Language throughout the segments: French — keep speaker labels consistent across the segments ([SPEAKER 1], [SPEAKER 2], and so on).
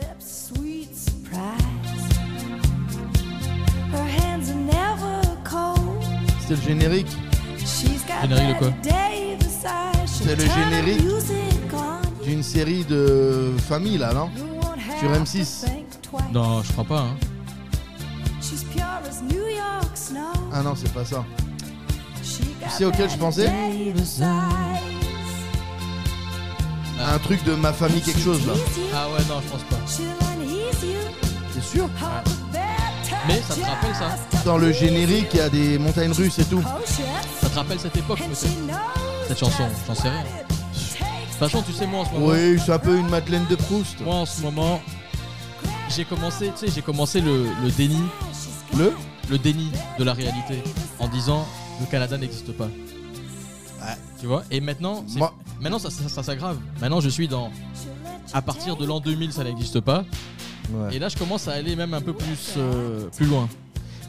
[SPEAKER 1] lips, sweet surprise. Her hands are never cold.
[SPEAKER 2] C'est le générique.
[SPEAKER 1] She's got
[SPEAKER 3] Générique de quoi
[SPEAKER 1] that Davis eye. She'll
[SPEAKER 2] C'est le
[SPEAKER 1] turn the
[SPEAKER 2] générique
[SPEAKER 1] music on.
[SPEAKER 2] D'une série de famille là, non
[SPEAKER 1] You won't
[SPEAKER 2] Sur
[SPEAKER 1] have
[SPEAKER 2] M6.
[SPEAKER 1] to think twice.
[SPEAKER 3] Non, je crois pas. hein.
[SPEAKER 1] She's pure as New York snow.
[SPEAKER 2] Ah non, c'est pas ça.
[SPEAKER 1] She got
[SPEAKER 2] sais auquel je
[SPEAKER 1] that
[SPEAKER 2] pensais
[SPEAKER 1] Davis eyes.
[SPEAKER 2] Un truc de ma famille quelque chose là.
[SPEAKER 1] Tease you,
[SPEAKER 3] Ah ouais, non, je pense pas.
[SPEAKER 1] she'll unease you.
[SPEAKER 2] C'est sûr
[SPEAKER 1] Hold the better
[SPEAKER 3] Mais ça te rappelle, ça
[SPEAKER 1] just to
[SPEAKER 2] Dans le
[SPEAKER 1] please
[SPEAKER 2] générique, il y a des montagnes russes et tout.
[SPEAKER 1] cautious.
[SPEAKER 3] Ça te rappelle cette époque
[SPEAKER 1] And
[SPEAKER 3] peut-être
[SPEAKER 1] she knows
[SPEAKER 3] Cette chanson,
[SPEAKER 1] just
[SPEAKER 3] j'en sais rien.
[SPEAKER 1] what it takes
[SPEAKER 3] De toute façon, tu sais, moi en ce moment,
[SPEAKER 2] Oui, c'est un peu une Madeleine de Proust.
[SPEAKER 3] moi en ce moment, j'ai commencé, tu sais, j'ai commencé le, le déni,
[SPEAKER 2] Le
[SPEAKER 3] le déni de la réalité, en disant le Canada n'existe pas. Tu vois Et maintenant, c'est-
[SPEAKER 2] Moi-
[SPEAKER 3] maintenant ça, ça, ça s'aggrave. Maintenant, je suis dans,
[SPEAKER 1] She'll let you
[SPEAKER 3] à partir de l'an 2000, ça n'existe pas.
[SPEAKER 2] Ouais.
[SPEAKER 3] Et là, je commence à aller même un peu plus, euh, plus loin.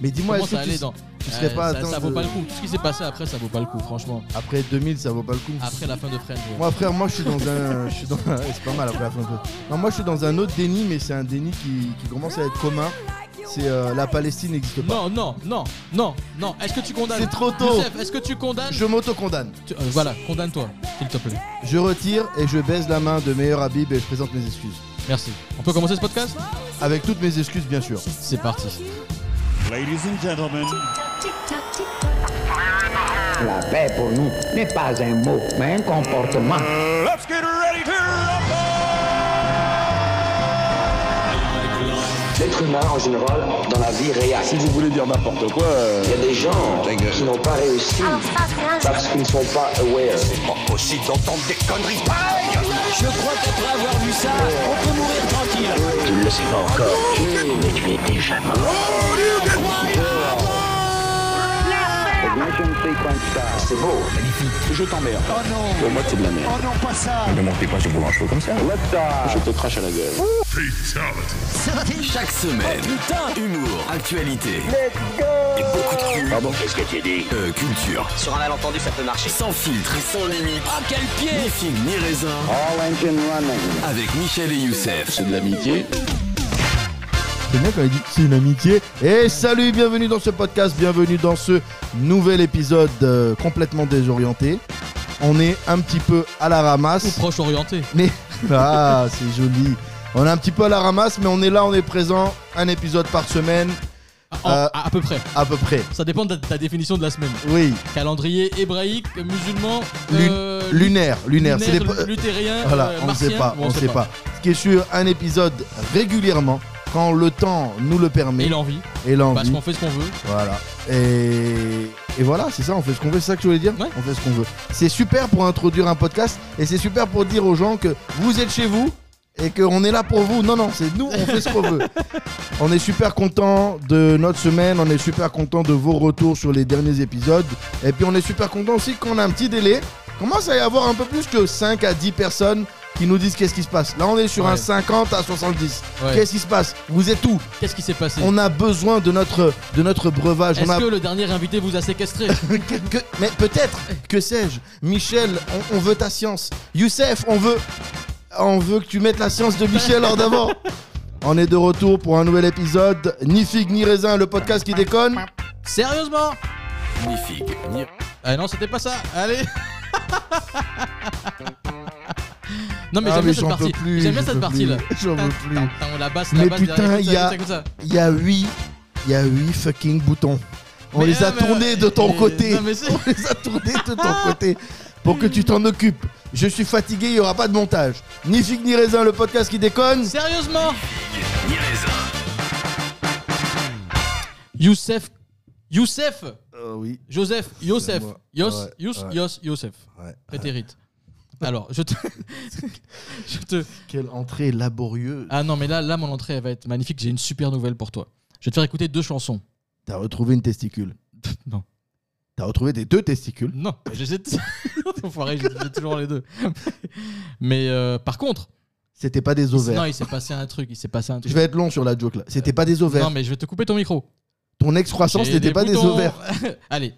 [SPEAKER 2] Mais
[SPEAKER 3] Je
[SPEAKER 2] dis-moi,
[SPEAKER 3] commence
[SPEAKER 2] est-ce
[SPEAKER 3] à
[SPEAKER 2] que
[SPEAKER 3] aller
[SPEAKER 2] tu,
[SPEAKER 3] dans.
[SPEAKER 2] tu serais
[SPEAKER 3] euh,
[SPEAKER 2] pas
[SPEAKER 3] ça,
[SPEAKER 2] atteint
[SPEAKER 3] ça vaut
[SPEAKER 2] de-
[SPEAKER 3] pas le coup. Tout ce qui s'est passé après, ça vaut pas le coup, franchement.
[SPEAKER 2] après 2000, ça vaut pas le coup
[SPEAKER 3] Après la fin de Friends. ouais.
[SPEAKER 2] Ah. Moi, frère, moi je suis dans un. je suis dans un- C'est pas mal après la fin de Friends. Non, moi je suis dans un autre déni, mais c'est un déni qui, qui commence à être commun. C'est euh, la Palestine n'existe pas.
[SPEAKER 3] Non, non, non, non, non. Est-ce que tu condamnes
[SPEAKER 2] C'est trop tôt.
[SPEAKER 3] Youssef, est-ce que tu condamnes
[SPEAKER 2] Je m'auto-condamne.
[SPEAKER 3] Tu- euh, Voilà, condamne-toi, s'il te plaît.
[SPEAKER 2] Je retire et je baise la main de Meilleur Habib et je présente mes excuses.
[SPEAKER 3] Merci. On peut commencer ce podcast
[SPEAKER 2] Avec toutes mes excuses, bien sûr.
[SPEAKER 3] C'est parti.
[SPEAKER 4] Ladies and gentlemen,
[SPEAKER 5] La paix pour nous n'est pas un mot, mais un comportement.
[SPEAKER 4] let's get ready to rumble!
[SPEAKER 6] L'être humain en général, dans la vie réelle,
[SPEAKER 7] Si vous voulez dire n'importe quoi, euh,
[SPEAKER 6] il y a des gens qui n'ont pas réussi parce qu'ils ne sont pas aware.
[SPEAKER 5] Ignition sequence start.
[SPEAKER 6] C'est beau.
[SPEAKER 7] je t'emmerde. Oh non Pour moi, c'est de la merde. Oh non, pas ça Ne montez pas sur vos cheveux comme ça. Je te crache à la gueule.
[SPEAKER 8] Chaque semaine, humour, actualité et beaucoup de cul.
[SPEAKER 7] Pardon Qu'est-ce que tu dis
[SPEAKER 8] Euh, culture. Sur un malentendu, ça peut marcher. Sans filtre et sans limite. Oh, quel pied Ni film, ni raisin.
[SPEAKER 5] All engine running.
[SPEAKER 8] Avec Michel et Youssef.
[SPEAKER 7] C'est de l'amitié.
[SPEAKER 2] C'est bien quand il dit c'est une amitié. Et salut, bienvenue dans ce podcast, bienvenue dans ce nouvel épisode euh, complètement désorienté. On est un petit peu à la
[SPEAKER 3] Ou
[SPEAKER 2] ramasse.
[SPEAKER 3] proche orienté.
[SPEAKER 2] Mais ah, c'est joli. On est un petit peu à la ramasse, mais on est là, on est présent, un épisode par semaine
[SPEAKER 3] Ah, en-
[SPEAKER 2] Euh.
[SPEAKER 3] À, à peu près.
[SPEAKER 2] à peu près.
[SPEAKER 3] Ça dépend de ta, ta définition de la semaine.
[SPEAKER 2] Oui,
[SPEAKER 3] Calendrier hébraïque, musulman,
[SPEAKER 2] Lune-
[SPEAKER 3] euh,
[SPEAKER 2] lunaire, lunaire. c'est des-
[SPEAKER 3] lunaire, luthérien,
[SPEAKER 2] Voilà,
[SPEAKER 3] euh,
[SPEAKER 2] on ne
[SPEAKER 3] martien.
[SPEAKER 2] sait pas,
[SPEAKER 3] Bon,
[SPEAKER 2] on ne sait pas. Ce qui est sûr, un épisode régulièrement quand le temps nous le permet
[SPEAKER 3] Et l'envie,
[SPEAKER 2] et
[SPEAKER 3] parce
[SPEAKER 2] l'envie.
[SPEAKER 3] qu'on fait ce qu'on veut.
[SPEAKER 2] Voilà. Et, et voilà, c'est ça, on fait ce qu'on veut, c'est ça que je voulais dire
[SPEAKER 3] Ouais.
[SPEAKER 2] On fait ce qu'on veut. C'est super pour introduire un podcast et c'est super pour dire aux gens que vous êtes chez vous et qu'on est là pour vous. Non, non, c'est nous, on fait ce qu'on veut. On est super content de notre semaine, on est super content de vos retours sur les derniers épisodes. Et puis on est super content aussi qu'on a un petit délai. Commence à y avoir un peu plus que 5 à 10 personnes qui nous disent qu'est-ce qui se passe. Là, on est sur
[SPEAKER 3] Ouais.
[SPEAKER 2] un 50 à 70.
[SPEAKER 3] Ouais.
[SPEAKER 2] Qu'est-ce qui se passe Vous êtes où
[SPEAKER 3] Qu'est-ce qui s'est passé
[SPEAKER 2] On a besoin de notre, de notre breuvage.
[SPEAKER 3] Est-ce
[SPEAKER 2] on a
[SPEAKER 3] que le dernier invité vous a séquestré
[SPEAKER 2] que- que- mais peut-être, que sais-je Michel, on, on veut ta science. Youssef, on veut, on veut que tu mettes la science de Michel hors d'avant. On est de retour pour un nouvel épisode. Ni figue ni raisin, le podcast qui déconne.
[SPEAKER 3] Sérieusement
[SPEAKER 8] Ni figue, ni...
[SPEAKER 3] Ah non, c'était pas ça. Allez. non mais
[SPEAKER 2] Ah,
[SPEAKER 3] j'aime
[SPEAKER 2] mais
[SPEAKER 3] bien cette
[SPEAKER 2] j'en peux
[SPEAKER 3] partie.
[SPEAKER 2] plus,
[SPEAKER 3] J'aime bien
[SPEAKER 2] j'en
[SPEAKER 3] cette
[SPEAKER 2] peux
[SPEAKER 3] partie là.
[SPEAKER 2] plus, j'en peux plus.
[SPEAKER 3] La basse,
[SPEAKER 2] Mais
[SPEAKER 3] la basse
[SPEAKER 2] putain,
[SPEAKER 3] derrière, comme ça,
[SPEAKER 2] y a-
[SPEAKER 3] comme ça, comme ça.
[SPEAKER 2] Il y a 8, il y a huit fucking boutons. On
[SPEAKER 3] Mais
[SPEAKER 2] les a
[SPEAKER 3] non, mais-
[SPEAKER 2] tournés de ton
[SPEAKER 3] mais-
[SPEAKER 2] côté.
[SPEAKER 3] non, mais c'est-
[SPEAKER 2] on les a tournés de ton côté pour que tu t'en occupes. Je suis fatigué, il n'y aura pas de montage. Ni figue ni raisin, le podcast qui déconne.
[SPEAKER 3] Sérieusement
[SPEAKER 8] Ni raisin.
[SPEAKER 3] Youssef Youssef
[SPEAKER 2] Euh, oui.
[SPEAKER 3] Joseph Youssef
[SPEAKER 2] moi.
[SPEAKER 3] Yos
[SPEAKER 2] Ouais,
[SPEAKER 3] Yous
[SPEAKER 2] ouais.
[SPEAKER 3] Yos Youssef
[SPEAKER 2] Ouais.
[SPEAKER 3] Pétérite. Alors, je te je te
[SPEAKER 2] Quelle entrée laborieuse.
[SPEAKER 3] Ah non, mais là là mon entrée elle va être magnifique, j'ai une super nouvelle pour toi. Je vais te faire écouter deux chansons.
[SPEAKER 2] T'as retrouvé une testicule.
[SPEAKER 3] Non.
[SPEAKER 2] T'as retrouvé tes deux testicules.
[SPEAKER 3] Non, j'essaie de Enfoiré, j'ai j'ai toujours les deux. Mais euh, par contre,
[SPEAKER 2] C'était pas des
[SPEAKER 3] non,
[SPEAKER 2] ovaires.
[SPEAKER 3] il s'est passé un truc, il s'est passé un truc.
[SPEAKER 2] Je vais être long sur la joke là. C'était pas des ovaires.
[SPEAKER 3] Non, mais je vais te couper ton micro.
[SPEAKER 2] Ton excroissance
[SPEAKER 3] J'ai
[SPEAKER 2] n'était pas des
[SPEAKER 3] boutons.
[SPEAKER 2] ovaires.
[SPEAKER 3] Allez,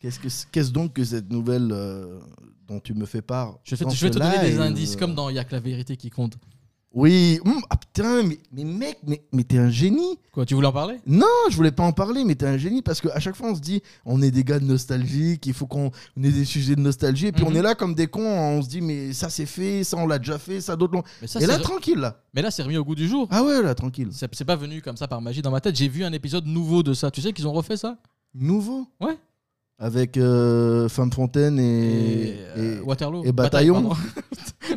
[SPEAKER 2] Qu'est-ce que c'est- qu'est-ce donc que cette nouvelle euh, dont tu me fais part
[SPEAKER 3] je vais,
[SPEAKER 2] dans
[SPEAKER 3] te, je vais
[SPEAKER 2] ce
[SPEAKER 3] te donner des
[SPEAKER 2] live
[SPEAKER 3] indices comme dans Il y a que la vérité qui compte.
[SPEAKER 2] Oui. Hum, ah putain, mais, mais mec, mais, mais t'es un génie.
[SPEAKER 3] Quoi, tu voulais en parler
[SPEAKER 2] Non, je voulais pas en parler, mais t'es un génie parce qu'à chaque fois on se dit, on est des gars de nostalgique, il faut qu'on on ait des sujets de nostalgie, et puis
[SPEAKER 3] Mhm.
[SPEAKER 2] on est là comme des cons, on se dit, mais ça c'est fait, ça on l'a déjà fait, ça d'autres l'ont.
[SPEAKER 3] Mais ça,
[SPEAKER 2] Et là,
[SPEAKER 3] c'est-
[SPEAKER 2] tranquille, là.
[SPEAKER 3] Mais là, c'est remis au goût du jour.
[SPEAKER 2] Ah ouais, là, tranquille.
[SPEAKER 3] C'est c'est pas venu comme ça par magie dans ma tête. J'ai vu un épisode nouveau de ça. Tu sais qu'ils ont refait ça
[SPEAKER 2] Nouveau
[SPEAKER 3] Ouais.
[SPEAKER 2] Avec euh, Femme Fontaine et.
[SPEAKER 3] euh,
[SPEAKER 2] et-
[SPEAKER 3] Waterloo.
[SPEAKER 2] et Bataillon.
[SPEAKER 3] pardon.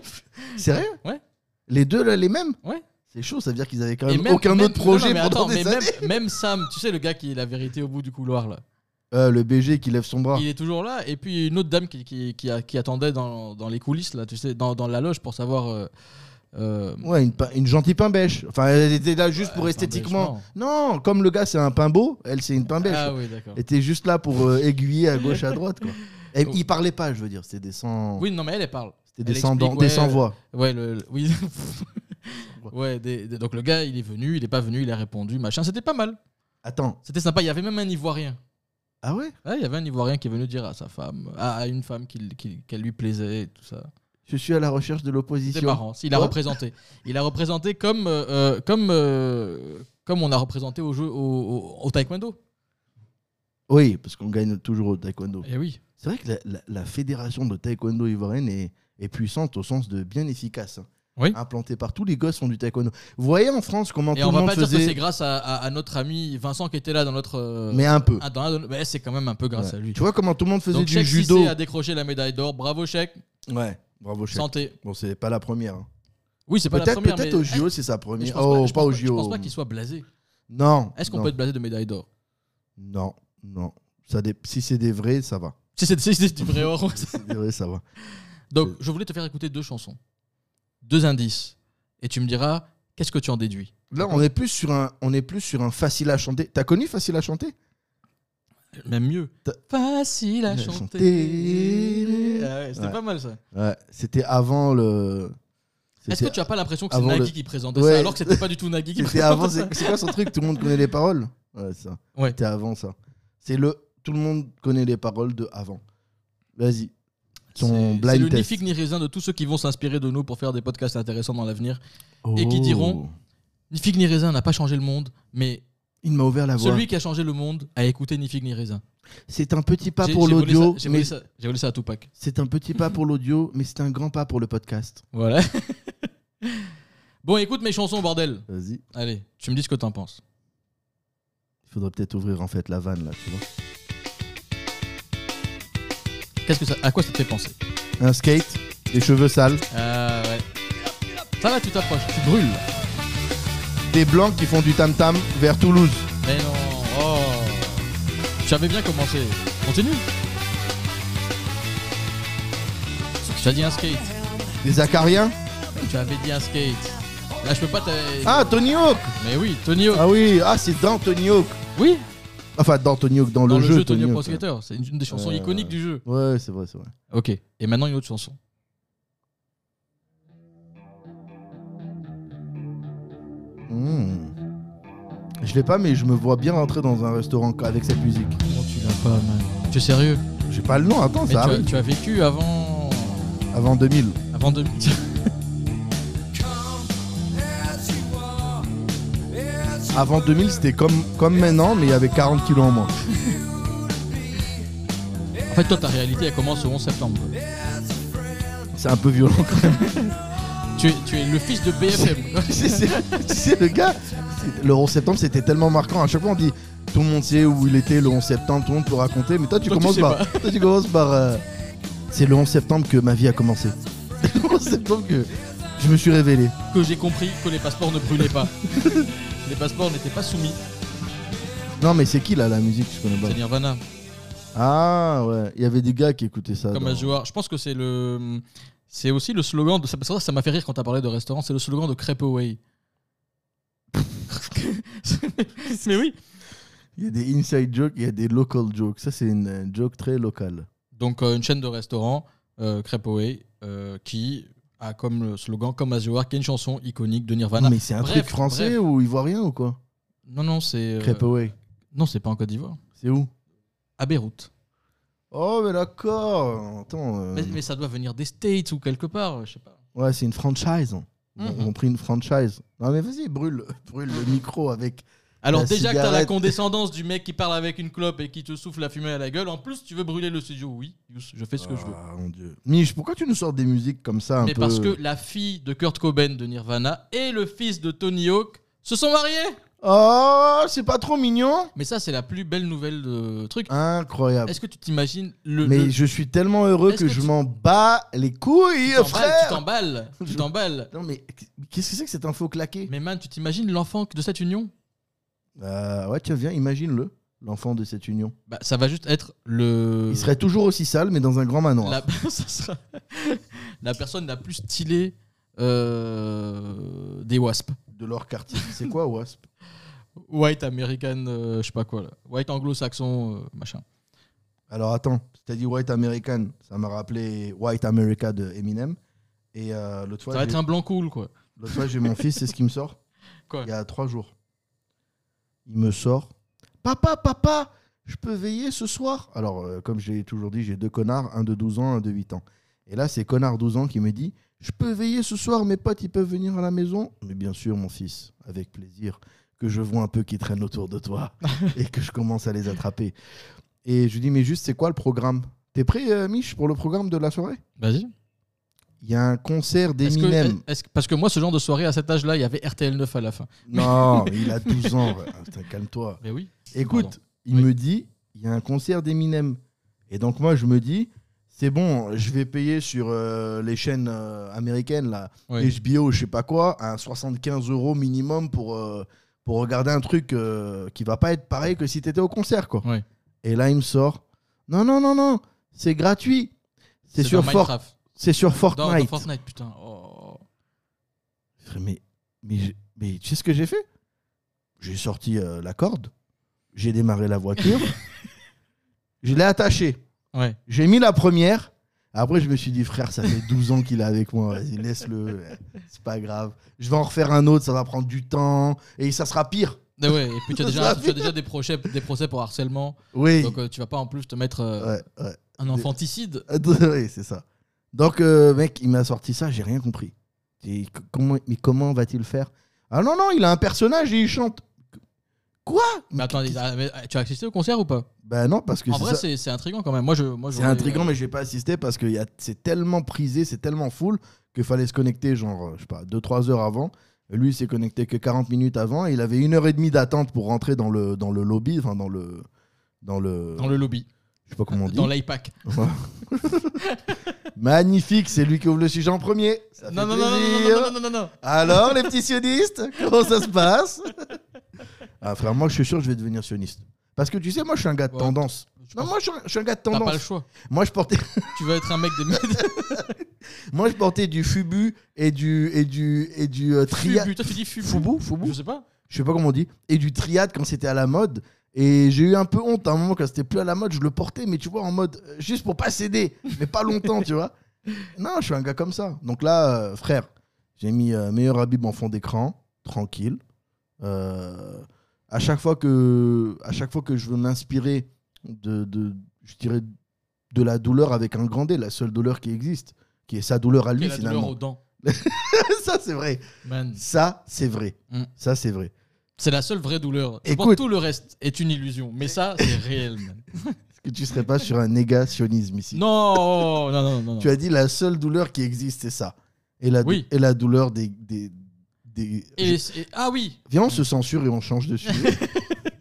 [SPEAKER 2] Sérieux
[SPEAKER 3] Ouais.
[SPEAKER 2] Les deux, là, les mêmes
[SPEAKER 3] Ouais.
[SPEAKER 2] C'est chaud, ça veut dire qu'ils avaient quand
[SPEAKER 3] Et
[SPEAKER 2] même,
[SPEAKER 3] même-
[SPEAKER 2] aucun
[SPEAKER 3] même-
[SPEAKER 2] autre projet
[SPEAKER 3] non, non, mais
[SPEAKER 2] pendant
[SPEAKER 3] attends,
[SPEAKER 2] des
[SPEAKER 3] mais
[SPEAKER 2] années.
[SPEAKER 3] Même, même Sam, tu sais, le gars qui est la vérité au bout du couloir là.
[SPEAKER 2] Euh, le BG qui lève son bras.
[SPEAKER 3] Il est toujours là. Et puis une autre dame qui, qui, qui, a- qui attendait dans, dans les coulisses, là, tu sais, dans, dans la loge pour savoir. euh, euh,
[SPEAKER 2] Ouais, une, pa- une gentille pimbèche. Enfin, elle était là juste pour
[SPEAKER 3] euh,
[SPEAKER 2] esthétiquement. Non, comme le gars c'est un pimbeau, elle c'est une pimbèche.
[SPEAKER 3] Ah oui, d'accord.
[SPEAKER 2] Elle était juste là pour euh, aiguiller à gauche, à droite. Quoi. Et
[SPEAKER 3] Oh.
[SPEAKER 2] il parlait pas, je veux dire. C'était des sans,
[SPEAKER 3] Oui, non, mais elle, elle parle.
[SPEAKER 2] c'était des
[SPEAKER 3] elle
[SPEAKER 2] sans,
[SPEAKER 3] explique,
[SPEAKER 2] dents- des
[SPEAKER 3] ouais,
[SPEAKER 2] sans
[SPEAKER 3] euh,
[SPEAKER 2] voix.
[SPEAKER 3] Ouais, le, le- oui. ouais, des- des- donc le gars, il est venu, il est pas venu, il a répondu, machin. C'était pas mal.
[SPEAKER 2] Attends.
[SPEAKER 3] C'était sympa. Il y avait même un Ivoirien.
[SPEAKER 2] Ah ouais
[SPEAKER 3] Ouais, il y avait un Ivoirien qui est venu dire à sa femme, à, à une femme qu'il- qu'il- qu'elle lui plaisait et tout ça.
[SPEAKER 2] Je suis à la recherche de
[SPEAKER 3] C'était
[SPEAKER 2] l'opposition.
[SPEAKER 3] marrant. Il a
[SPEAKER 2] Ouais.
[SPEAKER 3] représenté. Il a représenté comme, euh, euh, comme, euh, comme on a représenté au, jeu, au, au- au taekwondo.
[SPEAKER 2] Oui, parce qu'on gagne toujours au taekwondo.
[SPEAKER 3] Et oui.
[SPEAKER 2] C'est vrai que la, la- la fédération de taekwondo ivoirienne est, est puissante au sens de bien efficace. hein.
[SPEAKER 3] Oui.
[SPEAKER 2] Implantée partout, les gosses font du taekwondo. Vous voyez en France comment
[SPEAKER 3] Et
[SPEAKER 2] tout
[SPEAKER 3] on
[SPEAKER 2] le
[SPEAKER 3] va
[SPEAKER 2] monde
[SPEAKER 3] pas dire que
[SPEAKER 2] faisait,
[SPEAKER 3] c'est grâce à, à- à notre ami Vincent qui était là dans notre. euh,
[SPEAKER 2] mais un peu.
[SPEAKER 3] ah, dans la- mais c'est quand même un peu grâce
[SPEAKER 2] Ouais.
[SPEAKER 3] à lui.
[SPEAKER 2] Tu vois comment tout le monde faisait
[SPEAKER 3] Donc
[SPEAKER 2] du
[SPEAKER 3] Cheikh
[SPEAKER 2] judo.
[SPEAKER 3] Cissé a décroché la médaille d'or. Bravo Cheikh.
[SPEAKER 2] Ouais, bravo Cheikh.
[SPEAKER 3] Santé.
[SPEAKER 2] Bon, c'est pas la première. hein.
[SPEAKER 3] Oui, c'est pas la
[SPEAKER 2] Peut-être
[SPEAKER 3] première.
[SPEAKER 2] peut-être
[SPEAKER 3] mais-
[SPEAKER 2] au JO,
[SPEAKER 3] Eh,
[SPEAKER 2] c'est sa
[SPEAKER 3] mais je
[SPEAKER 2] première.
[SPEAKER 3] pense
[SPEAKER 2] Oh,
[SPEAKER 3] je
[SPEAKER 2] pas
[SPEAKER 3] pense
[SPEAKER 2] au
[SPEAKER 3] Je pense
[SPEAKER 2] JO.
[SPEAKER 3] pas qu'il soit blasé.
[SPEAKER 2] Non.
[SPEAKER 3] Est-ce qu'on
[SPEAKER 2] non,
[SPEAKER 3] peut être blasé de médaille d'or
[SPEAKER 2] Non, non. Ça dé- Si c'est des vrais, ça va.
[SPEAKER 3] Si c'est si c'est du vrai or.
[SPEAKER 2] Si c'est des vrais, ça va.
[SPEAKER 3] Donc,
[SPEAKER 2] Euh.
[SPEAKER 3] je voulais te faire écouter deux chansons, deux indices, et tu me diras qu'est-ce que tu en déduis.
[SPEAKER 2] Là, on est plus sur un, on est plus sur un facile à chanter. T'as connu facile à chanter
[SPEAKER 3] Même mieux.
[SPEAKER 2] T'as-
[SPEAKER 3] Facile à
[SPEAKER 2] La
[SPEAKER 3] chanter.
[SPEAKER 2] chanter.
[SPEAKER 3] Ah ouais, c'était
[SPEAKER 2] Ouais.
[SPEAKER 3] pas mal ça.
[SPEAKER 2] Ouais, c'était avant le.
[SPEAKER 3] Est-ce que
[SPEAKER 2] c'était-
[SPEAKER 3] tu as pas l'impression que c'est
[SPEAKER 2] avant
[SPEAKER 3] Nagui
[SPEAKER 2] le-
[SPEAKER 3] qui présentait
[SPEAKER 2] Ouais.
[SPEAKER 3] ça alors que c'était pas du tout Nagui qui
[SPEAKER 2] C'était
[SPEAKER 3] présentait
[SPEAKER 2] avant.
[SPEAKER 3] ça
[SPEAKER 2] C'est c'est quoi son truc Tout le monde connaît les paroles. Ouais, ça.
[SPEAKER 3] Ouais.
[SPEAKER 2] C'était avant ça. C'est le. Tout le monde connaît les paroles de avant. Vas-y. Son
[SPEAKER 3] C'est- C'est
[SPEAKER 2] blind
[SPEAKER 3] le ni
[SPEAKER 2] test.
[SPEAKER 3] figue ni raisin de tous ceux qui vont s'inspirer de nous pour faire des podcasts intéressants dans l'avenir. et
[SPEAKER 2] Oh.
[SPEAKER 3] qui diront- Ni figue ni raisin n'a pas changé le monde, mais
[SPEAKER 2] Il m'a ouvert la voie.
[SPEAKER 3] celui qui a changé le monde a écouté ni figue ni raisin.
[SPEAKER 2] C'est un petit pas
[SPEAKER 3] J'ai-
[SPEAKER 2] pour
[SPEAKER 3] j'ai volé ça-
[SPEAKER 2] l'audio,
[SPEAKER 3] J'ai
[SPEAKER 2] mais
[SPEAKER 3] volé, ça- j'ai volé ça à Tupac.
[SPEAKER 2] c'est un petit pas pour l'audio, mais c'est un grand pas pour le podcast.
[SPEAKER 3] Voilà. bon, écoute mes chansons, bordel.
[SPEAKER 2] Vas-y.
[SPEAKER 3] Allez, tu me dis ce que t'en penses.
[SPEAKER 2] Il faudrait peut-être ouvrir en fait la vanne là, tu vois.
[SPEAKER 3] Qu'est-ce que ça, à quoi ça te fait penser
[SPEAKER 2] Un skate, des cheveux sales,
[SPEAKER 3] Ah ouais. Ça va, tu t'approches, tu brûles.
[SPEAKER 2] des blancs qui font du tam tam vers Toulouse.
[SPEAKER 3] Mais non, oh. J'avais bien commencé. Continue. Tu as dit un skate.
[SPEAKER 2] Des acariens.
[SPEAKER 3] Tu avais dit un skate. Là, je peux pas t'a-
[SPEAKER 2] Ah, Tony Hawk
[SPEAKER 3] Mais oui, Tony Hawk.
[SPEAKER 2] Ah oui, ah c'est dans Tony Hawk.
[SPEAKER 3] Oui,
[SPEAKER 2] Enfin, dans Tony Hawk, dans,
[SPEAKER 3] dans
[SPEAKER 2] le, jeu, Tony Hawk.
[SPEAKER 3] Pro Skater. C'est une une des chansons
[SPEAKER 2] Euh,
[SPEAKER 3] iconiques du jeu.
[SPEAKER 2] Ouais, c'est vrai, c'est vrai.
[SPEAKER 3] Ok, et maintenant une autre chanson.
[SPEAKER 2] Hmm. Je l'ai pas, mais je me vois bien rentrer dans un restaurant avec cette musique.
[SPEAKER 3] tu l'as pas, man. Tu es sérieux
[SPEAKER 2] J'ai pas le nom, attends,
[SPEAKER 3] Mais tu
[SPEAKER 2] ça
[SPEAKER 3] as,
[SPEAKER 2] arrive.
[SPEAKER 3] tu as vécu avant.
[SPEAKER 2] Avant 2000.
[SPEAKER 3] Avant 2000.
[SPEAKER 2] Avant 2000, c'était comme, comme maintenant, mais il y avait 40 kilos en moins.
[SPEAKER 3] En fait, toi, ta réalité, elle commence le 11 septembre.
[SPEAKER 2] C'est un peu violent quand même.
[SPEAKER 3] Tu es, tu es le fils de BFM. quoi.
[SPEAKER 2] C'est- c'est- tu sais, le gars, c'est- le 11 septembre, c'était tellement marquant. À chaque fois, on dit tout le monde sait où il était le 11 septembre, tout le monde peut raconter, mais toi, tu,
[SPEAKER 3] Toi, tu
[SPEAKER 2] commences,
[SPEAKER 3] sais
[SPEAKER 2] par,
[SPEAKER 3] pas.
[SPEAKER 2] toi, tu commences par. euh, c'est le 11 septembre que ma vie a commencé. C'est le 11 septembre que je me suis révélé.
[SPEAKER 3] que j'ai compris que les passeports ne brûlaient pas. les passeports n'étaient pas soumis.
[SPEAKER 2] Non, mais c'est qui là la musique Je connais pas.
[SPEAKER 3] C'est Nirvana,
[SPEAKER 2] Ah ouais, il y avait des gars qui écoutaient ça.
[SPEAKER 3] comme
[SPEAKER 2] dans-
[SPEAKER 3] un joueur. Je pense que c'est le. C'est aussi le slogan de. Ça ça- ça m'a fait rire quand t'as parlé de restaurant. C'est le slogan de Crepe Away. Mais oui.
[SPEAKER 2] Il y a des inside jokes, il y a des local jokes. Ça, c'est une euh, joke très locale.
[SPEAKER 3] Donc euh, une chaîne de restaurants, euh, Crepe Away, euh, qui a comme le slogan comme as you are, qui est une chanson iconique de Nirvana.
[SPEAKER 2] Non, mais c'est un
[SPEAKER 3] Bref,
[SPEAKER 2] truc français
[SPEAKER 3] bref.
[SPEAKER 2] ou ivoirien ou quoi
[SPEAKER 3] Non non c'est. euh,
[SPEAKER 2] Crepe away.
[SPEAKER 3] Non c'est pas en Côte d'Ivoire.
[SPEAKER 2] C'est où
[SPEAKER 3] À Beyrouth.
[SPEAKER 2] Oh, mais d'accord. Attends. euh,
[SPEAKER 3] Mais, mais ça doit venir des States ou quelque part, je sais pas.
[SPEAKER 2] Ouais, c'est une franchise. hein.
[SPEAKER 3] Mhm.
[SPEAKER 2] ont- ont pris une franchise. Non mais vas-y, brûle, brûle le micro avec.
[SPEAKER 3] Alors
[SPEAKER 2] La
[SPEAKER 3] déjà que t'as la
[SPEAKER 2] cigarette.
[SPEAKER 3] condescendance du mec qui parle avec une clope et qui te souffle la fumée à la gueule, en plus tu veux brûler le studio. Oui, Yous, je fais ce que je veux.
[SPEAKER 2] Ah, mon Dieu. Mich, pourquoi tu nous sors des musiques comme ça un
[SPEAKER 3] Mais
[SPEAKER 2] peu
[SPEAKER 3] parce que la fille de Kurt Cobain de Nirvana et le fils de Tony Hawk se sont mariés.
[SPEAKER 2] Oh, c'est pas trop mignon
[SPEAKER 3] Mais ça c'est la plus belle nouvelle de truc.
[SPEAKER 2] Incroyable.
[SPEAKER 3] Est-ce que tu t'imagines le
[SPEAKER 2] Ah. Mais
[SPEAKER 3] le-
[SPEAKER 2] je suis tellement heureux
[SPEAKER 3] Est-ce
[SPEAKER 2] que,
[SPEAKER 3] que
[SPEAKER 2] je
[SPEAKER 3] tu-
[SPEAKER 2] m'en bats les couilles,
[SPEAKER 3] tu t'emballes, tu
[SPEAKER 2] frère
[SPEAKER 3] t'emballes, tu t'emballes.
[SPEAKER 2] Non mais qu'est-ce que c'est que cette info claquée
[SPEAKER 3] Mais man, tu t'imagines l'enfant de cette union
[SPEAKER 2] Euh, Ouais, tiens, viens, imagine-le, l'enfant de cette union.
[SPEAKER 3] Bah ça va juste être le
[SPEAKER 2] Il serait toujours aussi sale, mais dans un grand manoir.
[SPEAKER 3] Euh. la... ça sera- la personne la plus stylée euh, des wasps.
[SPEAKER 2] De leur quartier. C'est quoi, Wasp
[SPEAKER 3] White American, euh, je sais pas quoi là. White anglo-saxon, euh, machin.
[SPEAKER 2] Alors attends, t'as dit White American, ça m'a rappelé White America de Eminem. Et euh, l'autre
[SPEAKER 3] ça va
[SPEAKER 2] fois,
[SPEAKER 3] être
[SPEAKER 2] j'ai-
[SPEAKER 3] un blanc cool quoi.
[SPEAKER 2] l'autre fois, Bah, j'ai mon fils, c'est ce qui me sort.
[SPEAKER 3] Quoi
[SPEAKER 2] Il y a trois jours. Il me sort. Papa, papa, je peux veiller ce soir Alors, euh, comme j'ai toujours dit, j'ai deux connards, un de 12 ans, un de 8 ans. Et là, c'est connard 12 ans qui me dit Je peux veiller ce soir, mes potes, ils peuvent venir à la maison Mais bien sûr, mon fils, avec plaisir, que je vois un peu qui traînent autour de toi et que je commence à les attraper. Et je lui dis Mais juste, c'est quoi le programme T'es prêt, euh, Mich, pour le programme de la soirée
[SPEAKER 3] Vas-y.
[SPEAKER 2] Il y a un concert
[SPEAKER 3] Est-ce que-
[SPEAKER 2] d'Eminem.
[SPEAKER 3] est-ce que- parce que moi, ce genre de soirée à cet âge-là, il y avait RTL 9 à la fin.
[SPEAKER 2] Non, mais il a 12 ans. ouais. Ah, Putain, Calme-toi.
[SPEAKER 3] Mais oui.
[SPEAKER 2] Écoute,
[SPEAKER 3] Pardon.
[SPEAKER 2] il
[SPEAKER 3] Oui.
[SPEAKER 2] me dit, il y a un concert d'Eminem. Et donc moi, je me dis, c'est bon, je vais payer sur euh, les chaînes euh, américaines, là,
[SPEAKER 3] Ouais.
[SPEAKER 2] HBO, je sais pas quoi, à 75 euros minimum pour, euh, pour regarder un truc euh, qui va pas être pareil que si t'étais au concert, quoi.
[SPEAKER 3] Ouais.
[SPEAKER 2] Et là, il me sort, non, non, non, non, c'est gratuit. C'est
[SPEAKER 3] dans
[SPEAKER 2] sur, For-
[SPEAKER 3] Minecraft.
[SPEAKER 2] c'est sur
[SPEAKER 3] Dans- dans
[SPEAKER 2] Fortnite.
[SPEAKER 3] Fortnite, putain. Oh.
[SPEAKER 2] Je fais, Mais, mais, je- mais tu sais ce que j'ai fait J'ai sorti euh, la corde, j'ai démarré la voiture, je l'ai attachée,
[SPEAKER 3] Ouais.
[SPEAKER 2] j'ai mis la première. Après, je me suis dit, frère, ça fait 12 ans qu'il est avec moi, vas-y, laisse-le, c'est pas grave. Je vais en refaire un autre, ça va prendre du temps et ça sera pire.
[SPEAKER 3] Mais ouais, Et puis tu as
[SPEAKER 2] Ça
[SPEAKER 3] déjà, tu as déjà des, procès, des procès pour harcèlement.
[SPEAKER 2] Oui,
[SPEAKER 3] Donc euh, tu vas pas en plus te mettre euh,
[SPEAKER 2] ouais, ouais.
[SPEAKER 3] un enfanticide.
[SPEAKER 2] Oui, c'est ça. Donc, euh, mec, il m'a sorti ça, j'ai rien compris. Et c- comment, mais comment va-t-il faire Ah non, non, il a un personnage et il chante. Quoi
[SPEAKER 3] Mais attends, ils- ah, mais, ah, tu as assisté au concert ou pas
[SPEAKER 2] Ben non, parce que
[SPEAKER 3] En
[SPEAKER 2] c'est
[SPEAKER 3] vrai,
[SPEAKER 2] ça.
[SPEAKER 3] c'est c'est intriguant quand même. Moi, je, moi,
[SPEAKER 2] C'est
[SPEAKER 3] j'aurais-
[SPEAKER 2] intriguant, mais j'ai pas assisté parce que y a- c'est tellement prisé, c'est tellement full qu'il fallait se connecter, genre, euh, je sais pas, 2-3 heures avant. Lui, il s'est connecté que 40 minutes avant. Et il avait une heure et demie d'attente pour rentrer dans le, dans le lobby, enfin, dans le. Dans le.
[SPEAKER 3] Dans le lobby,
[SPEAKER 2] Je sais pas comment on dit.
[SPEAKER 3] dans l'iPack.
[SPEAKER 2] Magnifique, c'est lui qui ouvre le sujet en premier. Ça fait
[SPEAKER 3] Non, non, non, non, non,
[SPEAKER 2] plaisir.
[SPEAKER 3] non, non, non, non, non.
[SPEAKER 2] Alors, les petits sionistes, comment ça se passe Ah, frère, moi, je suis sûr que je vais devenir sioniste. Parce que tu sais, moi, je suis un gars de
[SPEAKER 3] Ouais.
[SPEAKER 2] tendance.
[SPEAKER 3] Je
[SPEAKER 2] Non,
[SPEAKER 3] pense-
[SPEAKER 2] moi, je suis un- je suis un gars de
[SPEAKER 3] T'as pas le
[SPEAKER 2] tendance.
[SPEAKER 3] choix.
[SPEAKER 2] Moi, je portais.
[SPEAKER 3] Tu veux être un mec des
[SPEAKER 2] Moi, je portais du fubu et du et du et du euh, triade.
[SPEAKER 3] Fubu. Toi, tu dis fubu.
[SPEAKER 2] Fubu,
[SPEAKER 3] Je
[SPEAKER 2] fubu.
[SPEAKER 3] sais pas.
[SPEAKER 2] Je sais pas comment on dit. Et du triade quand c'était à la mode. Et j'ai eu un peu honte à un moment quand c'était plus à la mode, je le portais, mais tu vois, en mode euh, juste pour pas céder, mais pas longtemps, tu vois. Non, je suis un gars comme ça. Donc là, euh, frère, j'ai mis euh, meilleur habib en fond d'écran, tranquille. Euh, à chaque fois que à chaque fois que je veux m'inspirer de, de je dirais de la douleur avec un grand D, la seule douleur qui existe, qui est sa douleur à lui
[SPEAKER 3] Quelle a douleur
[SPEAKER 2] finalement.
[SPEAKER 3] aux dents.
[SPEAKER 2] ça c'est vrai.
[SPEAKER 3] Man.
[SPEAKER 2] Ça, c'est vrai.
[SPEAKER 3] Mm.
[SPEAKER 2] Ça, c'est vrai.
[SPEAKER 3] C'est la seule vraie douleur. Je pense
[SPEAKER 2] Écoute.
[SPEAKER 3] que tout le reste est une illusion. Mais ça, c'est réel. man.
[SPEAKER 2] Est-ce que tu serais pas sur un négationnisme ici
[SPEAKER 3] Non, non, non, non. non.
[SPEAKER 2] Tu as dit la seule douleur qui existe, c'est ça. Et la, dou-
[SPEAKER 3] Oui.
[SPEAKER 2] et la douleur des. des, des-
[SPEAKER 3] Et- et- ah oui,
[SPEAKER 2] Viens, on se censure et on change de sujet.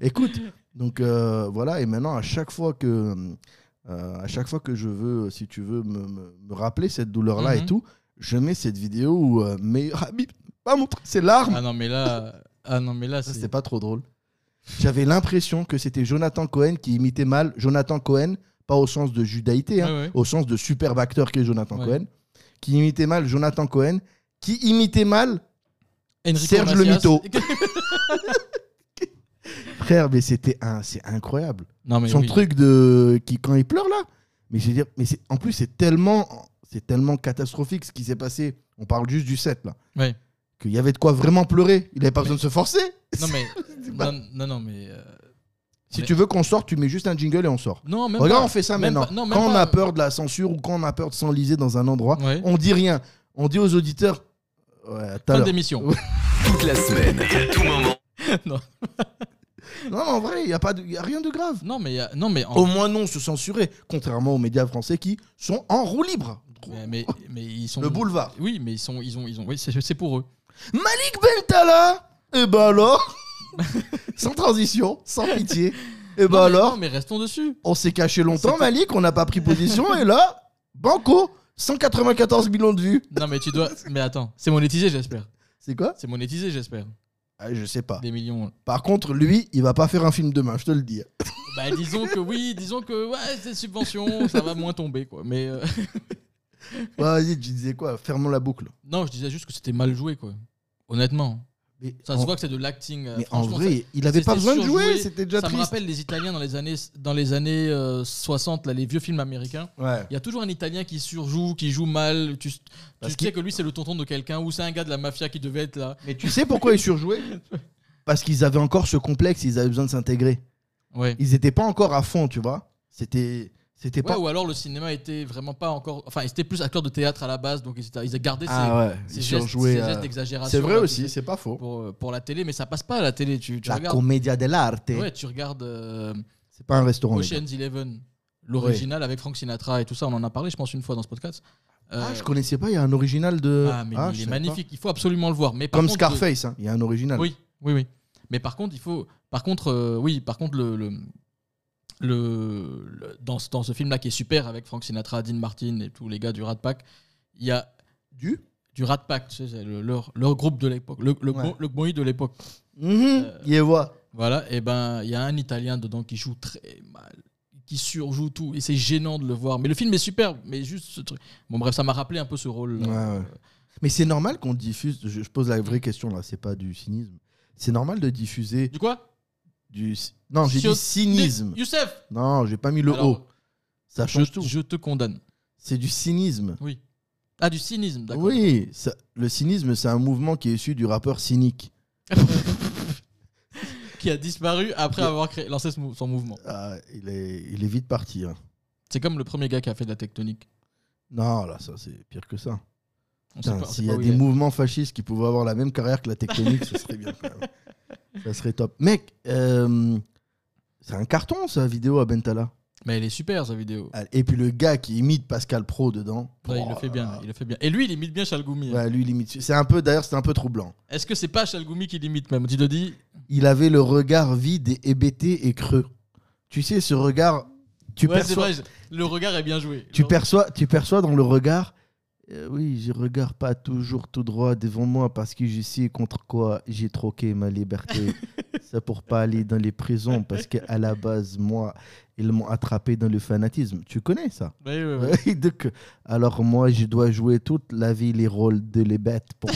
[SPEAKER 2] Écoute, donc euh, voilà, et maintenant, à chaque fois que. euh, à chaque fois que je veux, si tu veux, me, me- me rappeler cette douleur-là
[SPEAKER 3] Mhm.
[SPEAKER 2] et tout, je mets cette vidéo où. euh, mais. Ah, bip, pas mon tr- c'est l'arme
[SPEAKER 3] Ah non, mais là. Ah non, mais là,
[SPEAKER 2] Ça,
[SPEAKER 3] c'est.
[SPEAKER 2] c'était pas trop drôle. J'avais l'impression que c'était Jonathan Cohen qui imitait mal Jonathan Cohen, pas au sens de judaïté, hein,
[SPEAKER 3] Ouais, ouais.
[SPEAKER 2] au sens de superbe acteur qu'est Jonathan
[SPEAKER 3] Ouais.
[SPEAKER 2] Cohen, qui imitait mal Jonathan Cohen, qui imitait mal,
[SPEAKER 3] Enrico
[SPEAKER 2] Serge le
[SPEAKER 3] Macias.
[SPEAKER 2] mytho. frère, mais c'était un, c'est incroyable.
[SPEAKER 3] non, mais
[SPEAKER 2] Son
[SPEAKER 3] oui.
[SPEAKER 2] truc de qui quand il pleure là, mais je veux dire, mais c'est en plus c'est tellement, c'est tellement catastrophique ce qui s'est passé. On parle juste du set là,
[SPEAKER 3] Ouais.
[SPEAKER 2] qu'il y avait de quoi vraiment pleurer. Il avait pas besoin de se forcer.
[SPEAKER 3] Non, mais.
[SPEAKER 2] pas-
[SPEAKER 3] non, non, non, mais. euh,
[SPEAKER 2] Si
[SPEAKER 3] mais-
[SPEAKER 2] tu veux qu'on sorte, tu mets juste un jingle et on sort.
[SPEAKER 3] Non, même.
[SPEAKER 2] Regarde,
[SPEAKER 3] pas.
[SPEAKER 2] on fait ça
[SPEAKER 3] Même
[SPEAKER 2] maintenant.
[SPEAKER 3] pas- non, même
[SPEAKER 2] quand on
[SPEAKER 3] pas.
[SPEAKER 2] a peur de la censure ou quand on a peur de s'enliser dans un endroit,
[SPEAKER 3] Ouais.
[SPEAKER 2] on dit rien. On dit aux auditeurs Ouais, tout à
[SPEAKER 3] Fin
[SPEAKER 2] l'heure.
[SPEAKER 3] d'émission.
[SPEAKER 8] Toute la semaine. Et à tout moment.
[SPEAKER 2] Non, mais en vrai, il n'y a, pas de- y a rien de grave.
[SPEAKER 3] Non, mais, il y a- non, mais, en-
[SPEAKER 2] Au moins, non, se censurer, contrairement aux médias français qui sont en roue libre.
[SPEAKER 3] mais, mais- mais ils sont.
[SPEAKER 2] Le boulevard.
[SPEAKER 3] Oui, mais ils sont. Ils ont, ils ont, oui, c'est c'est pour eux.
[SPEAKER 2] Malik Bentala Et ben alors Sans transition, sans pitié. Et ben
[SPEAKER 3] Non, mais-
[SPEAKER 2] alors
[SPEAKER 3] non, mais restons dessus.
[SPEAKER 2] On s'est caché longtemps, Malik, on n'a pas pris position, et là, Banco, 194 millions de vues.
[SPEAKER 3] Non, mais tu dois. Mais attends, c'est monétisé, j'espère.
[SPEAKER 2] C'est quoi
[SPEAKER 3] C'est monétisé, j'espère.
[SPEAKER 2] Ah, Je sais pas.
[SPEAKER 3] Des millions.
[SPEAKER 2] Par contre, lui, il va pas faire un film demain, je te le dis.
[SPEAKER 3] Bah, disons que oui, disons que ouais, c'est subvention, ça va moins tomber, quoi. Mais euh,
[SPEAKER 2] Vas-y, tu disais quoi Fermons la boucle.
[SPEAKER 3] non, je disais juste que c'était mal joué, quoi. Honnêtement,
[SPEAKER 2] Mais
[SPEAKER 3] ça se
[SPEAKER 2] en-
[SPEAKER 3] voit que c'est de l'acting. euh,
[SPEAKER 2] Mais en
[SPEAKER 3] franchement,
[SPEAKER 2] vrai, il avait pas
[SPEAKER 3] c'était
[SPEAKER 2] besoin de jouer,
[SPEAKER 3] surjoué.
[SPEAKER 2] c'était déjà
[SPEAKER 3] ça me
[SPEAKER 2] triste.
[SPEAKER 3] rappelle les Italiens dans les années, dans les années euh, 60, là, les vieux films américains.
[SPEAKER 2] Ouais.
[SPEAKER 3] Il y a toujours un Italien qui surjoue, qui joue mal. Tu, tu
[SPEAKER 2] Parce
[SPEAKER 3] sais que lui, c'est le tonton de quelqu'un ou c'est un gars de la mafia qui devait être là.
[SPEAKER 2] Mais tu sais pourquoi ils surjouaient Parce qu'ils avaient encore ce complexe, ils avaient besoin de s'intégrer.
[SPEAKER 3] Ouais.
[SPEAKER 2] Ils étaient pas encore à fond, tu vois. C'était c'était pas
[SPEAKER 3] ou alors le cinéma était vraiment pas encore. Enfin, ils étaient plus acteurs de théâtre à la base, donc ils, étaient- ils gardaient ces-
[SPEAKER 2] Ah ouais,
[SPEAKER 3] ces,
[SPEAKER 2] ils
[SPEAKER 3] gestes,
[SPEAKER 2] surjouaient.
[SPEAKER 3] ces
[SPEAKER 2] euh,
[SPEAKER 3] gestes d'exagération.
[SPEAKER 2] C'est vrai
[SPEAKER 3] là,
[SPEAKER 2] aussi,
[SPEAKER 3] tu sais,
[SPEAKER 2] c'est pas faux.
[SPEAKER 3] Pour, euh, pour la télé, mais ça passe pas à la télé. Tu, tu
[SPEAKER 2] la
[SPEAKER 3] regardes.
[SPEAKER 2] commedia dell'arte.
[SPEAKER 3] Ouais, tu regardes euh,
[SPEAKER 2] C'est pas un restaurant. les gars.
[SPEAKER 3] Ocean's Eleven, l'original avec Frank Sinatra et tout ça. On en a parlé, je pense, une fois dans ce podcast. Euh,
[SPEAKER 2] Ah, je connaissais pas, il y a un original de.
[SPEAKER 3] ah, mais
[SPEAKER 2] Ah, je
[SPEAKER 3] il est
[SPEAKER 2] savais pas.
[SPEAKER 3] magnifique. Il faut absolument le voir. Mais par
[SPEAKER 2] Comme
[SPEAKER 3] contre, de-
[SPEAKER 2] Scarface, hein, il y a un original.
[SPEAKER 3] Oui, oui, oui. Mais par contre, il faut. Par contre, euh, oui, par contre, le. le... le- le- dans, ce- dans ce film-là qui est super avec Frank Sinatra, Dean Martin et tous les gars du Rat Pack, il y a
[SPEAKER 2] Du
[SPEAKER 3] du Rat Pack, tu sais, c'est le- leur, leur groupe de l'époque, le, le,
[SPEAKER 2] Ouais.
[SPEAKER 3] bon- le boy de l'époque.
[SPEAKER 2] Mhm,
[SPEAKER 3] Euh,
[SPEAKER 2] Yewa.
[SPEAKER 3] Voilà, et ben il y a un Italien dedans qui joue très mal, qui surjoue tout, et c'est gênant de le voir. Mais le film est superbe, mais juste ce truc. Bon bref, ça m'a rappelé un peu ce rôle.
[SPEAKER 2] Ouais, ouais. Euh, Mais c'est normal qu'on diffuse. Je, je pose la vraie question là, c'est pas du cynisme. C'est normal de diffuser
[SPEAKER 3] Du quoi
[SPEAKER 2] du. Non, j'ai
[SPEAKER 3] Sio-
[SPEAKER 2] dit cynisme.
[SPEAKER 3] Youssef
[SPEAKER 2] Non, j'ai pas mis le
[SPEAKER 3] Alors,
[SPEAKER 2] haut. Ça
[SPEAKER 3] je,
[SPEAKER 2] change tout.
[SPEAKER 3] je te condamne.
[SPEAKER 2] C'est du cynisme.
[SPEAKER 3] Oui. Ah, du cynisme, d'accord.
[SPEAKER 2] Oui, ça- le cynisme, c'est un mouvement qui est issu du rappeur cynique.
[SPEAKER 3] qui a disparu après avoir créé, lancé ce mou- son mouvement.
[SPEAKER 2] Ah, il, est, il est vite parti. hein.
[SPEAKER 3] C'est comme le premier gars qui a fait de la tectonique.
[SPEAKER 2] Non, là, ça, c'est pire que ça.
[SPEAKER 3] On sait
[SPEAKER 2] Putain,
[SPEAKER 3] pas- on sait
[SPEAKER 2] S'il y
[SPEAKER 3] pas
[SPEAKER 2] a
[SPEAKER 3] où
[SPEAKER 2] des
[SPEAKER 3] il est.
[SPEAKER 2] mouvements fascistes qui pouvaient avoir la même carrière que la tectonique, ça serait bien. quand même. Ça serait top. Mec, euh, c'est un carton, sa vidéo à Bentala.
[SPEAKER 3] Mais elle est super, sa vidéo.
[SPEAKER 2] Ah, Et puis le gars qui imite Pascal Pro dedans.
[SPEAKER 3] Ouais, il
[SPEAKER 2] Oh
[SPEAKER 3] le fait
[SPEAKER 2] là
[SPEAKER 3] bien,
[SPEAKER 2] là.
[SPEAKER 3] il le fait bien. Et lui, il imite bien Chalgoumi. hein.
[SPEAKER 2] Ouais, lui, il imite. C'est un peu, d'ailleurs, c'est un peu troublant.
[SPEAKER 3] Est-ce que c'est pas Chalgoumi qui l'imite même Tu te dis,
[SPEAKER 2] Il avait le regard vide et hébété et creux. Tu sais, ce regard, tu
[SPEAKER 3] ouais, c'est
[SPEAKER 2] perçois.
[SPEAKER 3] vrai, je- le regard est bien joué.
[SPEAKER 2] Tu
[SPEAKER 3] Le-
[SPEAKER 2] perçois, tu perçois dans le regard. euh, oui, je regarde pas toujours tout droit devant moi parce que je sais contre quoi j'ai troqué ma liberté. C'est pour pas aller dans les prisons parce que à la base moi ils m'ont attrapé dans le fanatisme. Tu connais ça
[SPEAKER 3] Ouais, ouais, ouais.
[SPEAKER 2] Et donc, Alors moi je dois jouer toute la vie les rôles de les bêtes. Pour...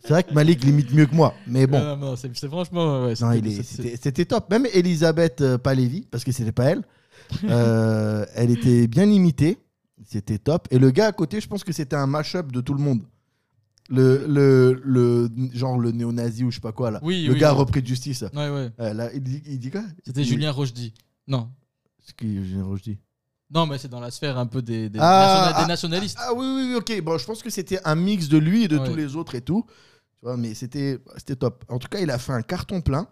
[SPEAKER 2] C'est vrai que Malik limite mieux que moi, mais bon.
[SPEAKER 3] Non, non, non, c'est c'est franchement. ouais,
[SPEAKER 2] Non,
[SPEAKER 3] c'était-
[SPEAKER 2] il est-
[SPEAKER 3] Euh, c'est-
[SPEAKER 2] c'était c'était top. Même Elisabeth euh, Palévi, parce que c'était pas elle, euh, elle était bien imitée. C'était top. Et le gars à côté, je pense que c'était un mash-up de tout le monde. Le, le, le- genre le néo-nazi ou je sais pas quoi là.
[SPEAKER 3] Oui,
[SPEAKER 2] le
[SPEAKER 3] oui,
[SPEAKER 2] gars
[SPEAKER 3] oui.
[SPEAKER 2] repris de justice.
[SPEAKER 3] c'est- Ouais, ouais.
[SPEAKER 2] Euh, là, il, dit, il dit quoi
[SPEAKER 3] C'était
[SPEAKER 2] Il-
[SPEAKER 3] Julien Rochdy. Non.
[SPEAKER 2] Ce que Julien Rochdy.
[SPEAKER 3] Non, mais c'est dans la sphère un peu des, des,
[SPEAKER 2] Ah,
[SPEAKER 3] nationa- des
[SPEAKER 2] ah,
[SPEAKER 3] nationalistes.
[SPEAKER 2] Ah oui, oui, oui, ok. Bon, je pense que c'était un mix de lui et de
[SPEAKER 3] Ouais.
[SPEAKER 2] tous les autres et tout. Tu vois, mais c'était c'était top. En tout cas, il a fait un carton plein.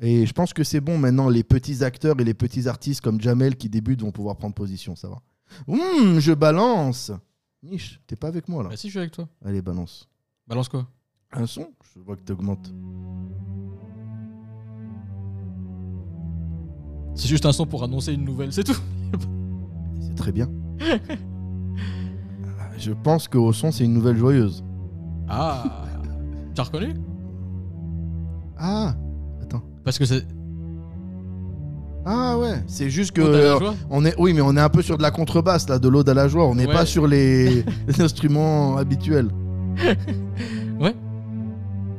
[SPEAKER 2] Et je pense que c'est bon maintenant, les petits acteurs et les petits artistes comme Jamel qui débutent vont pouvoir prendre position, ça va. Hum, je balance Niche, t'es pas avec moi là.
[SPEAKER 3] Bah, si, je suis avec toi.
[SPEAKER 2] Allez, balance.
[SPEAKER 3] Balance quoi
[SPEAKER 2] Un son Je vois que t'augmentes.
[SPEAKER 3] C'est juste un son pour annoncer une nouvelle, c'est tout.
[SPEAKER 2] C'est très bien. je pense qu'au son, c'est une nouvelle joyeuse.
[SPEAKER 3] Ah Tu as reconnu
[SPEAKER 2] Ah Attends.
[SPEAKER 3] Parce que c'est.
[SPEAKER 2] Ah ouais, c'est juste que.
[SPEAKER 3] Oh, t'as la joie
[SPEAKER 2] On est, oui, mais on est un peu sur de la contrebasse, là, de l'ode à la joie. On n'est
[SPEAKER 3] Ouais.
[SPEAKER 2] pas sur les, les instruments habituels.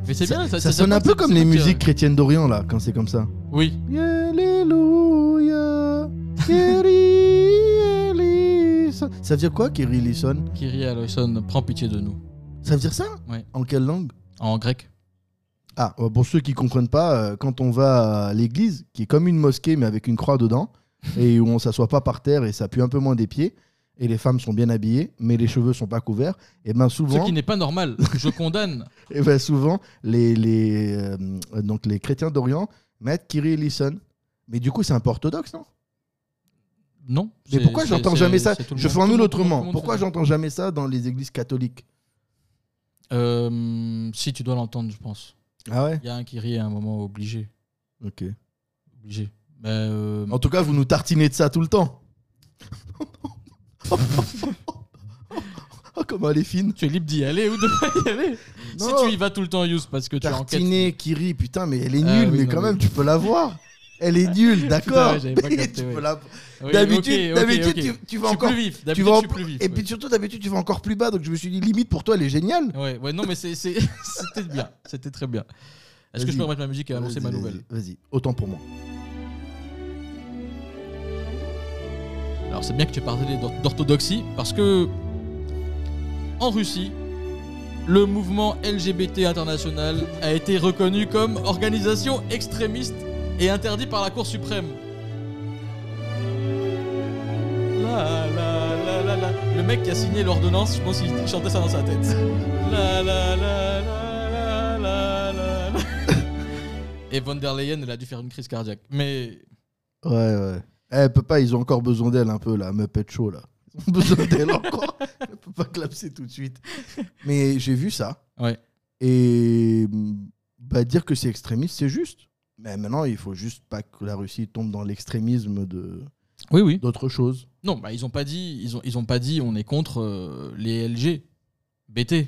[SPEAKER 3] Mais c'est
[SPEAKER 2] ça,
[SPEAKER 3] bien, ça,
[SPEAKER 2] ça
[SPEAKER 3] ça
[SPEAKER 2] sonne un peu
[SPEAKER 3] c'est-
[SPEAKER 2] comme
[SPEAKER 3] c'est
[SPEAKER 2] les
[SPEAKER 3] bien.
[SPEAKER 2] musiques chrétiennes d'Orient, là, quand c'est comme ça.
[SPEAKER 3] Oui.
[SPEAKER 2] Alléluia, Kyrie eleison. Ça veut dire quoi, Kyrie eleison
[SPEAKER 3] Kyrie Aloyson, prends pitié de nous.
[SPEAKER 2] Ça veut dire ça
[SPEAKER 3] Ouais.
[SPEAKER 2] En quelle langue
[SPEAKER 3] En grec.
[SPEAKER 2] Ah, euh, pour ceux qui comprennent pas, euh, quand on va à l'église, qui est comme une mosquée mais avec une croix dedans, et où on s'assoit pas par terre et ça pue un peu moins des pieds, et les femmes sont bien habillées, mais les cheveux sont pas couverts, et ben
[SPEAKER 3] Ce
[SPEAKER 2] souvent,
[SPEAKER 3] qui n'est pas normal. Je condamne.
[SPEAKER 2] et ben souvent les, les, euh, donc les chrétiens d'Orient mettent Kyrie Ellison. Mais du coup, c'est un peu orthodoxe, non
[SPEAKER 3] Non.
[SPEAKER 2] Mais
[SPEAKER 3] c'est-
[SPEAKER 2] pourquoi
[SPEAKER 3] c'est-
[SPEAKER 2] j'entends
[SPEAKER 3] c'est-
[SPEAKER 2] jamais ça
[SPEAKER 3] c'est tout le
[SPEAKER 2] Je
[SPEAKER 3] monde-
[SPEAKER 2] fais un
[SPEAKER 3] tout le
[SPEAKER 2] nul
[SPEAKER 3] monde- tout le
[SPEAKER 2] autrement.
[SPEAKER 3] monde
[SPEAKER 2] Pourquoi
[SPEAKER 3] fait ça.
[SPEAKER 2] j'entends jamais ça dans les églises catholiques
[SPEAKER 3] Euh, Si, tu dois l'entendre, je pense.
[SPEAKER 2] Ah ouais
[SPEAKER 3] Il y a un qui rit à un moment obligé.
[SPEAKER 2] Ok.
[SPEAKER 3] Obligé. Mais, euh,
[SPEAKER 2] En tout cas, vous nous tartinez de ça tout le temps. oh, comment elle est fine.
[SPEAKER 3] Tu es libre d'y aller ou de pas y aller.
[SPEAKER 2] Non.
[SPEAKER 3] Si tu y vas tout le temps, Yous, parce que tu enquêtes.
[SPEAKER 2] Tartiner, Kiri, putain, mais elle est
[SPEAKER 3] Ah
[SPEAKER 2] nulle,
[SPEAKER 3] oui,
[SPEAKER 2] mais
[SPEAKER 3] non,
[SPEAKER 2] quand même,
[SPEAKER 3] mais-
[SPEAKER 2] tu peux la voir. Elle est nulle, d'accord
[SPEAKER 3] ouais, j'avais pas
[SPEAKER 2] Mais
[SPEAKER 3] capté,
[SPEAKER 2] tu
[SPEAKER 3] ouais.
[SPEAKER 2] peux la-
[SPEAKER 3] Oui,
[SPEAKER 2] D'habitude,
[SPEAKER 3] ok, ok,
[SPEAKER 2] d'habitude,
[SPEAKER 3] ok.
[SPEAKER 2] tu- tu vas
[SPEAKER 3] Je suis
[SPEAKER 2] encore-
[SPEAKER 3] plus vif.
[SPEAKER 2] tu
[SPEAKER 3] D'habitude,
[SPEAKER 2] vas
[SPEAKER 3] je
[SPEAKER 2] en-
[SPEAKER 3] suis plus vif.
[SPEAKER 2] Et
[SPEAKER 3] ouais.
[SPEAKER 2] puis surtout, d'habitude, tu vas encore plus bas, donc je me suis dit, limite, pour toi, elle est géniale.
[SPEAKER 3] Ouais, ouais, non, mais c'est- c'est- c'était bien. C'était très bien. Est-ce que
[SPEAKER 2] Vas-y.
[SPEAKER 3] je peux remettre ma musique et annoncer
[SPEAKER 2] Vas-y,
[SPEAKER 3] ma
[SPEAKER 2] vas-y,
[SPEAKER 3] nouvelle
[SPEAKER 2] Vas-y, autant pour moi.
[SPEAKER 3] Alors c'est bien que tu aies parlé d'or- d'orthodoxie parce que en Russie, le mouvement LGBT international a été reconnu comme organisation extrémiste et interdit par la Cour suprême. La, la, la, la, la. Le mec qui a signé l'ordonnance, je pense qu'il chantait ça dans sa tête. La, la, la, la, la, la, la, la. Et von der Leyen, elle a dû faire une crise cardiaque. Mais
[SPEAKER 2] Ouais, ouais. Eh, peut pas, ils ont encore besoin d'elle un peu, là, Muppet Show, là. Ils ont besoin d'elle encore. Elle peut pas clapser tout de suite. Mais j'ai vu ça.
[SPEAKER 3] Ouais.
[SPEAKER 2] Et mm, bah, dire que c'est extrémiste, c'est juste. Mais maintenant, il faut juste pas que la Russie tombe dans l'extrémisme de
[SPEAKER 3] oui, oui.
[SPEAKER 2] d'autres choses.
[SPEAKER 3] Non, bah, ils ont pas dit, ils ont, ils ont pas dit on est contre euh, les LG, BT.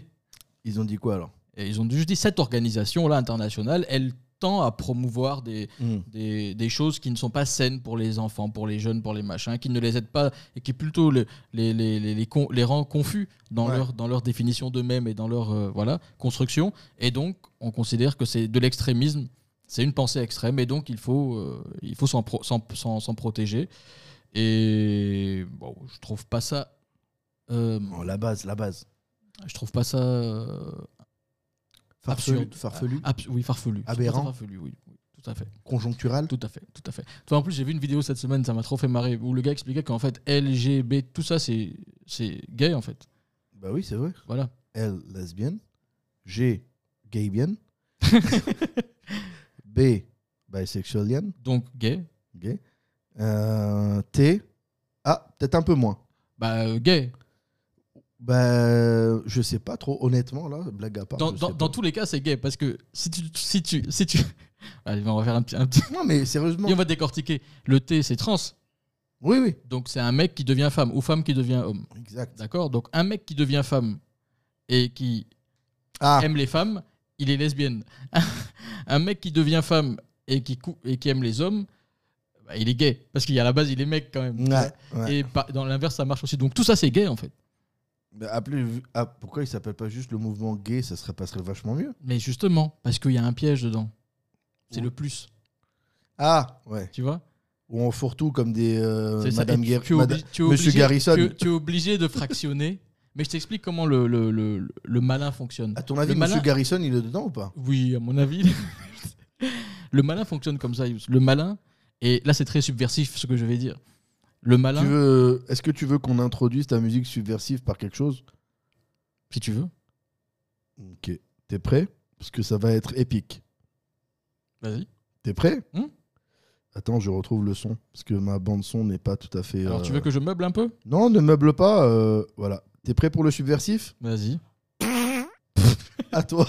[SPEAKER 2] Ils ont dit quoi alors
[SPEAKER 3] Et ils ont juste dit cette organisation-là internationale, elle tend à promouvoir des,
[SPEAKER 2] Hmm.
[SPEAKER 3] des, des choses qui ne sont pas saines pour les enfants, pour les jeunes, pour les machins, qui ne les aident pas et qui plutôt le- les, les, les, les con- les rend confus dans,
[SPEAKER 2] Ouais.
[SPEAKER 3] leur, dans leur définition d'eux-mêmes et dans leur euh, voilà, construction. Et donc, on considère que c'est de l'extrémisme, c'est une pensée extrême et donc il faut, euh, il faut s'en pro- s'en- s'en- s'en protéger. Et bon, je trouve pas ça. euh,
[SPEAKER 2] Bon, La base, la base.
[SPEAKER 3] je trouve pas ça. euh,
[SPEAKER 2] Farfelu,
[SPEAKER 3] Absurde. Ah.
[SPEAKER 2] farfelu
[SPEAKER 3] Abs- oui, farfelu. Je trouve
[SPEAKER 2] Aberrant.
[SPEAKER 3] ça farfelu, oui. oui, Tout à fait.
[SPEAKER 2] conjonctural.
[SPEAKER 3] Tout à fait. Tout à fait. Toi, en plus, j'ai vu une vidéo cette semaine, ça m'a trop fait marrer, où le gars expliquait qu'en fait, LGB, tout ça, c'est c'est gay, en fait.
[SPEAKER 2] Bah oui, c'est vrai.
[SPEAKER 3] Voilà.
[SPEAKER 2] L, lesbienne. G, gaybienne. B, bisexualienne.
[SPEAKER 3] Donc, gay.
[SPEAKER 2] Gay. Euh, T. Ah, peut-être un peu moins.
[SPEAKER 3] Bah, euh, gay.
[SPEAKER 2] Bah, je sais pas trop, honnêtement, là, blague à part.
[SPEAKER 3] Dans,
[SPEAKER 2] je
[SPEAKER 3] dans-
[SPEAKER 2] sais
[SPEAKER 3] dans
[SPEAKER 2] pas.
[SPEAKER 3] tous les cas, c'est gay, parce que si tu. Si tu, si tu... Allez, on va faire un petit. Un petit...
[SPEAKER 2] Non, mais sérieusement.
[SPEAKER 3] Et on va décortiquer. Le T, c'est trans.
[SPEAKER 2] Oui, oui.
[SPEAKER 3] Donc, c'est un mec qui devient femme ou femme qui devient homme.
[SPEAKER 2] Exact.
[SPEAKER 3] D'accord Donc, un mec qui devient femme et qui
[SPEAKER 2] Ah,
[SPEAKER 3] aime les femmes, il est lesbienne. un mec qui devient femme et qui, cou- et qui aime les hommes, bah, il est gay. Parce qu'il y a la base, il est mec quand même.
[SPEAKER 2] ouais, ouais.
[SPEAKER 3] Et par- dans l'inverse, ça marche aussi. Donc tout ça, c'est gay en fait.
[SPEAKER 2] Mais appelez- ah, pourquoi il s'appelle pas juste le mouvement gay Ça serait passerait vachement mieux.
[SPEAKER 3] Mais justement, parce qu'il y a un piège dedans. C'est
[SPEAKER 2] Ouais.
[SPEAKER 3] le plus,
[SPEAKER 2] Ah, ouais.
[SPEAKER 3] tu vois
[SPEAKER 2] Ou on fourre-tout comme des euh,
[SPEAKER 3] C'est ça.
[SPEAKER 2] Madame
[SPEAKER 3] Et tu-
[SPEAKER 2] Guer-
[SPEAKER 3] tu es
[SPEAKER 2] Madame-
[SPEAKER 3] obligé- tu es
[SPEAKER 2] Monsieur
[SPEAKER 3] obligé-
[SPEAKER 2] Garrison.
[SPEAKER 3] Tu, es- tu es obligé de fractionner. mais je t'explique comment le, le, le, le malin fonctionne.
[SPEAKER 2] À ton avis,
[SPEAKER 3] Le
[SPEAKER 2] Monsieur
[SPEAKER 3] malin-
[SPEAKER 2] Garrison, il est dedans ou pas
[SPEAKER 3] Oui, à mon avis. le malin fonctionne comme ça, Yous. Le malin, et là c'est très subversif ce que je vais dire. Le malin,
[SPEAKER 2] Tu veux Est-ce que tu veux qu'on introduise ta musique subversive par quelque chose
[SPEAKER 3] si tu veux,
[SPEAKER 2] Ok. T'es prêt Parce que ça va être épique.
[SPEAKER 3] vas-y.
[SPEAKER 2] T'es prêt
[SPEAKER 3] Hmm
[SPEAKER 2] Attends, je retrouve le son parce que ma bande son n'est pas tout à fait.
[SPEAKER 3] Alors
[SPEAKER 2] euh,
[SPEAKER 3] tu veux que je meuble un peu
[SPEAKER 2] Non, ne meuble pas. euh, Voilà. T'es prêt pour le subversif
[SPEAKER 3] Vas-y.
[SPEAKER 2] À toi.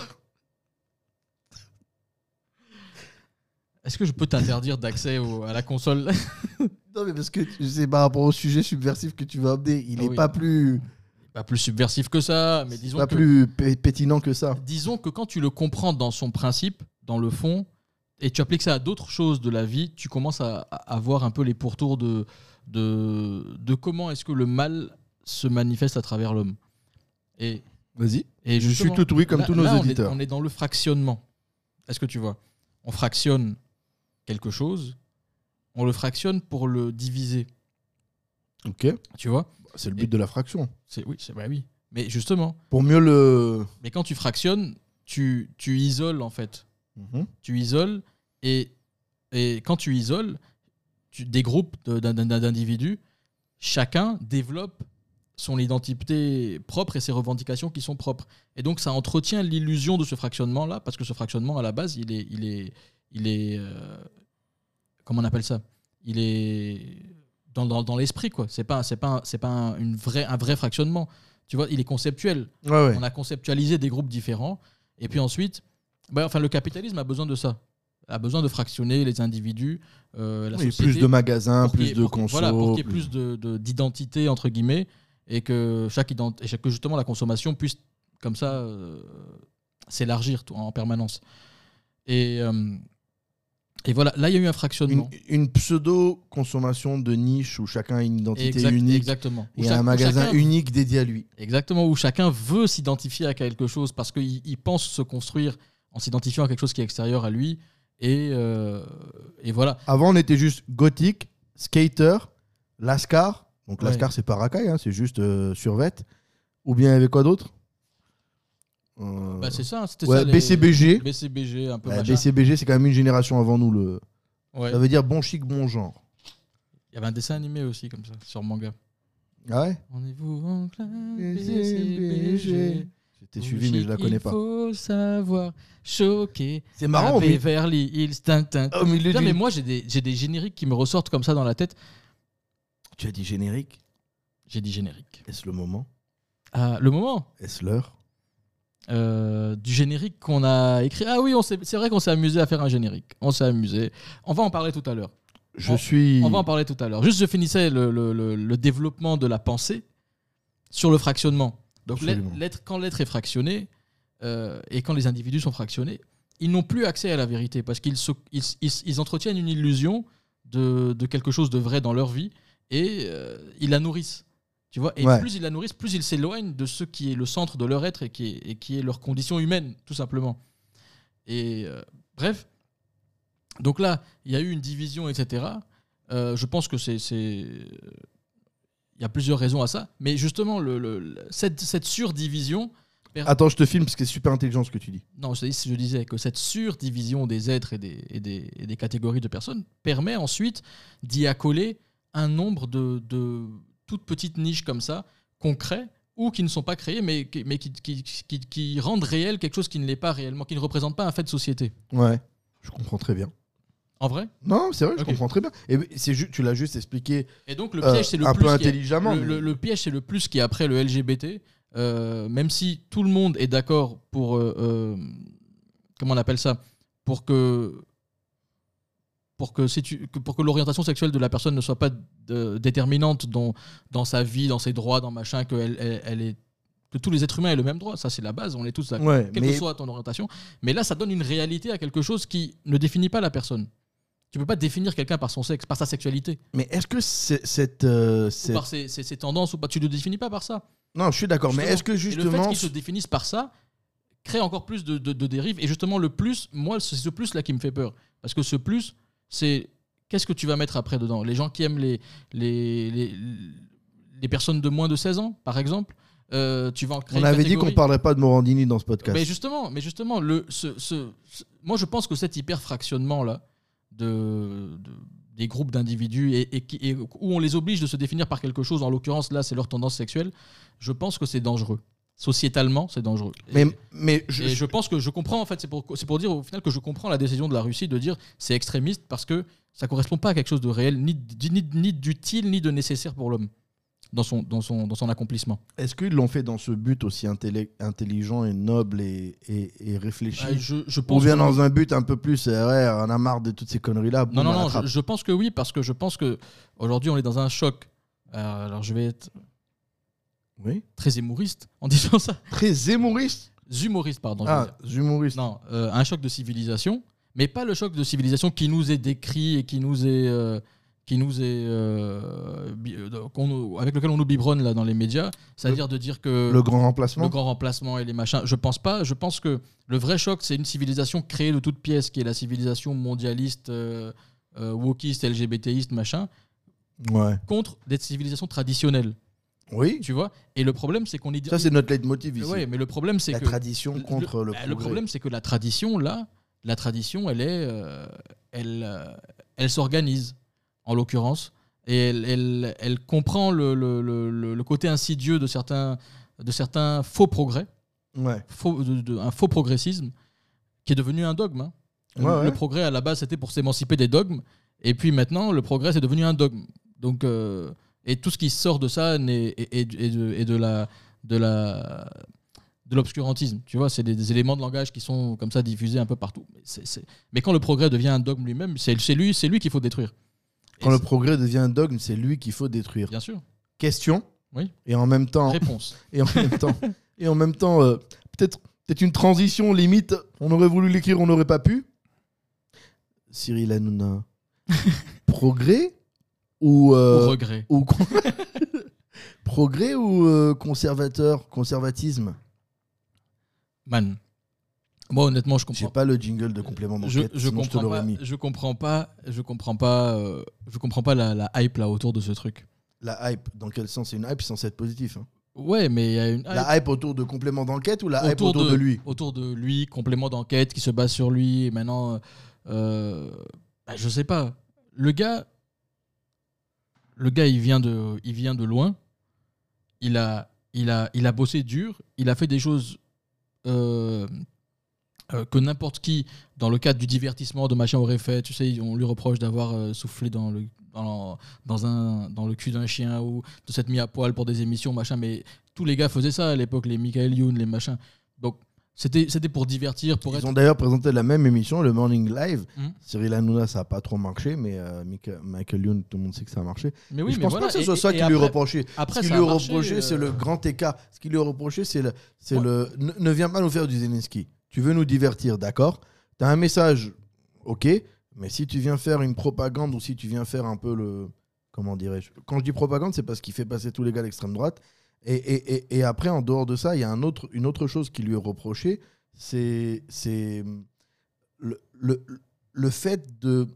[SPEAKER 3] Est-ce que je peux t'interdire d'accès au- à la console
[SPEAKER 2] Non, mais parce que tu- c'est par rapport au sujet subversif que tu vas amener. Il
[SPEAKER 3] Ah
[SPEAKER 2] n'est
[SPEAKER 3] oui.
[SPEAKER 2] pas plus,
[SPEAKER 3] Pas plus subversif que ça, mais
[SPEAKER 2] c'est
[SPEAKER 3] disons
[SPEAKER 2] pas
[SPEAKER 3] que,
[SPEAKER 2] plus pé- pétinant que ça.
[SPEAKER 3] disons que quand tu le comprends dans son principe, dans le fond, et tu appliques ça à d'autres choses de la vie, tu commences à, à- à voir un peu les pourtours de, de, de comment est-ce que le mal se manifeste à travers l'homme. Et,
[SPEAKER 2] Vas-y.
[SPEAKER 3] et
[SPEAKER 2] Je suis
[SPEAKER 3] justement-
[SPEAKER 2] tout oui comme
[SPEAKER 3] Là-
[SPEAKER 2] tous nos
[SPEAKER 3] là, on est-
[SPEAKER 2] auditeurs.
[SPEAKER 3] On est, dans le fractionnement. Est-ce que tu vois On fractionne quelque chose, on le fractionne pour le diviser.
[SPEAKER 2] Ok.
[SPEAKER 3] Tu vois
[SPEAKER 2] C'est le but de la fraction.
[SPEAKER 3] C'est oui, c'est bah oui. Mais justement,
[SPEAKER 2] Pour mieux le.
[SPEAKER 3] mais quand tu fractionnes, tu, tu isoles en fait.
[SPEAKER 2] Mhm.
[SPEAKER 3] Tu isoles et, et quand tu isoles, tu, des groupes de- d'in- d'in- d'individus, chacun développe son identité propre et ses revendications qui sont propres. Et donc ça entretient l'illusion de ce fractionnement-là, parce que ce fractionnement, à la base, il est... Il est, il est euh, comment on appelle ça Il est dans, dans, dans l'esprit, quoi. C'est pas, c'est pas, c'est pas un, une vraie, un vrai fractionnement. Tu vois, il est conceptuel.
[SPEAKER 2] Ouais, ouais.
[SPEAKER 3] On a conceptualisé des groupes différents. Et puis ensuite, bah, enfin, le capitalisme a besoin de ça. A besoin de fractionner les individus, euh, la
[SPEAKER 2] Oui,
[SPEAKER 3] société.
[SPEAKER 2] plus de magasins,
[SPEAKER 3] pour qu'il y
[SPEAKER 2] plus
[SPEAKER 3] ait-
[SPEAKER 2] de
[SPEAKER 3] pour qu'il-
[SPEAKER 2] consos.
[SPEAKER 3] Voilà, pour qu'il y ait
[SPEAKER 2] plus-
[SPEAKER 3] plus de- de- d'identité, entre guillemets, et que, chaque ident- et chaque- que justement la consommation puisse, comme ça, euh, s'élargir tout- en permanence. Et, euh, et voilà, là, il y a eu un
[SPEAKER 2] Une,
[SPEAKER 3] fractionnement.
[SPEAKER 2] une pseudo-consommation de niche où chacun a une identité
[SPEAKER 3] Exact-
[SPEAKER 2] unique.
[SPEAKER 3] Exactement. Où
[SPEAKER 2] Et
[SPEAKER 3] chaque-
[SPEAKER 2] un
[SPEAKER 3] où
[SPEAKER 2] magasin
[SPEAKER 3] chacun-
[SPEAKER 2] unique dédié à lui.
[SPEAKER 3] Exactement, où chacun veut s'identifier à quelque chose parce qu'il il pense se construire en s'identifiant à quelque chose qui est extérieur à lui. Et, euh, et voilà.
[SPEAKER 2] Avant, on était juste gothique, skater, lascar. Donc
[SPEAKER 3] Ouais.
[SPEAKER 2] lascar, c'est pas racaille, hein, c'est juste euh, survêt. Ou bien il y avait quoi d'autre Euh,
[SPEAKER 3] Bah, c'est ça, c'était
[SPEAKER 2] ouais,
[SPEAKER 3] ça. les-
[SPEAKER 2] BCBG.
[SPEAKER 3] BCBG, un peu
[SPEAKER 2] Bah,
[SPEAKER 3] machin.
[SPEAKER 2] BCBG, c'est quand même une génération avant nous. Le...
[SPEAKER 3] Ouais.
[SPEAKER 2] Ça veut dire bon chic, bon genre.
[SPEAKER 3] Il y avait un dessin animé aussi, comme ça, sur manga.
[SPEAKER 2] Ah ouais
[SPEAKER 3] Rendez-vous en clair, BCBG.
[SPEAKER 2] BCBG. J'étais suivi, mais je la
[SPEAKER 3] Logique,
[SPEAKER 2] connais
[SPEAKER 3] il
[SPEAKER 2] pas.
[SPEAKER 3] faut savoir choquer.
[SPEAKER 2] C'est marrant, Oh,
[SPEAKER 3] à
[SPEAKER 2] mais
[SPEAKER 3] Beverly Hills, tin, tin, tin.
[SPEAKER 2] au milieu
[SPEAKER 3] Putain,
[SPEAKER 2] d'une-
[SPEAKER 3] mais moi, j'ai des, j'ai des génériques qui me ressortent comme ça dans la tête.
[SPEAKER 2] Tu as dit générique
[SPEAKER 3] J'ai dit générique.
[SPEAKER 2] Est-ce le moment
[SPEAKER 3] Ah, le moment
[SPEAKER 2] Est-ce l'heure
[SPEAKER 3] euh, du générique qu'on a écrit. Ah oui, on s'est- c'est vrai qu'on s'est amusé à faire un générique. On s'est amusé. On va en parler tout à l'heure.
[SPEAKER 2] Je
[SPEAKER 3] On-
[SPEAKER 2] suis.
[SPEAKER 3] On va en parler tout à l'heure. Juste, je finissais le, le- le- le développement de la pensée sur le fractionnement. Donc, l'être,
[SPEAKER 2] Absolument.
[SPEAKER 3] l'être- quand l'être est fractionné euh, et quand les individus sont fractionnés, ils n'ont plus accès à la vérité parce qu'ils se- ils, ils- ils entretiennent une illusion de, de quelque chose de vrai dans leur vie et euh, ils la nourrissent. Tu vois et
[SPEAKER 2] Ouais.
[SPEAKER 3] plus ils la nourrissent, plus ils s'éloignent de ce qui est le centre de leur être et qui est, et qui est leur condition humaine, tout simplement. Et euh, bref, donc là, il y a eu une division, etc. Euh, je pense que c'est. c'est- euh, Il y a plusieurs raisons à ça, mais justement, le, le- le- cette, cette surdivision.
[SPEAKER 2] Attends, je te filme parce que c'est super intelligent ce que tu dis.
[SPEAKER 3] Non, je, dis- je disais que cette surdivision des êtres et des, et des- et des catégories de personnes permet ensuite d'y accoler un nombre de, de toutes petites niches comme ça, concrets, ou qui ne sont pas créées, mais, qui- mais qui, qui- qui- qui rendent réel quelque chose qui ne l'est pas réellement, qui ne représente pas un fait de société.
[SPEAKER 2] Ouais, je comprends très bien.
[SPEAKER 3] En vrai
[SPEAKER 2] Non, c'est vrai, je
[SPEAKER 3] Ok.
[SPEAKER 2] comprends très bien. Et c'est ju- tu l'as juste expliqué
[SPEAKER 3] Et donc le
[SPEAKER 2] euh,
[SPEAKER 3] piège, c'est le
[SPEAKER 2] un
[SPEAKER 3] plus
[SPEAKER 2] peu
[SPEAKER 3] qui est-
[SPEAKER 2] intelligemment.
[SPEAKER 3] le,
[SPEAKER 2] mais-
[SPEAKER 3] le- le piège, c'est le plus qui est après le LGBT, euh, même si tout le monde est d'accord pour. euh, euh, comment on appelle ça Pour que. Pour que, si tu- que- pour que l'orientation sexuelle de la personne ne soit pas de- déterminante dans, dans sa vie, dans ses droits, dans machin, que, elle, elle- elle est, que tous les êtres humains aient le même droit. Ça, c'est la base, on est tous d'accord.
[SPEAKER 2] Ouais,
[SPEAKER 3] Quelle
[SPEAKER 2] mais
[SPEAKER 3] que soit ton orientation. Mais là, ça donne une réalité à quelque chose qui ne définit pas la personne. Tu peux pas définir quelqu'un par son sexe, par sa sexualité,
[SPEAKER 2] mais est-ce que c'est- cette. euh,
[SPEAKER 3] ou
[SPEAKER 2] cette-
[SPEAKER 3] par ses, ses- ses tendances, ou pas. Tu ne le définis pas par ça.
[SPEAKER 2] Non, je suis d'accord, mais est-ce que
[SPEAKER 3] Et le fait
[SPEAKER 2] justement.
[SPEAKER 3] qu'ils se définissent par ça crée encore plus de, de- de dérives. Et justement, le plus, moi, c'est ce plus-là qui me fait peur. Parce que ce plus, c'est qu'est-ce que tu vas mettre après dedans Les gens qui aiment les, les, les, les personnes de moins de 16 ans, par exemple, euh, tu vas en créer
[SPEAKER 2] on
[SPEAKER 3] une
[SPEAKER 2] avait dit
[SPEAKER 3] catégorie.
[SPEAKER 2] qu'on parlerait pas de Morandini dans ce podcast.
[SPEAKER 3] Mais justement, mais justement le, ce, ce- ce- moi je pense que cet hyper-fractionnement-là de, de- des groupes d'individus et, et qui- et où on les oblige de se définir par quelque chose, en l'occurrence là c'est leur tendance sexuelle, je pense que c'est dangereux. Sociétalement, c'est dangereux.
[SPEAKER 2] mais,
[SPEAKER 3] et,
[SPEAKER 2] mais je,
[SPEAKER 3] et je pense que je comprends, en fait, c'est pour, c'est pour dire au final que je comprends la décision de la Russie de dire c'est extrémiste parce que ça correspond pas à quelque chose de réel, ni, d- ni, ni d'utile, ni de nécessaire pour l'homme dans son, dans, son, dans son accomplissement.
[SPEAKER 2] Est-ce qu'ils l'ont fait dans ce but aussi intellect- intelligent et noble et, et- et réfléchi
[SPEAKER 3] Ah, je, je
[SPEAKER 2] Ou
[SPEAKER 3] pense
[SPEAKER 2] bien
[SPEAKER 3] que-
[SPEAKER 2] dans un but un peu plus, euh, ouais, on a marre de toutes ces conneries-là. boum,
[SPEAKER 3] Non, non,
[SPEAKER 2] on
[SPEAKER 3] non,
[SPEAKER 2] attrape.
[SPEAKER 3] je, je pense que oui, parce que je pense que aujourd'hui on est dans un choc. Euh, alors je vais être
[SPEAKER 2] Oui.
[SPEAKER 3] très émouriste en disant ça.
[SPEAKER 2] Très humoriste.
[SPEAKER 3] Humoriste, pardon. je veux
[SPEAKER 2] Ah,
[SPEAKER 3] dire.
[SPEAKER 2] humoriste.
[SPEAKER 3] Non, euh, un choc de civilisation, mais pas le choc de civilisation qui nous est décrit et qui nous est. euh, qui nous est euh, bi- euh, qu'on nous- avec lequel on nous biberonne là dans les médias, c'est-à-dire de dire que
[SPEAKER 2] Le grand remplacement.
[SPEAKER 3] le grand remplacement et les machins. Je pense pas. Je pense que le vrai choc, c'est une civilisation créée de toutes pièces, qui est la civilisation mondialiste, euh, euh, wokiste, LGBTiste, machin,
[SPEAKER 2] Ouais.
[SPEAKER 3] contre des civilisations traditionnelles.
[SPEAKER 2] Oui.
[SPEAKER 3] Tu vois Et le problème, c'est qu'on idée-
[SPEAKER 2] Ça, c'est notre leitmotiv ici.
[SPEAKER 3] Ouais, mais le problème, c'est
[SPEAKER 2] la
[SPEAKER 3] que
[SPEAKER 2] tradition
[SPEAKER 3] le-
[SPEAKER 2] contre le,
[SPEAKER 3] bah,
[SPEAKER 2] progrès.
[SPEAKER 3] le problème, c'est que la tradition là, la tradition, elle est, euh, elle, euh, elle s'organise. En l'occurrence, Et elle, elle- elle comprend le, le- le- le- le côté insidieux de certains, de certains faux progrès,
[SPEAKER 2] Ouais.
[SPEAKER 3] faux- de- de- un faux progressisme qui est devenu un dogme. hein.
[SPEAKER 2] Ouais,
[SPEAKER 3] le,
[SPEAKER 2] ouais.
[SPEAKER 3] le progrès, à la base, c'était pour s'émanciper des dogmes. Et puis maintenant, le progrès, c'est devenu un dogme. Donc, euh, et tout ce qui sort de ça n'est- est, est- est de, est de la... De la de l'obscurantisme, tu vois, c'est des, des éléments de langage qui sont comme ça diffusés un peu partout. Mais, c'est- c'est- mais quand le progrès devient un dogme lui-même, c'est c'est lui, c'est lui qu'il faut détruire.
[SPEAKER 2] Quand le progrès devient un dogme, c'est lui qu'il faut détruire.
[SPEAKER 3] Bien sûr.
[SPEAKER 2] Question.
[SPEAKER 3] Oui.
[SPEAKER 2] Et en même temps.
[SPEAKER 3] Réponse.
[SPEAKER 2] Et en même temps. Et en même temps, euh, peut-être peut une transition limite. On aurait voulu l'écrire, on n'aurait pas pu. Cyril Hanouna. progrès ou.
[SPEAKER 3] Au
[SPEAKER 2] euh,
[SPEAKER 3] regret.
[SPEAKER 2] ou con- progrès ou euh, conservateur Conservatisme
[SPEAKER 3] Man. Moi, honnêtement, je
[SPEAKER 2] J'ai
[SPEAKER 3] comprends.
[SPEAKER 2] pas le jingle de complément
[SPEAKER 3] Je,
[SPEAKER 2] d'enquête,
[SPEAKER 3] je
[SPEAKER 2] sinon je te
[SPEAKER 3] comprends
[SPEAKER 2] l'aurais
[SPEAKER 3] pas,
[SPEAKER 2] mis.
[SPEAKER 3] je comprends pas, je comprends pas, euh, je comprends pas la, la hype là autour de ce truc.
[SPEAKER 2] La hype, dans quel sens C'est une hype censée être positif. hein.
[SPEAKER 3] Ouais, mais il y a une hype
[SPEAKER 2] La hype autour de complément d'enquête ou la hype autour de, lui
[SPEAKER 3] Ah, autour de lui, complément d'enquête qui se base sur lui. Et maintenant, euh, euh, bah, je sais pas. Le gars, le gars, il vient de, il vient de loin. Il a, il a, il a bossé dur. Il a fait des choses euh, euh, que n'importe qui, dans le cadre du divertissement de machin, aurait fait. Tu sais, on lui reproche d'avoir euh, soufflé dans le, dans, dans un, dans le cul d'un chien ou de s'être mis à poil pour des émissions, machin. Mais tous les gars faisaient ça à l'époque, les Michael Youn, les machins. Donc c'était, c'était pour divertir, pour
[SPEAKER 2] Ils
[SPEAKER 3] être.
[SPEAKER 2] ont d'ailleurs présenté la même émission, le Morning Live.
[SPEAKER 3] Hmm.
[SPEAKER 2] Cyril Hanouna, ça a pas trop marché, mais euh, Michael, Michael Youn, tout le monde sait que ça a marché.
[SPEAKER 3] Mais
[SPEAKER 2] Mais je pense
[SPEAKER 3] voilà.
[SPEAKER 2] pas que ce
[SPEAKER 3] Et-
[SPEAKER 2] soit ça qui
[SPEAKER 3] et
[SPEAKER 2] lui
[SPEAKER 3] après-
[SPEAKER 2] reprochait.
[SPEAKER 3] après,
[SPEAKER 2] Ce qui
[SPEAKER 3] ça
[SPEAKER 2] lui
[SPEAKER 3] a marché,
[SPEAKER 2] reprochait, c'est
[SPEAKER 3] euh,
[SPEAKER 2] le grand écart. Ce qui lui reprochait, c'est le, c'est
[SPEAKER 3] Ouais.
[SPEAKER 2] le ne, ne viens pas nous faire du Zelensky. Tu veux nous divertir, d'accord Tu as un message, ok, mais si tu viens faire une propagande ou si tu viens faire un peu le. Comment dirais-je Quand je dis propagande, c'est parce qu'il fait passer tous les gars à l'extrême droite. Et, et- et- et après, en dehors de ça, il y a un autre, une autre chose qui lui est reprochée c'est c'est le, le, le fait de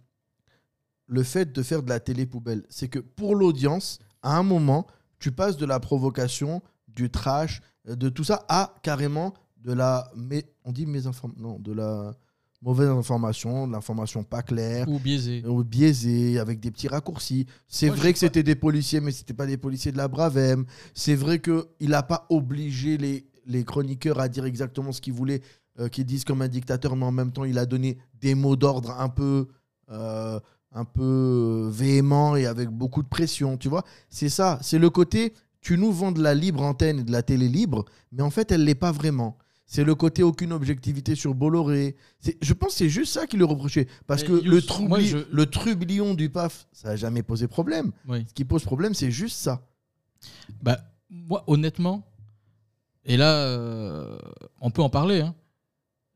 [SPEAKER 2] le fait de faire de la télé poubelle c'est que pour l'audience à un moment tu passes de la provocation du trash euh, de tout ça à carrément de la mais on dit mésinform- non de la mauvaise information de l'information pas claire
[SPEAKER 3] Ou biaisé.
[SPEAKER 2] ou Euh, biaisé, avec des petits raccourcis. C'est
[SPEAKER 3] Moi, je
[SPEAKER 2] vrai
[SPEAKER 3] sais
[SPEAKER 2] que c'était des policiers, mais c'était pas des policiers de la Bravem. C'est vrai qu'il n'a pas obligé les, les chroniqueurs à dire exactement ce qu'ils voulaient, euh, qu'ils disent comme un dictateur, mais en même temps, il a donné des mots d'ordre un peu, euh, un peu véhément et avec beaucoup de pression, tu vois. C'est ça, c'est le côté, tu nous vends de la libre antenne et de la télé libre, mais en fait, elle l'est pas vraiment. C'est le côté aucune objectivité sur Bolloré. C'est- Je pense que c'est juste ça qu'il le reprochait. Parce
[SPEAKER 3] Mais
[SPEAKER 2] que
[SPEAKER 3] Yous,
[SPEAKER 2] le, troubli-
[SPEAKER 3] moi, je-
[SPEAKER 2] le trublion du PAF, ça n'a jamais posé problème.
[SPEAKER 3] Oui.
[SPEAKER 2] Ce qui pose problème, c'est juste ça.
[SPEAKER 3] Bah, moi, honnêtement, et là, euh, on peut en parler. hein.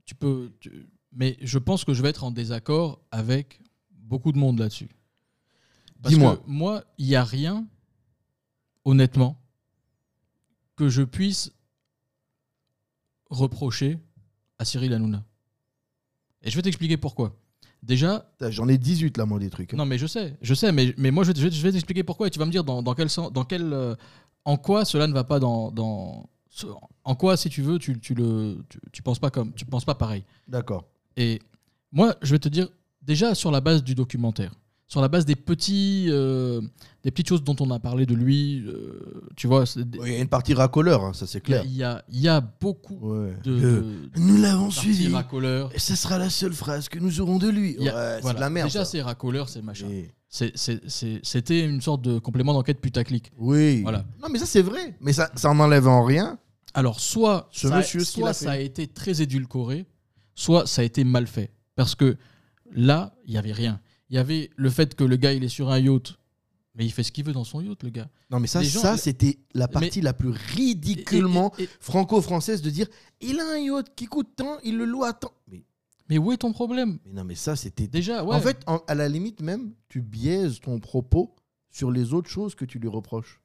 [SPEAKER 3] Tu peux, tu- mais je pense que je vais être en désaccord avec beaucoup de monde là-dessus. Parce
[SPEAKER 2] Dis-moi.
[SPEAKER 3] que Moi, il n'y a rien, honnêtement, que je puisse reprocher à Cyril Hanouna. Et je vais t'expliquer pourquoi. Déjà,
[SPEAKER 2] Putain, J'en ai 18 là, moi, des trucs.
[SPEAKER 3] non, mais je sais, je sais, mais, mais moi je, vais te- je vais te- je vais t'expliquer pourquoi et tu vas me dire dans, dans quel sens, dans quel, euh, en quoi cela ne va pas dans, dans ce- en quoi si tu veux tu, tu le, tu, tu penses pas comme, tu penses pas pareil.
[SPEAKER 2] D'accord.
[SPEAKER 3] Et moi je vais te dire déjà sur la base du documentaire, sur la base des petits, euh, des petites choses dont on a parlé de lui, euh, tu vois, c'est des-
[SPEAKER 2] Il y a une partie racoleur, hein, ça c'est
[SPEAKER 3] il y a-
[SPEAKER 2] clair.
[SPEAKER 3] il y a, il y a beaucoup
[SPEAKER 2] Ouais.
[SPEAKER 3] de,
[SPEAKER 2] Euh,
[SPEAKER 3] de-
[SPEAKER 2] nous l'avons
[SPEAKER 3] parties
[SPEAKER 2] suivi.
[SPEAKER 3] racoleurs.
[SPEAKER 2] Et ce sera la seule phrase que nous aurons de lui.
[SPEAKER 3] Il y a-
[SPEAKER 2] Ouais, c'est
[SPEAKER 3] voilà.
[SPEAKER 2] de la merde.
[SPEAKER 3] Déjà
[SPEAKER 2] ça.
[SPEAKER 3] c'est racoleur, c'est machin.
[SPEAKER 2] Mais-
[SPEAKER 3] C'est- c'est- c'est- C'était une sorte de complément d'enquête putaclic.
[SPEAKER 2] Oui.
[SPEAKER 3] Voilà.
[SPEAKER 2] Non, mais ça c'est vrai. Mais ça, ça en enlève en rien.
[SPEAKER 3] Alors, soit,
[SPEAKER 2] Ce
[SPEAKER 3] ça,
[SPEAKER 2] monsieur, ce qu'il
[SPEAKER 3] soit
[SPEAKER 2] a fait.
[SPEAKER 3] ça a été très édulcoré, soit ça a été mal fait. Parce que là, il n'y avait rien. Il y avait le fait que le gars, il est sur un yacht, mais il fait ce qu'il veut dans son yacht, le gars.
[SPEAKER 2] Non, mais ça,
[SPEAKER 3] Les gens-
[SPEAKER 2] ça c'était la
[SPEAKER 3] Mais-
[SPEAKER 2] partie la plus
[SPEAKER 3] Et- et-
[SPEAKER 2] ridiculement
[SPEAKER 3] et- et-
[SPEAKER 2] franco-française de dire il a un yacht qui coûte tant, il le loue à tant. Mais,
[SPEAKER 3] mais où est ton problème
[SPEAKER 2] mais non, mais ça, c'était.
[SPEAKER 3] Déjà, ouais.
[SPEAKER 2] En fait, en- à la limite même, tu biaises ton propos sur les autres choses que tu lui reproches.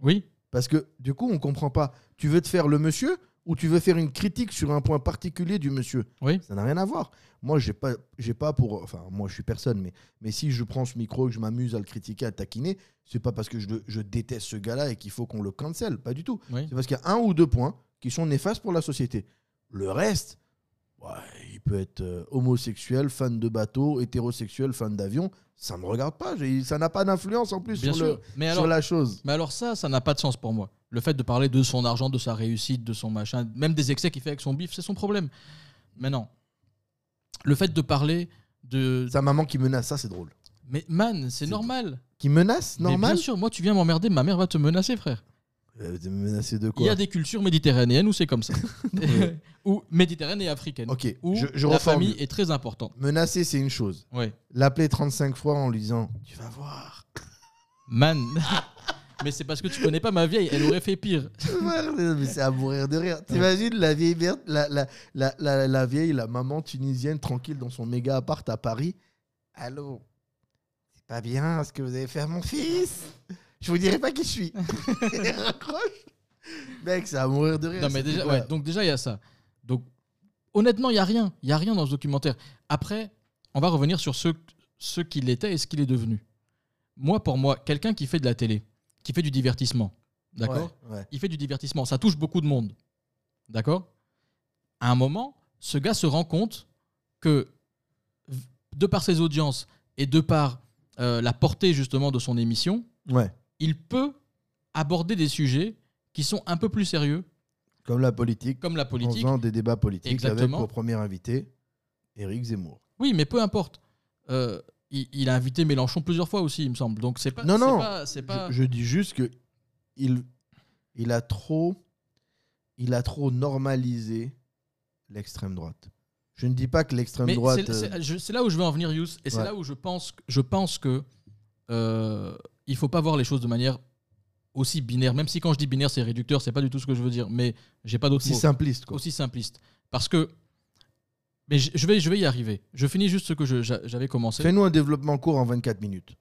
[SPEAKER 3] oui.
[SPEAKER 2] Parce que du coup, on comprend pas. Tu veux te faire le monsieur ou tu veux faire une critique sur un point particulier du monsieur
[SPEAKER 3] Oui.
[SPEAKER 2] Ça n'a rien à voir. Moi, j'ai pas, j'ai pas pour. Enfin, moi, je suis personne, mais, mais si je prends ce micro et que je m'amuse à le critiquer, à taquiner, c'est pas parce que je, le- je déteste ce gars-là et qu'il faut qu'on le cancel. Pas du tout.
[SPEAKER 3] Oui.
[SPEAKER 2] C'est parce qu'il y a un ou deux points qui sont néfastes pour la société. Le reste, Ouais, il peut être euh, homosexuel, fan de bateau, hétérosexuel, fan d'avion. Ça me regarde pas. j'ai- Ça n'a pas d'influence en plus
[SPEAKER 3] Bien
[SPEAKER 2] sur,
[SPEAKER 3] sûr.
[SPEAKER 2] le-
[SPEAKER 3] Mais
[SPEAKER 2] sur
[SPEAKER 3] alors-
[SPEAKER 2] la chose.
[SPEAKER 3] Mais alors ça, ça n'a pas de sens pour moi. Le fait de parler de son argent, de sa réussite, de son machin, même des excès qu'il fait avec son bif, c'est son problème. Mais non. Le fait de parler de...
[SPEAKER 2] Sa maman qui menace, ça c'est drôle.
[SPEAKER 3] Mais man, c'est normal.
[SPEAKER 2] Qui menace,
[SPEAKER 3] Mais
[SPEAKER 2] normal
[SPEAKER 3] bien sûr, moi tu viens m'emmerder, ma mère va te menacer, frère.
[SPEAKER 2] Euh, de menacer de
[SPEAKER 3] Il y
[SPEAKER 2] quoi
[SPEAKER 3] a des cultures méditerranéennes où c'est comme ça.
[SPEAKER 2] mais-
[SPEAKER 3] ou méditerranéennes et africaines.
[SPEAKER 2] Ok,
[SPEAKER 3] Où
[SPEAKER 2] je, je
[SPEAKER 3] la
[SPEAKER 2] reformule.
[SPEAKER 3] famille est très importante.
[SPEAKER 2] Menacer, c'est une chose.
[SPEAKER 3] Ouais.
[SPEAKER 2] L'appeler 35 fois en lui disant Tu vas voir.
[SPEAKER 3] Man. Mais c'est parce que tu connais pas ma vieille, elle aurait fait pire.
[SPEAKER 2] Mais c'est à mourir de rire. T'imagines la vieille, verte- la, la, la, la, la vieille, la maman tunisienne tranquille dans son méga appart à Paris. Allô C'est pas bien ce que vous avez fait à mon fils Je vous dirai pas qui je suis. Et raccroche. Mec, c'est à mourir de rire.
[SPEAKER 3] Non, mais
[SPEAKER 2] ce
[SPEAKER 3] déjà,
[SPEAKER 2] truc-là.
[SPEAKER 3] ouais, donc déjà, il y a ça. Donc, honnêtement, il n'y a rien. Il n'y a rien dans ce documentaire. Après, on va revenir sur ce, ce qu'il était et ce qu'il est devenu. Moi, pour moi, quelqu'un qui fait de la télé, qui fait du divertissement, d'accord
[SPEAKER 2] Ouais, ouais.
[SPEAKER 3] Il fait du divertissement. Ça touche beaucoup de monde. D'accord À un moment, ce gars se rend compte que, v- de par ses audiences et de par euh, la portée, justement, de son émission,
[SPEAKER 2] Ouais.
[SPEAKER 3] il peut aborder des sujets qui sont un peu plus sérieux,
[SPEAKER 2] Comme la politique.
[SPEAKER 3] comme la
[SPEAKER 2] en
[SPEAKER 3] politique.
[SPEAKER 2] faisant des débats politiques avec
[SPEAKER 3] Exactement.
[SPEAKER 2] pour premier invité Éric Zemmour.
[SPEAKER 3] Oui, mais peu importe. Euh, il, il a invité Mélenchon plusieurs fois aussi, il me semble. Donc c'est pas.
[SPEAKER 2] Non,
[SPEAKER 3] c'est
[SPEAKER 2] non.
[SPEAKER 3] pas- c'est pas-
[SPEAKER 2] Je, je dis juste que il, il a trop il a trop normalisé l'extrême droite. Je ne dis pas que l'extrême
[SPEAKER 3] Mais
[SPEAKER 2] droite
[SPEAKER 3] c'est-
[SPEAKER 2] euh,
[SPEAKER 3] c'est je- c'est là où je veux en venir, Yous, et c'est
[SPEAKER 2] Ouais.
[SPEAKER 3] là où je pense, que- je pense que euh, il faut pas voir les choses de manière aussi binaire. Même si quand je dis binaire, c'est réducteur, c'est pas du tout ce que je veux dire. Mais j'ai pas d'autres
[SPEAKER 2] si
[SPEAKER 3] mots.
[SPEAKER 2] simpliste quoi.
[SPEAKER 3] Aussi simpliste. Parce que. Mais je je vais, je vais y arriver. Je finis juste ce que je- j'a- j'avais commencé.
[SPEAKER 2] Fais-nous un développement court en 24 minutes.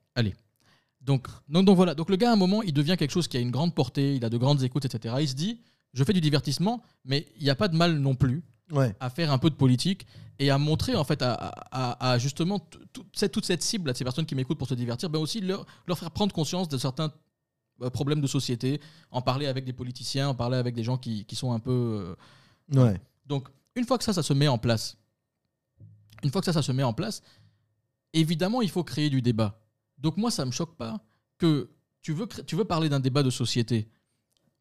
[SPEAKER 3] Donc, donc, donc voilà, donc le gars à un moment, il devient quelque chose qui a une grande portée, il a de grandes écoutes, etc. Il se dit, je fais du divertissement, mais il n'y a pas de mal non plus
[SPEAKER 2] Ouais.
[SPEAKER 3] à faire un peu de politique et à montrer en fait à, à- à- à justement t- toute cette, toute cette cible, à ces personnes qui m'écoutent pour se divertir, ben aussi leur, leur faire prendre conscience de certains euh, problèmes de société, en parler avec des politiciens, en parler avec des gens qui, qui sont un peu... euh,
[SPEAKER 2] Ouais.
[SPEAKER 3] donc, une fois que ça, ça se met en place, une fois que ça, ça se met en place, évidemment, il faut créer du débat. Donc, moi, ça me choque pas que tu veux, cré- tu veux parler d'un débat de société,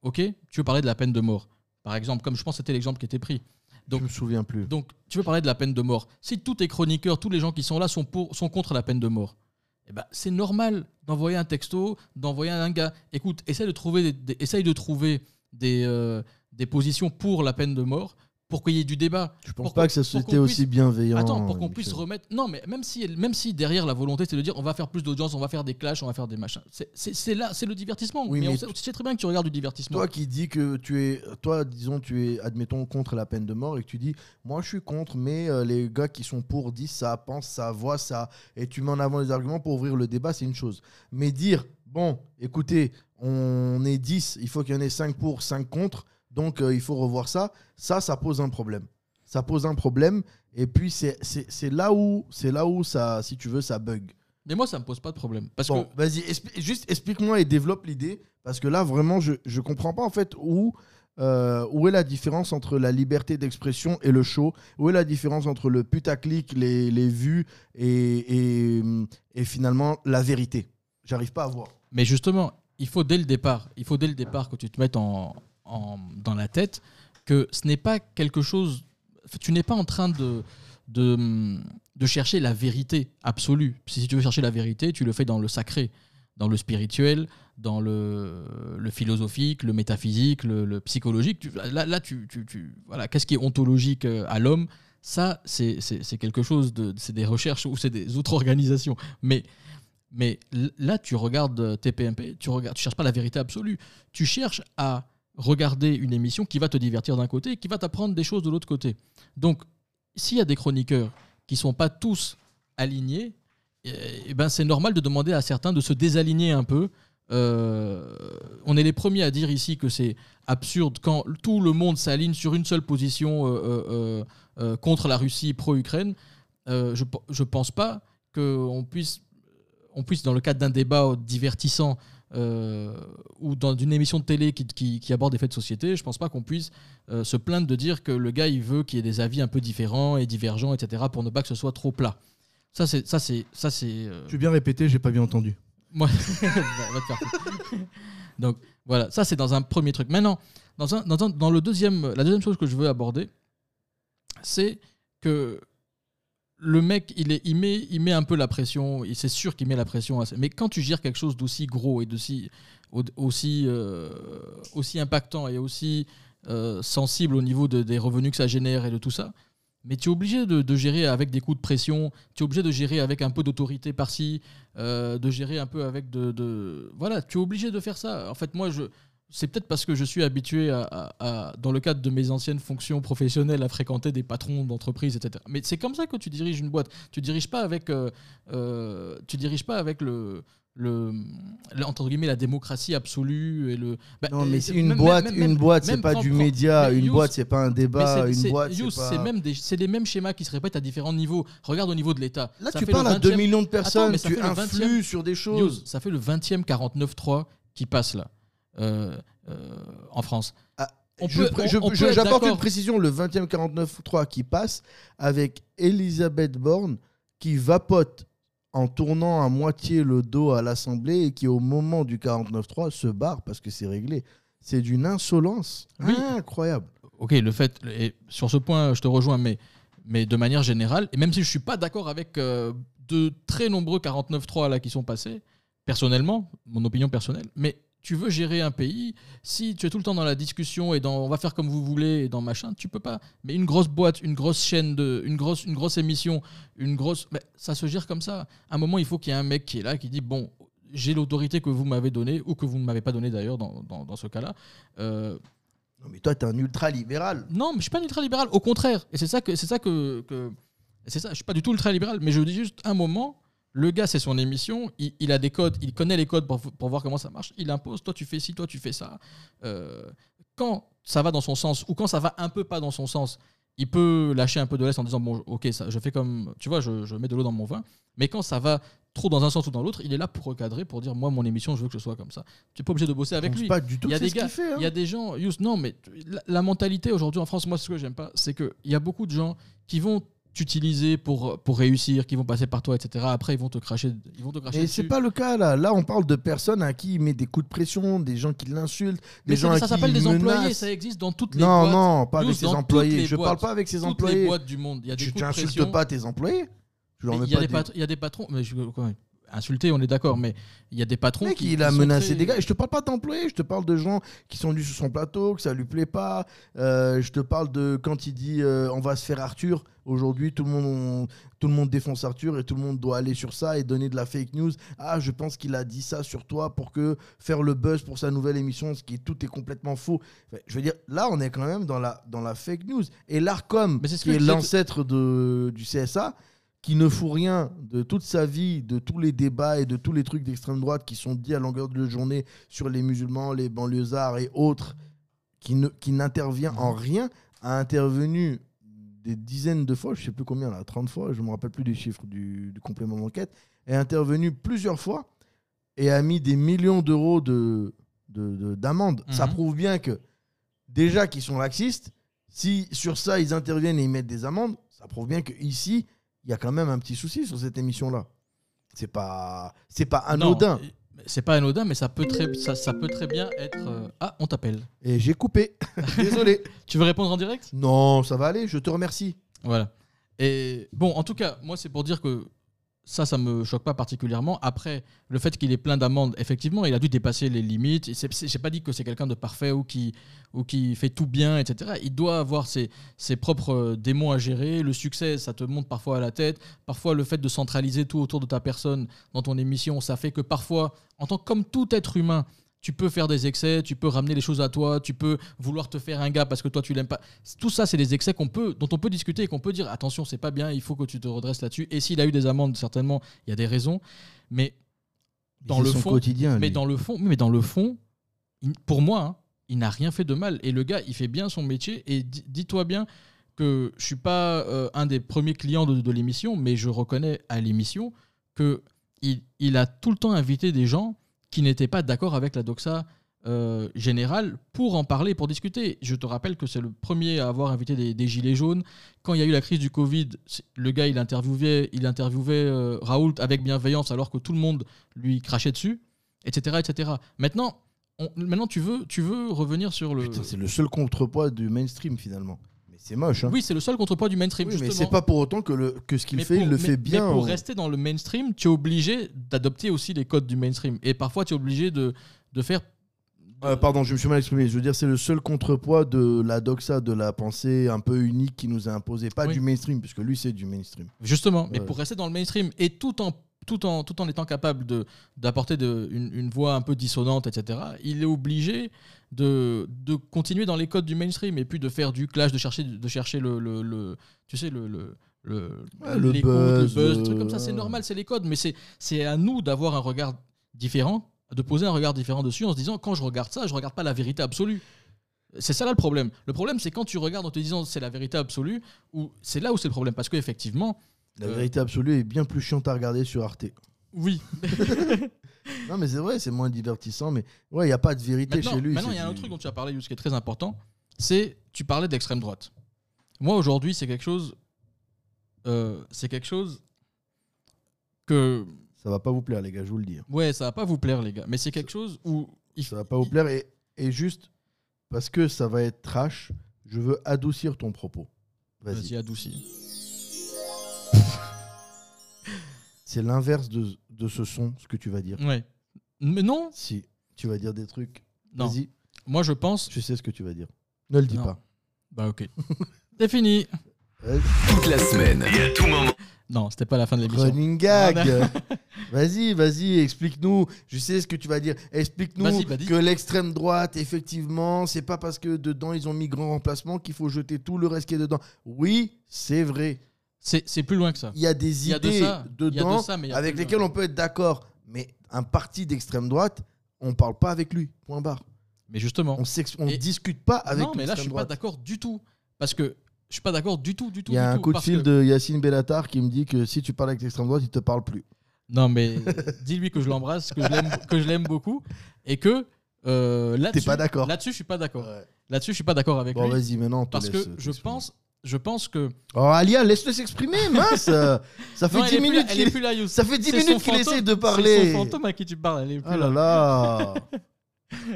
[SPEAKER 3] ok Tu veux parler de la peine de mort, par exemple, comme je pense que c'était l'exemple qui était pris. Donc-
[SPEAKER 2] je me souviens plus.
[SPEAKER 3] Donc, tu veux parler de la peine de mort. Si tous tes chroniqueurs, tous les gens qui sont là sont, pour, sont contre la peine de mort, eh ben, c'est normal d'envoyer un texto, d'envoyer un gars. Écoute, essaye de trouver des, des- essaye de trouver des, euh, des positions pour la peine de mort pour qu'il y ait du débat.
[SPEAKER 2] je pense
[SPEAKER 3] pour
[SPEAKER 2] pas
[SPEAKER 3] qu'on-
[SPEAKER 2] que ça
[SPEAKER 3] pour qu'on
[SPEAKER 2] c'était aussi
[SPEAKER 3] puisse-
[SPEAKER 2] bienveillant.
[SPEAKER 3] Attends, pour qu'on
[SPEAKER 2] Michel.
[SPEAKER 3] puisse remettre. Non, mais même si, même si derrière la volonté, c'est de dire on va faire plus d'audience, on va faire des clashs, on va faire des machins. C'est- C'est c'est là, c'est le divertissement.
[SPEAKER 2] Oui,
[SPEAKER 3] mais
[SPEAKER 2] mais
[SPEAKER 3] on sait, tu sais très bien que tu regardes du divertissement.
[SPEAKER 2] Toi qui dis que tu es, toi disons tu es, admettons contre la peine de mort et que tu dis, moi je suis contre, mais euh, les gars qui sont pour disent ça, pensent ça, voient ça, et tu mets en avant les arguments pour ouvrir le débat, c'est une chose. Mais dire, bon, écoutez, on est 10, il faut qu'il y en ait 5 pour, 5 contre, donc euh, il faut revoir ça, ça, ça pose un problème. Ça pose un problème, et puis c'est- c'est c'est là où, c'est là où ça, si tu veux, ça bug.
[SPEAKER 3] mais moi, ça me pose pas de problème. Parce
[SPEAKER 2] Bon,
[SPEAKER 3] que
[SPEAKER 2] vas-y, expli- juste explique-moi et développe l'idée, parce que là, vraiment, je ne comprends pas en fait où, euh, où est la différence entre la liberté d'expression et le show, où est la différence entre le putaclic, les, les vues et, et, et finalement la vérité. J'arrive pas à voir.
[SPEAKER 3] Mais justement, il faut dès le départ, il faut dès le départ que tu te mettes en, en- dans la tête que ce n'est pas quelque chose. Tu n'es pas en train de, de, de chercher la vérité absolue. Si tu veux chercher la vérité, tu le fais dans le sacré, dans le spirituel, dans le, le philosophique, le métaphysique, le, le psychologique. Tu- Là, là tu, tu- tu- voilà, qu'est-ce qui est ontologique euh, à l'homme Ça, c'est c'est- c'est quelque chose de, c'est des recherches ou c'est des autres organisations. Mais mais l- là, tu regardes euh, TPMP, tu regardes, tu cherches pas la vérité absolue. Tu cherches à regarder une émission qui va te divertir d'un côté et qui va t'apprendre des choses de l'autre côté. Donc, s'il y a des chroniqueurs qui sont pas tous alignés, eh- eh ben c'est normal de demander à certains de se désaligner un peu. Euh, on est les premiers à dire ici que c'est absurde quand tout le monde s'aligne sur une seule position euh, euh, euh, euh, contre la Russie, pro-Ukraine. Euh, je ne pense pas qu'on puisse on puisse, dans le cadre d'un débat divertissant, euh, ou dans une émission de télé qui, qui- qui aborde des faits de société, je pense pas qu'on puisse euh, se plaindre de dire que le gars il veut qu'il y ait des avis un peu différents et divergents, etc., pour ne pas que ce soit trop plat. Ça c'est ça c'est ça c'est. euh,
[SPEAKER 2] Tu veux bien répéter, j'ai pas bien entendu.
[SPEAKER 3] moi, Bon, on va te faire foutre. Donc voilà, ça c'est dans un premier truc. Maintenant, dans, un, dans, un- dans le deuxième, la deuxième chose que je veux aborder, c'est que le mec, il, est, il, met, il met un peu la pression, et c'est sûr qu'il met la pression. à ce- Mais quand tu gères quelque chose d'aussi gros et d'aussi au- aussi, euh, aussi impactant et aussi euh, sensible au niveau de- des revenus que ça génère et de tout ça, mais tu es obligé de, de gérer avec des coups de pression, tu es obligé de gérer avec un peu d'autorité par-ci, euh, de gérer un peu avec de, de- Voilà, tu es obligé de faire ça. En fait, moi, je... c'est peut-être parce que je suis habitué, à, à- à- dans le cadre de mes anciennes fonctions professionnelles, à fréquenter des patrons d'entreprises, etc. Mais c'est comme ça que tu diriges une boîte. Tu diriges pas avec, euh, euh, tu diriges pas avec le... Le, le- entre guillemets la démocratie absolue et le bah,
[SPEAKER 2] Non, mais
[SPEAKER 3] et-
[SPEAKER 2] c'est une
[SPEAKER 3] même-
[SPEAKER 2] boîte,
[SPEAKER 3] même-
[SPEAKER 2] une
[SPEAKER 3] même-
[SPEAKER 2] boîte, c'est
[SPEAKER 3] même
[SPEAKER 2] pas
[SPEAKER 3] prends-
[SPEAKER 2] du
[SPEAKER 3] prends-
[SPEAKER 2] média,
[SPEAKER 3] mais
[SPEAKER 2] une
[SPEAKER 3] Youssef,
[SPEAKER 2] boîte, c'est pas un débat,
[SPEAKER 3] mais c'est-
[SPEAKER 2] Bah, une
[SPEAKER 3] c'est-
[SPEAKER 2] boîte,
[SPEAKER 3] Yous,
[SPEAKER 2] c'est pas...
[SPEAKER 3] c'est même des- c'est les mêmes schémas qui se répètent à différents niveaux. Regarde au niveau de l'État.
[SPEAKER 2] Là,
[SPEAKER 3] Ça
[SPEAKER 2] tu
[SPEAKER 3] fait le
[SPEAKER 2] parles à 2
[SPEAKER 3] 20e
[SPEAKER 2] millions de personnes,
[SPEAKER 3] mais ça
[SPEAKER 2] tu
[SPEAKER 3] fait le 20e
[SPEAKER 2] influes sur des choses.
[SPEAKER 3] Yous, ça fait le 20e 49-3 qui passe là, euh, euh, en France.
[SPEAKER 2] Ah,
[SPEAKER 3] On
[SPEAKER 2] Je
[SPEAKER 3] peut-
[SPEAKER 2] pr-
[SPEAKER 3] on-
[SPEAKER 2] je-
[SPEAKER 3] on peut
[SPEAKER 2] je-
[SPEAKER 3] être
[SPEAKER 2] J'apporte
[SPEAKER 3] d'accord.
[SPEAKER 2] une précision, le 20e 49.3 qui passe avec Elisabeth Borne qui vapote en tournant à moitié le dos à l'Assemblée et qui au moment du 49.3 se barre parce que c'est réglé. C'est d'une insolence
[SPEAKER 3] Oui.
[SPEAKER 2] incroyable.
[SPEAKER 3] Ok, le fait, et sur ce point, je te rejoins, mais, mais de manière générale, et même si je suis pas d'accord avec euh, de très nombreux 49-3 là qui sont passés, personnellement, mon opinion personnelle, mais tu veux gérer un pays, si tu es tout le temps dans la discussion et dans on va faire comme vous voulez et dans machin, tu peux pas. Mais une grosse boîte, une grosse chaîne, de, une, grosse, une grosse émission, une grosse. ben, ça se gère comme ça. À un moment, il faut qu'il y ait un mec qui est là, qui dit bon, j'ai l'autorité que vous m'avez donnée, ou que vous ne m'avez pas donnée d'ailleurs dans, dans- dans ce cas-là. Euh,
[SPEAKER 2] Non mais toi, t'es un ultra-libéral.
[SPEAKER 3] non, mais je suis pas ultra-libéral, au contraire. Et c'est ça que c'est ça que, que- c'est ça. Je suis pas du tout ultra-libéral, mais je dis juste un moment. Le gars, c'est son émission. Il, il a des codes, il connaît les codes pour, pour voir comment ça marche. Il impose. Toi, tu fais ci, toi, tu fais ça. Euh, quand ça va dans son sens ou quand ça va un peu pas dans son sens, il peut lâcher un peu de l'est en disant bon, ok, ça, je fais comme, tu vois, je, je mets de l'eau dans mon vin. Mais quand ça va trop dans un sens ou dans l'autre, il est là pour recadrer, pour dire moi, mon émission, je veux que ce soit comme ça. Tu n'es pas obligé de bosser avec
[SPEAKER 2] Donc,
[SPEAKER 3] lui.
[SPEAKER 2] Pas du tout,
[SPEAKER 3] Il y a
[SPEAKER 2] c'est
[SPEAKER 3] des
[SPEAKER 2] ce qu'il
[SPEAKER 3] gars-
[SPEAKER 2] fait, hein.
[SPEAKER 3] Il y a des gens, Yous, non, mais tu- la, la mentalité aujourd'hui en France, moi, ce que j'aime pas, c'est qu'il y a beaucoup de gens qui vont t'utiliser pour, pour réussir, qui vont passer par toi, etc. Après, ils vont te cracher, ils vont te cracher
[SPEAKER 2] Et
[SPEAKER 3] dessus.
[SPEAKER 2] c'est pas le cas là. Là, on parle de personnes à qui il met des coups de pression, des gens qui l'insultent,
[SPEAKER 3] Mais
[SPEAKER 2] des
[SPEAKER 3] c'est-
[SPEAKER 2] gens à
[SPEAKER 3] ça
[SPEAKER 2] qui
[SPEAKER 3] s'appelle
[SPEAKER 2] il
[SPEAKER 3] des
[SPEAKER 2] menace.
[SPEAKER 3] employés, ça existe dans toutes les
[SPEAKER 2] non,
[SPEAKER 3] boîtes.
[SPEAKER 2] non, pas
[SPEAKER 3] Yous,
[SPEAKER 2] avec ses
[SPEAKER 3] dans toutes
[SPEAKER 2] employés.
[SPEAKER 3] les
[SPEAKER 2] Je
[SPEAKER 3] boîtes,
[SPEAKER 2] parle pas avec ses
[SPEAKER 3] toutes les
[SPEAKER 2] employés.
[SPEAKER 3] boîtes du monde, il y a des
[SPEAKER 2] Tu
[SPEAKER 3] coups de
[SPEAKER 2] t'insultes
[SPEAKER 3] pression.
[SPEAKER 2] pas tes employés. Je leur
[SPEAKER 3] Mais
[SPEAKER 2] mets
[SPEAKER 3] Il y, a
[SPEAKER 2] pas
[SPEAKER 3] des
[SPEAKER 2] des-
[SPEAKER 3] patr- il y a des patrons, mais je, quoi, insulter, on est d'accord, mais il y a des patrons
[SPEAKER 2] Mec,
[SPEAKER 3] qui.
[SPEAKER 2] il
[SPEAKER 3] qui
[SPEAKER 2] a
[SPEAKER 3] sont
[SPEAKER 2] menacé
[SPEAKER 3] très-
[SPEAKER 2] des gars. Et je te parle pas d'employés, je te parle de gens qui sont venus sur son plateau, que ça lui plaît pas. Euh, je te parle de quand il dit euh, on va se faire Arthur. Aujourd'hui, tout le monde tout le monde défonce Arthur et tout le monde doit aller sur ça et donner de la fake news. Ah, je pense qu'il a dit ça sur toi pour que faire le buzz pour sa nouvelle émission, ce qui est- tout est complètement faux. Enfin, je veux dire, là, on est quand même dans la dans la fake news. Et l'Arcom,
[SPEAKER 3] Mais c'est ce
[SPEAKER 2] qui est
[SPEAKER 3] que je disais-
[SPEAKER 2] l'ancêtre de du CSA, qui ne fout rien de toute sa vie, de tous les débats et de tous les trucs d'extrême droite qui sont dits à longueur de journée sur les musulmans, les banlieusards et autres, qui ne- qui n'intervient en rien, a intervenu des dizaines de fois, je sais plus combien là, 30 fois, je me rappelle plus des chiffres du, du complément d'enquête, est intervenu plusieurs fois et a mis des millions d'euros de de- de- d'amende. Ça
[SPEAKER 3] Mhm.
[SPEAKER 2] prouve bien que déjà qu'ils sont laxistes, si sur ça ils interviennent et ils mettent des amendes, ça prouve bien que ici il y a quand même un petit souci sur cette émission là. C'est pas c'est pas
[SPEAKER 3] Non,
[SPEAKER 2] anodin.
[SPEAKER 3] C'est pas anodin, mais ça peut très, ça, ça peut très bien être. euh, Ah, on t'appelle.
[SPEAKER 2] Et j'ai coupé. Désolé.
[SPEAKER 3] Tu veux répondre en direct
[SPEAKER 2] Non, ça va aller, je te remercie.
[SPEAKER 3] Voilà. Et bon, en tout cas, moi, c'est pour dire que ça, ça me choque pas particulièrement. Après, le fait qu'il est plein d'amendes, effectivement, il a dû dépasser les limites. Et c'est- c'est- J'ai pas dit que c'est quelqu'un de parfait ou qui, ou qui fait tout bien, etc. Il doit avoir ses, ses propres euh, démons à gérer. Le succès, ça te monte parfois à la tête. Parfois, le fait de centraliser tout autour de ta personne dans ton émission, ça fait que parfois, en tant comme tout être humain, tu peux faire des excès, tu peux ramener les choses à toi, tu peux vouloir te faire un gars parce que toi tu l'aimes pas. Tout ça, c'est des excès qu'on peut, dont on peut discuter et qu'on peut dire attention, c'est pas bien, il faut que tu te redresses là-dessus. Et s'il a eu des amendes, certainement, il y a des raisons. Mais dans
[SPEAKER 2] C'est
[SPEAKER 3] le
[SPEAKER 2] son
[SPEAKER 3] fond,
[SPEAKER 2] quotidien.
[SPEAKER 3] mais
[SPEAKER 2] lui.
[SPEAKER 3] dans le fond, mais dans le fond, il- pour moi, hein, il n'a rien fait de mal. Et le gars, il fait bien son métier. Et di- dis-toi bien que je suis pas euh, un des premiers clients de, de l'émission, mais je reconnais à l'émission que il, il a tout le temps invité des gens qui n'étaient pas d'accord avec la doxa euh, générale pour en parler, pour discuter. Je te rappelle que c'est le premier à avoir invité des, des gilets jaunes. Quand il y a eu la crise du Covid, c'est- le gars, il interviewait, il interviewait euh, Raoult avec bienveillance alors que tout le monde lui crachait dessus, etc. etc. Maintenant, on- maintenant tu, veux, tu veux revenir sur le...
[SPEAKER 2] Putain, c'est le seul contrepoids du mainstream finalement. Mais c'est moche. Hein.
[SPEAKER 3] Oui, c'est le seul contrepoids du mainstream.
[SPEAKER 2] Oui, mais
[SPEAKER 3] justement.
[SPEAKER 2] c'est pas pour autant que, le, que ce qu'il
[SPEAKER 3] Mais
[SPEAKER 2] fait,
[SPEAKER 3] pour-
[SPEAKER 2] il le
[SPEAKER 3] mais-
[SPEAKER 2] fait bien.
[SPEAKER 3] Mais pour
[SPEAKER 2] hein.
[SPEAKER 3] rester dans le mainstream, tu es obligé d'adopter aussi les codes du mainstream. Et parfois, tu es obligé de, de faire.
[SPEAKER 2] Euh, pardon, je me suis mal exprimé. Je veux dire, c'est le seul contrepoids de la doxa, de la pensée un peu unique qui nous est imposée, pas
[SPEAKER 3] Oui.
[SPEAKER 2] du mainstream, puisque lui c'est du mainstream.
[SPEAKER 3] Justement, mais
[SPEAKER 2] Ouais.
[SPEAKER 3] pour rester dans le mainstream et tout en, tout en, tout en étant capable de- d'apporter de- une, une voix un peu dissonante, etc., il est obligé de, de continuer dans les codes du mainstream et puis de faire du clash, de chercher, de chercher le. le- le- tu sais, le. le le,
[SPEAKER 2] Ouais, le
[SPEAKER 3] l'écoute,
[SPEAKER 2] buzz,
[SPEAKER 3] le buzz,
[SPEAKER 2] le-
[SPEAKER 3] des trucs comme ça, c'est
[SPEAKER 2] ouais.
[SPEAKER 3] normal, c'est les codes, mais c'est c'est à nous d'avoir un regard différent, de poser un regard différent dessus en se disant quand je regarde ça, je regarde pas la vérité absolue. C'est ça là le problème. Le problème, c'est quand tu regardes en te disant c'est la vérité absolue, ou c'est là où c'est le problème. Parce qu'effectivement,
[SPEAKER 2] La
[SPEAKER 3] Euh.
[SPEAKER 2] vérité absolue est bien plus chiante à regarder sur Arte.
[SPEAKER 3] oui.
[SPEAKER 2] Non, mais c'est vrai, c'est moins divertissant, mais ouais, il n'y a pas de vérité
[SPEAKER 3] Maintenant,
[SPEAKER 2] chez lui.
[SPEAKER 3] maintenant,
[SPEAKER 2] c'est
[SPEAKER 3] il y a un
[SPEAKER 2] du-
[SPEAKER 3] autre truc dont tu as parlé, Yous, qui est très important. C'est, tu parlais d'extrême droite. Moi, aujourd'hui, c'est quelque chose. euh, c'est quelque chose que.
[SPEAKER 2] Ça va pas vous plaire, les gars, je vous le dis. hein.
[SPEAKER 3] Ouais, ça va pas vous plaire, les gars, mais c'est quelque chose où. il-
[SPEAKER 2] Ça va pas vous plaire, et, et juste parce que ça va être trash, je veux adoucir ton propos. Vas-y.
[SPEAKER 3] Vas-y, adoucis.
[SPEAKER 2] C'est l'inverse de, de ce son, ce que tu vas dire.
[SPEAKER 3] Ouais. Mais non,
[SPEAKER 2] Si, tu vas dire des trucs.
[SPEAKER 3] non.
[SPEAKER 2] Vas-y,
[SPEAKER 3] Moi, je pense.
[SPEAKER 2] je sais ce que tu vas dire. Ne le dis
[SPEAKER 3] Non.
[SPEAKER 2] pas.
[SPEAKER 3] Bah, ok. c'est fini.
[SPEAKER 2] Vas-y.
[SPEAKER 8] Toute la semaine.
[SPEAKER 3] Non, c'était pas la fin de l'émission.
[SPEAKER 2] Running gag.
[SPEAKER 3] Ah, bah.
[SPEAKER 2] vas-y, vas-y, explique-nous. Je sais ce que tu vas dire. Explique-nous
[SPEAKER 3] Vas-y, bah, dis.
[SPEAKER 2] que l'extrême droite, effectivement, c'est pas parce que dedans ils ont mis grand remplacement qu'il faut jeter tout le reste qui est dedans. Oui, c'est vrai.
[SPEAKER 3] C'est c'est plus loin que ça.
[SPEAKER 2] Il y a des
[SPEAKER 3] Il y a de
[SPEAKER 2] idées
[SPEAKER 3] ça. Il y a
[SPEAKER 2] dedans
[SPEAKER 3] de ça, mais il y a
[SPEAKER 2] avec
[SPEAKER 3] plus
[SPEAKER 2] lesquelles
[SPEAKER 3] loin.
[SPEAKER 2] on peut être d'accord, mais un parti d'extrême droite, on parle pas avec lui. Point barre.
[SPEAKER 3] Mais justement.
[SPEAKER 2] On s'ex- on
[SPEAKER 3] Et-
[SPEAKER 2] discute pas avec.
[SPEAKER 3] non, mais là, je suis
[SPEAKER 2] l'extrême
[SPEAKER 3] pas
[SPEAKER 2] droite.
[SPEAKER 3] d'accord du tout. Parce que je suis pas d'accord du tout, du tout.
[SPEAKER 2] Il y a
[SPEAKER 3] du
[SPEAKER 2] un
[SPEAKER 3] tout,
[SPEAKER 2] coup de
[SPEAKER 3] parce
[SPEAKER 2] fil
[SPEAKER 3] que-
[SPEAKER 2] de Yacine Bellatar qui me dit que si tu parles avec l'extrême droite, il te parle plus.
[SPEAKER 3] Non, mais dis-lui que je l'embrasse, que je l'aime, que je l'aime beaucoup, et que euh, là-dessus,
[SPEAKER 2] pas d'accord.
[SPEAKER 3] Là-dessus, je suis pas d'accord. Là-dessus, je suis pas d'accord avec
[SPEAKER 2] Bon,
[SPEAKER 3] lui,
[SPEAKER 2] vas-y, maintenant. on te
[SPEAKER 3] parce
[SPEAKER 2] laisse,
[SPEAKER 3] que
[SPEAKER 2] euh,
[SPEAKER 3] je
[SPEAKER 2] t'exprimer.
[SPEAKER 3] pense, je pense que.
[SPEAKER 2] Oh, Alia, laisse-le s'exprimer, mince Ça fait
[SPEAKER 3] Non, elle
[SPEAKER 2] 10
[SPEAKER 3] est plus là-
[SPEAKER 2] minutes
[SPEAKER 3] elle est
[SPEAKER 2] qu'il
[SPEAKER 3] plus là, Youssef.
[SPEAKER 2] ça fait 10
[SPEAKER 3] C'est son
[SPEAKER 2] minutes qu'il
[SPEAKER 3] fantôme-
[SPEAKER 2] essaie de
[SPEAKER 3] c'est
[SPEAKER 2] parler.
[SPEAKER 3] son fantôme à qui tu parles. elle est plus
[SPEAKER 2] Ah
[SPEAKER 3] là.
[SPEAKER 2] là là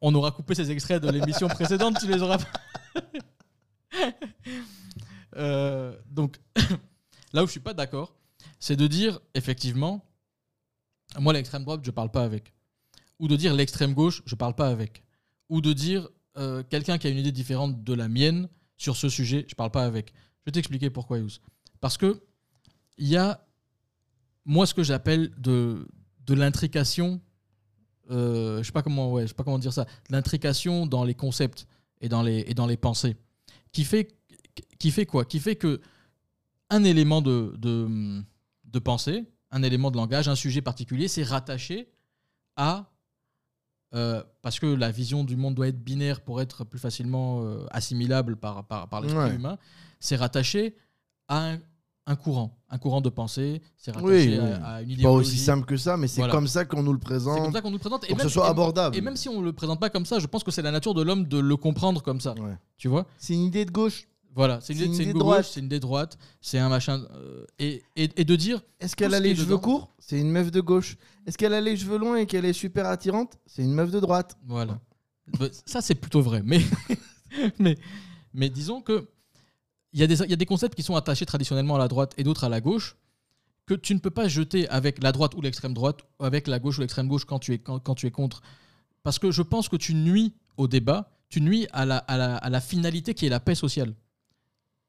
[SPEAKER 3] On aura coupé ces extraits de l'émission précédente, tu les auras pas. Euh, donc, là où je suis pas d'accord, c'est de dire, effectivement, moi, l'extrême droite, je parle pas avec. Ou de dire l'extrême gauche, je parle pas avec. Ou de dire euh, quelqu'un qui a une idée différente de la mienne sur ce sujet, je parle pas avec. Je vais t'expliquer pourquoi, Yous. Parce que il y a, moi, ce que j'appelle de, de l'intrication euh, je sais pas comment ouais, je sais pas comment dire ça, de l'intrication dans les concepts et dans les et dans les pensées qui fait qui fait quoi Qui fait que un élément de, de de pensée, un élément de langage, un sujet particulier, c'est rattaché à euh, parce que la vision du monde doit être binaire pour être plus facilement euh, assimilable par, par, par l'esprit
[SPEAKER 2] Ouais.
[SPEAKER 3] humain, c'est rattaché à un, un courant, un courant de pensée, c'est rattaché
[SPEAKER 2] Oui, oui.
[SPEAKER 3] à, à une
[SPEAKER 2] C'est
[SPEAKER 3] idéologie.
[SPEAKER 2] Pas aussi simple que ça, mais c'est
[SPEAKER 3] Voilà.
[SPEAKER 2] comme ça qu'on nous le
[SPEAKER 3] C'est comme
[SPEAKER 2] présente.
[SPEAKER 3] ça qu'on nous le présente.
[SPEAKER 2] Pour que ce soit
[SPEAKER 3] et-
[SPEAKER 2] abordable.
[SPEAKER 3] Et même si on le présente pas comme ça, je pense que c'est la nature de l'homme de le comprendre comme ça.
[SPEAKER 2] Ouais.
[SPEAKER 3] Tu vois
[SPEAKER 2] C'est une idée de gauche.
[SPEAKER 3] Voilà, c'est une,
[SPEAKER 2] C'est une
[SPEAKER 3] c'est une
[SPEAKER 2] idée
[SPEAKER 3] gauche,
[SPEAKER 2] droite.
[SPEAKER 3] c'est une idée droite, c'est un machin. euh, et, et, et de dire,
[SPEAKER 2] Est-ce qu'elle
[SPEAKER 3] Tout
[SPEAKER 2] a
[SPEAKER 3] ce
[SPEAKER 2] les
[SPEAKER 3] qui est
[SPEAKER 2] cheveux
[SPEAKER 3] dedans.
[SPEAKER 2] courts C'est une meuf de gauche. Est-ce qu'elle a les cheveux longs et qu'elle est super attirante C'est une meuf de droite.
[SPEAKER 3] voilà. Bah, ça, c'est plutôt vrai. Mais, mais, mais disons que il y, a des- il y a des concepts qui sont attachés traditionnellement à la droite et d'autres à la gauche que tu ne peux pas jeter avec la droite ou l'extrême droite, ou avec la gauche ou l'extrême gauche quand tu es, quand, quand tu es contre. Parce que je pense que tu nuis au débat, tu nuis à la, à la, à la finalité qui est la paix sociale.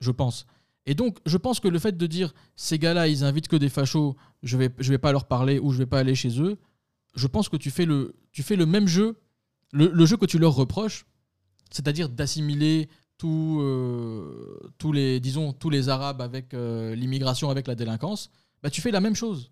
[SPEAKER 3] Je pense. Et donc, je pense que le fait de dire ces gars-là, ils invitent que des fachos, je vais, je vais pas leur parler ou je vais pas aller chez eux, je pense que tu fais le, tu fais le même jeu, le, le jeu que tu leur reproches, c'est-à-dire d'assimiler tout, euh, tous les, disons, tous les Arabes avec euh, l'immigration, avec la délinquance, bah, tu fais la même chose.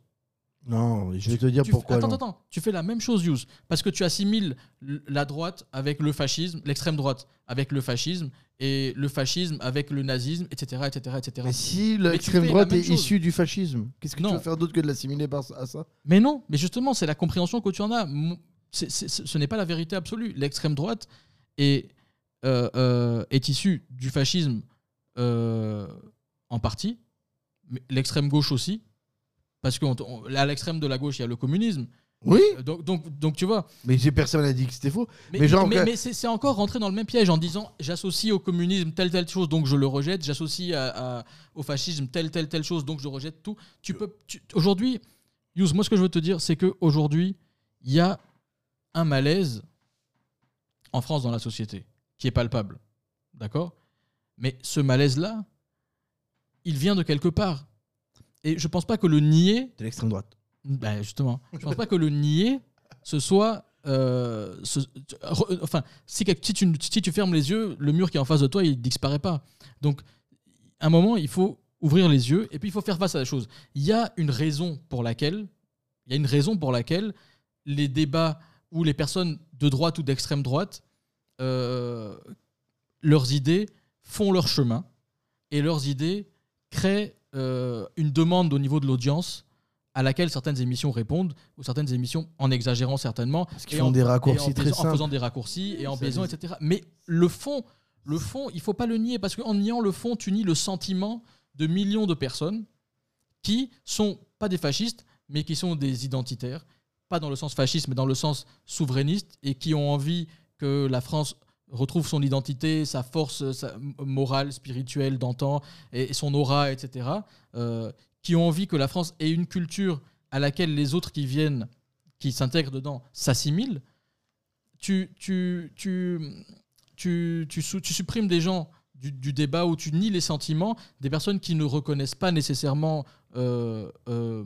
[SPEAKER 2] Non, je vais te dire
[SPEAKER 3] Tu f-
[SPEAKER 2] pourquoi.
[SPEAKER 3] attends,
[SPEAKER 2] non.
[SPEAKER 3] attends, tu fais la même chose, Yous, parce que tu assimiles l- la droite avec le fascisme, l'extrême droite avec le fascisme, et le fascisme avec le nazisme, etc. etc., etc.
[SPEAKER 2] Mais si
[SPEAKER 3] tu
[SPEAKER 2] l'extrême
[SPEAKER 3] fais la
[SPEAKER 2] droite
[SPEAKER 3] même
[SPEAKER 2] est
[SPEAKER 3] chose.
[SPEAKER 2] issue du fascisme, qu'est-ce que
[SPEAKER 3] Non.
[SPEAKER 2] tu veux faire d'autre que de l'assimiler par- à ça
[SPEAKER 3] Mais non, mais justement, c'est la compréhension que tu en as. Mon- c'est- c'est- c'est- ce n'est pas la vérité absolue. L'extrême droite est, euh, euh, est issue du fascisme euh, en partie, mais l'extrême gauche aussi, parce qu'à l'extrême de la gauche, il y a le communisme.
[SPEAKER 2] Oui,
[SPEAKER 3] Euh, Donc, donc, donc tu vois.
[SPEAKER 2] mais j'ai- personne n'a dit que c'était faux.
[SPEAKER 3] Mais,
[SPEAKER 2] Mais genre,
[SPEAKER 3] mais-
[SPEAKER 2] que-
[SPEAKER 3] mais c'est c'est encore rentré dans le même piège en disant j'associe au communisme telle telle chose, donc je le rejette. J'associe à- à- au fascisme telle telle telle chose, donc je rejette tout. Tu peux. tu- Aujourd'hui, Yous, moi ce que je veux te dire, c'est que aujourd'hui, il y a un malaise en France dans la société qui est palpable, d'accord Mais ce malaise là, il vient de quelque part. Et je pense pas que le nier
[SPEAKER 2] De l'extrême droite.
[SPEAKER 3] ben justement, je pense pas que le nier, ce soit. euh, ce- re- enfin, si, quel- si tu, si tu fermes les yeux, le mur qui est en face de toi, il disparaît pas. Donc, à un moment, il faut ouvrir les yeux et puis il faut faire face à la chose. Il y a une raison pour laquelle, il y a une raison pour laquelle les débats où les personnes de droite ou d'extrême droite, euh, leurs idées font leur chemin et leurs idées créent euh, une demande au niveau de l'audience à laquelle certaines émissions répondent, ou certaines émissions en exagérant certainement,
[SPEAKER 2] Parce qu'ils
[SPEAKER 3] et
[SPEAKER 2] font
[SPEAKER 3] en-
[SPEAKER 2] des
[SPEAKER 3] et
[SPEAKER 2] raccourcis
[SPEAKER 3] en,
[SPEAKER 2] très
[SPEAKER 3] faisant- en
[SPEAKER 2] simples.
[SPEAKER 3] faisant des raccourcis et en
[SPEAKER 2] Ça
[SPEAKER 3] baisant,
[SPEAKER 2] les-
[SPEAKER 3] etc. Mais le fond, le fond, il faut pas le nier parce qu'en niant le fond, tu nies le sentiment de millions de personnes qui sont pas des fascistes, mais qui sont des identitaires, pas dans le sens fasciste, mais dans le sens souverainiste et qui ont envie que la France retrouve son identité, sa force sa m- morale, spirituelle d'antan et et son aura, etc. euh, qui ont envie que la France ait une culture à laquelle les autres qui viennent, qui s'intègrent dedans, s'assimilent tu, tu, tu, tu, tu, sou- tu supprimes des gens du, du débat où tu nies les sentiments des personnes qui ne reconnaissent pas nécessairement euh, euh,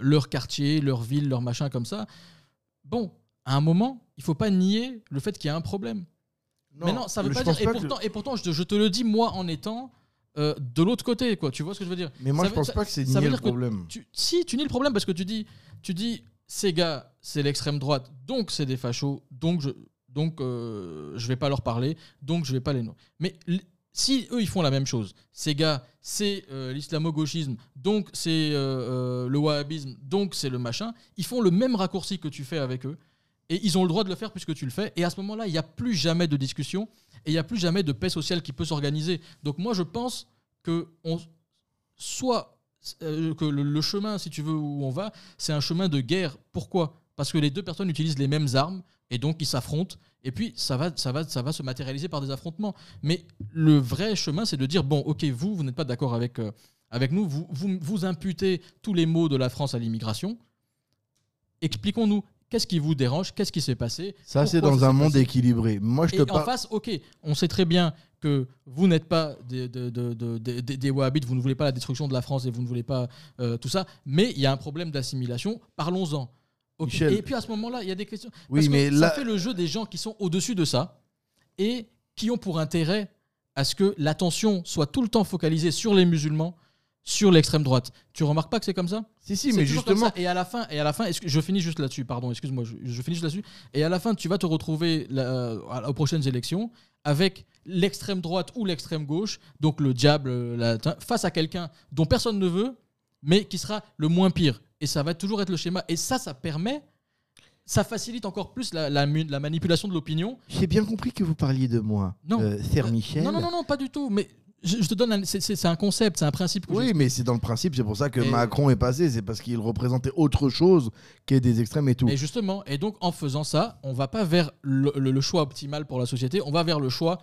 [SPEAKER 3] leur quartier, leur ville, leur machin comme ça. Bon, à un moment, il faut pas nier le fait qu'il y a un problème. mais non, ça veut
[SPEAKER 2] je
[SPEAKER 3] pas
[SPEAKER 2] pense
[SPEAKER 3] dire. Et
[SPEAKER 2] que le-
[SPEAKER 3] pourtant, et pourtant je, te, je te le dis, moi, en étant euh, de l'autre côté, quoi. Tu vois ce que je veux dire
[SPEAKER 2] Mais moi,
[SPEAKER 3] ça
[SPEAKER 2] je
[SPEAKER 3] veut-
[SPEAKER 2] pense
[SPEAKER 3] ça-
[SPEAKER 2] pas que c'est
[SPEAKER 3] ça
[SPEAKER 2] nier
[SPEAKER 3] veut
[SPEAKER 2] le
[SPEAKER 3] dire que
[SPEAKER 2] problème.
[SPEAKER 3] tu- si tu nies le problème parce que tu dis tu dis ces gars c'est l'extrême droite donc c'est des fachos donc je donc euh, je vais pas leur parler donc je vais pas les nommer mais l- si eux ils font la même chose ces gars c'est euh, l'islamo-gauchisme donc c'est euh, euh, le wahhabisme donc c'est le machin ils font le même raccourci que tu fais avec eux et ils ont le droit de le faire puisque tu le fais et à ce moment-là il n'y a plus jamais de discussion et il n'y a plus jamais de paix sociale qui peut s'organiser donc moi je pense que on soit euh, que le, le chemin, si tu veux, où on va, c'est un chemin de guerre. Pourquoi Parce que les deux personnes utilisent les mêmes armes et donc ils s'affrontent. Et puis ça va, ça va, ça va se matérialiser par des affrontements. Mais le vrai chemin, c'est de dire bon, ok, vous, vous n'êtes pas d'accord avec euh, avec nous. Vous, vous vous imputez tous les maux de la France à l'immigration. Expliquons-nous. Qu'est-ce qui vous dérange Qu'est-ce qui s'est passé
[SPEAKER 2] Ça, c'est
[SPEAKER 3] Pourquoi
[SPEAKER 2] dans
[SPEAKER 3] s'est
[SPEAKER 2] un monde
[SPEAKER 3] passé
[SPEAKER 2] équilibré. Moi, je
[SPEAKER 3] et
[SPEAKER 2] te
[SPEAKER 3] en
[SPEAKER 2] parle.
[SPEAKER 3] face, ok, on sait très bien que vous n'êtes pas des, de- de- de- de- des- des wahhabites, vous ne voulez pas la destruction de la France et vous ne voulez pas euh, tout ça, mais il y a un problème d'assimilation, parlons-en. Ok.
[SPEAKER 2] Michel.
[SPEAKER 3] Et puis à ce moment-là, il y a des questions.
[SPEAKER 2] Oui,
[SPEAKER 3] Parce que
[SPEAKER 2] mais
[SPEAKER 3] ça
[SPEAKER 2] là-
[SPEAKER 3] fait le jeu des gens qui sont au-dessus de ça et qui ont pour intérêt à ce que l'attention soit tout le temps focalisée sur les musulmans, sur l'extrême droite. Tu remarques pas que c'est comme ça
[SPEAKER 2] Si, si,
[SPEAKER 3] c'est
[SPEAKER 2] mais
[SPEAKER 3] toujours comme
[SPEAKER 2] justement.
[SPEAKER 3] ça. Et à la fin, et à la fin, est-ce que- je finis juste là-dessus, pardon, excuse-moi, je, je finis juste là-dessus. Et à la fin, tu vas te retrouver là, euh, à- aux prochaines élections avec l'extrême droite ou l'extrême gauche, donc le diable, euh, la- tin- face à quelqu'un dont personne ne veut, mais qui sera le moins pire. Et ça va toujours être le schéma. Et ça, ça permet, ça facilite encore plus la, la mu- la manipulation de l'opinion.
[SPEAKER 2] J'ai bien compris que vous parliez de moi,
[SPEAKER 3] Non.
[SPEAKER 2] euh, Serre Michel.
[SPEAKER 3] Non, non, non, non, pas du tout. Mais je, je te donne, un- c'est c'est- c'est un concept, c'est un principe. Que
[SPEAKER 2] Oui,
[SPEAKER 3] je-
[SPEAKER 2] mais c'est dans le principe, c'est pour ça que
[SPEAKER 3] Et-
[SPEAKER 2] Macron est passé, c'est parce qu'il représentait autre chose qu'est des extrêmes et tout.
[SPEAKER 3] Et justement, et donc en faisant ça, on va pas vers le, le- le choix optimal pour la société, on va vers le choix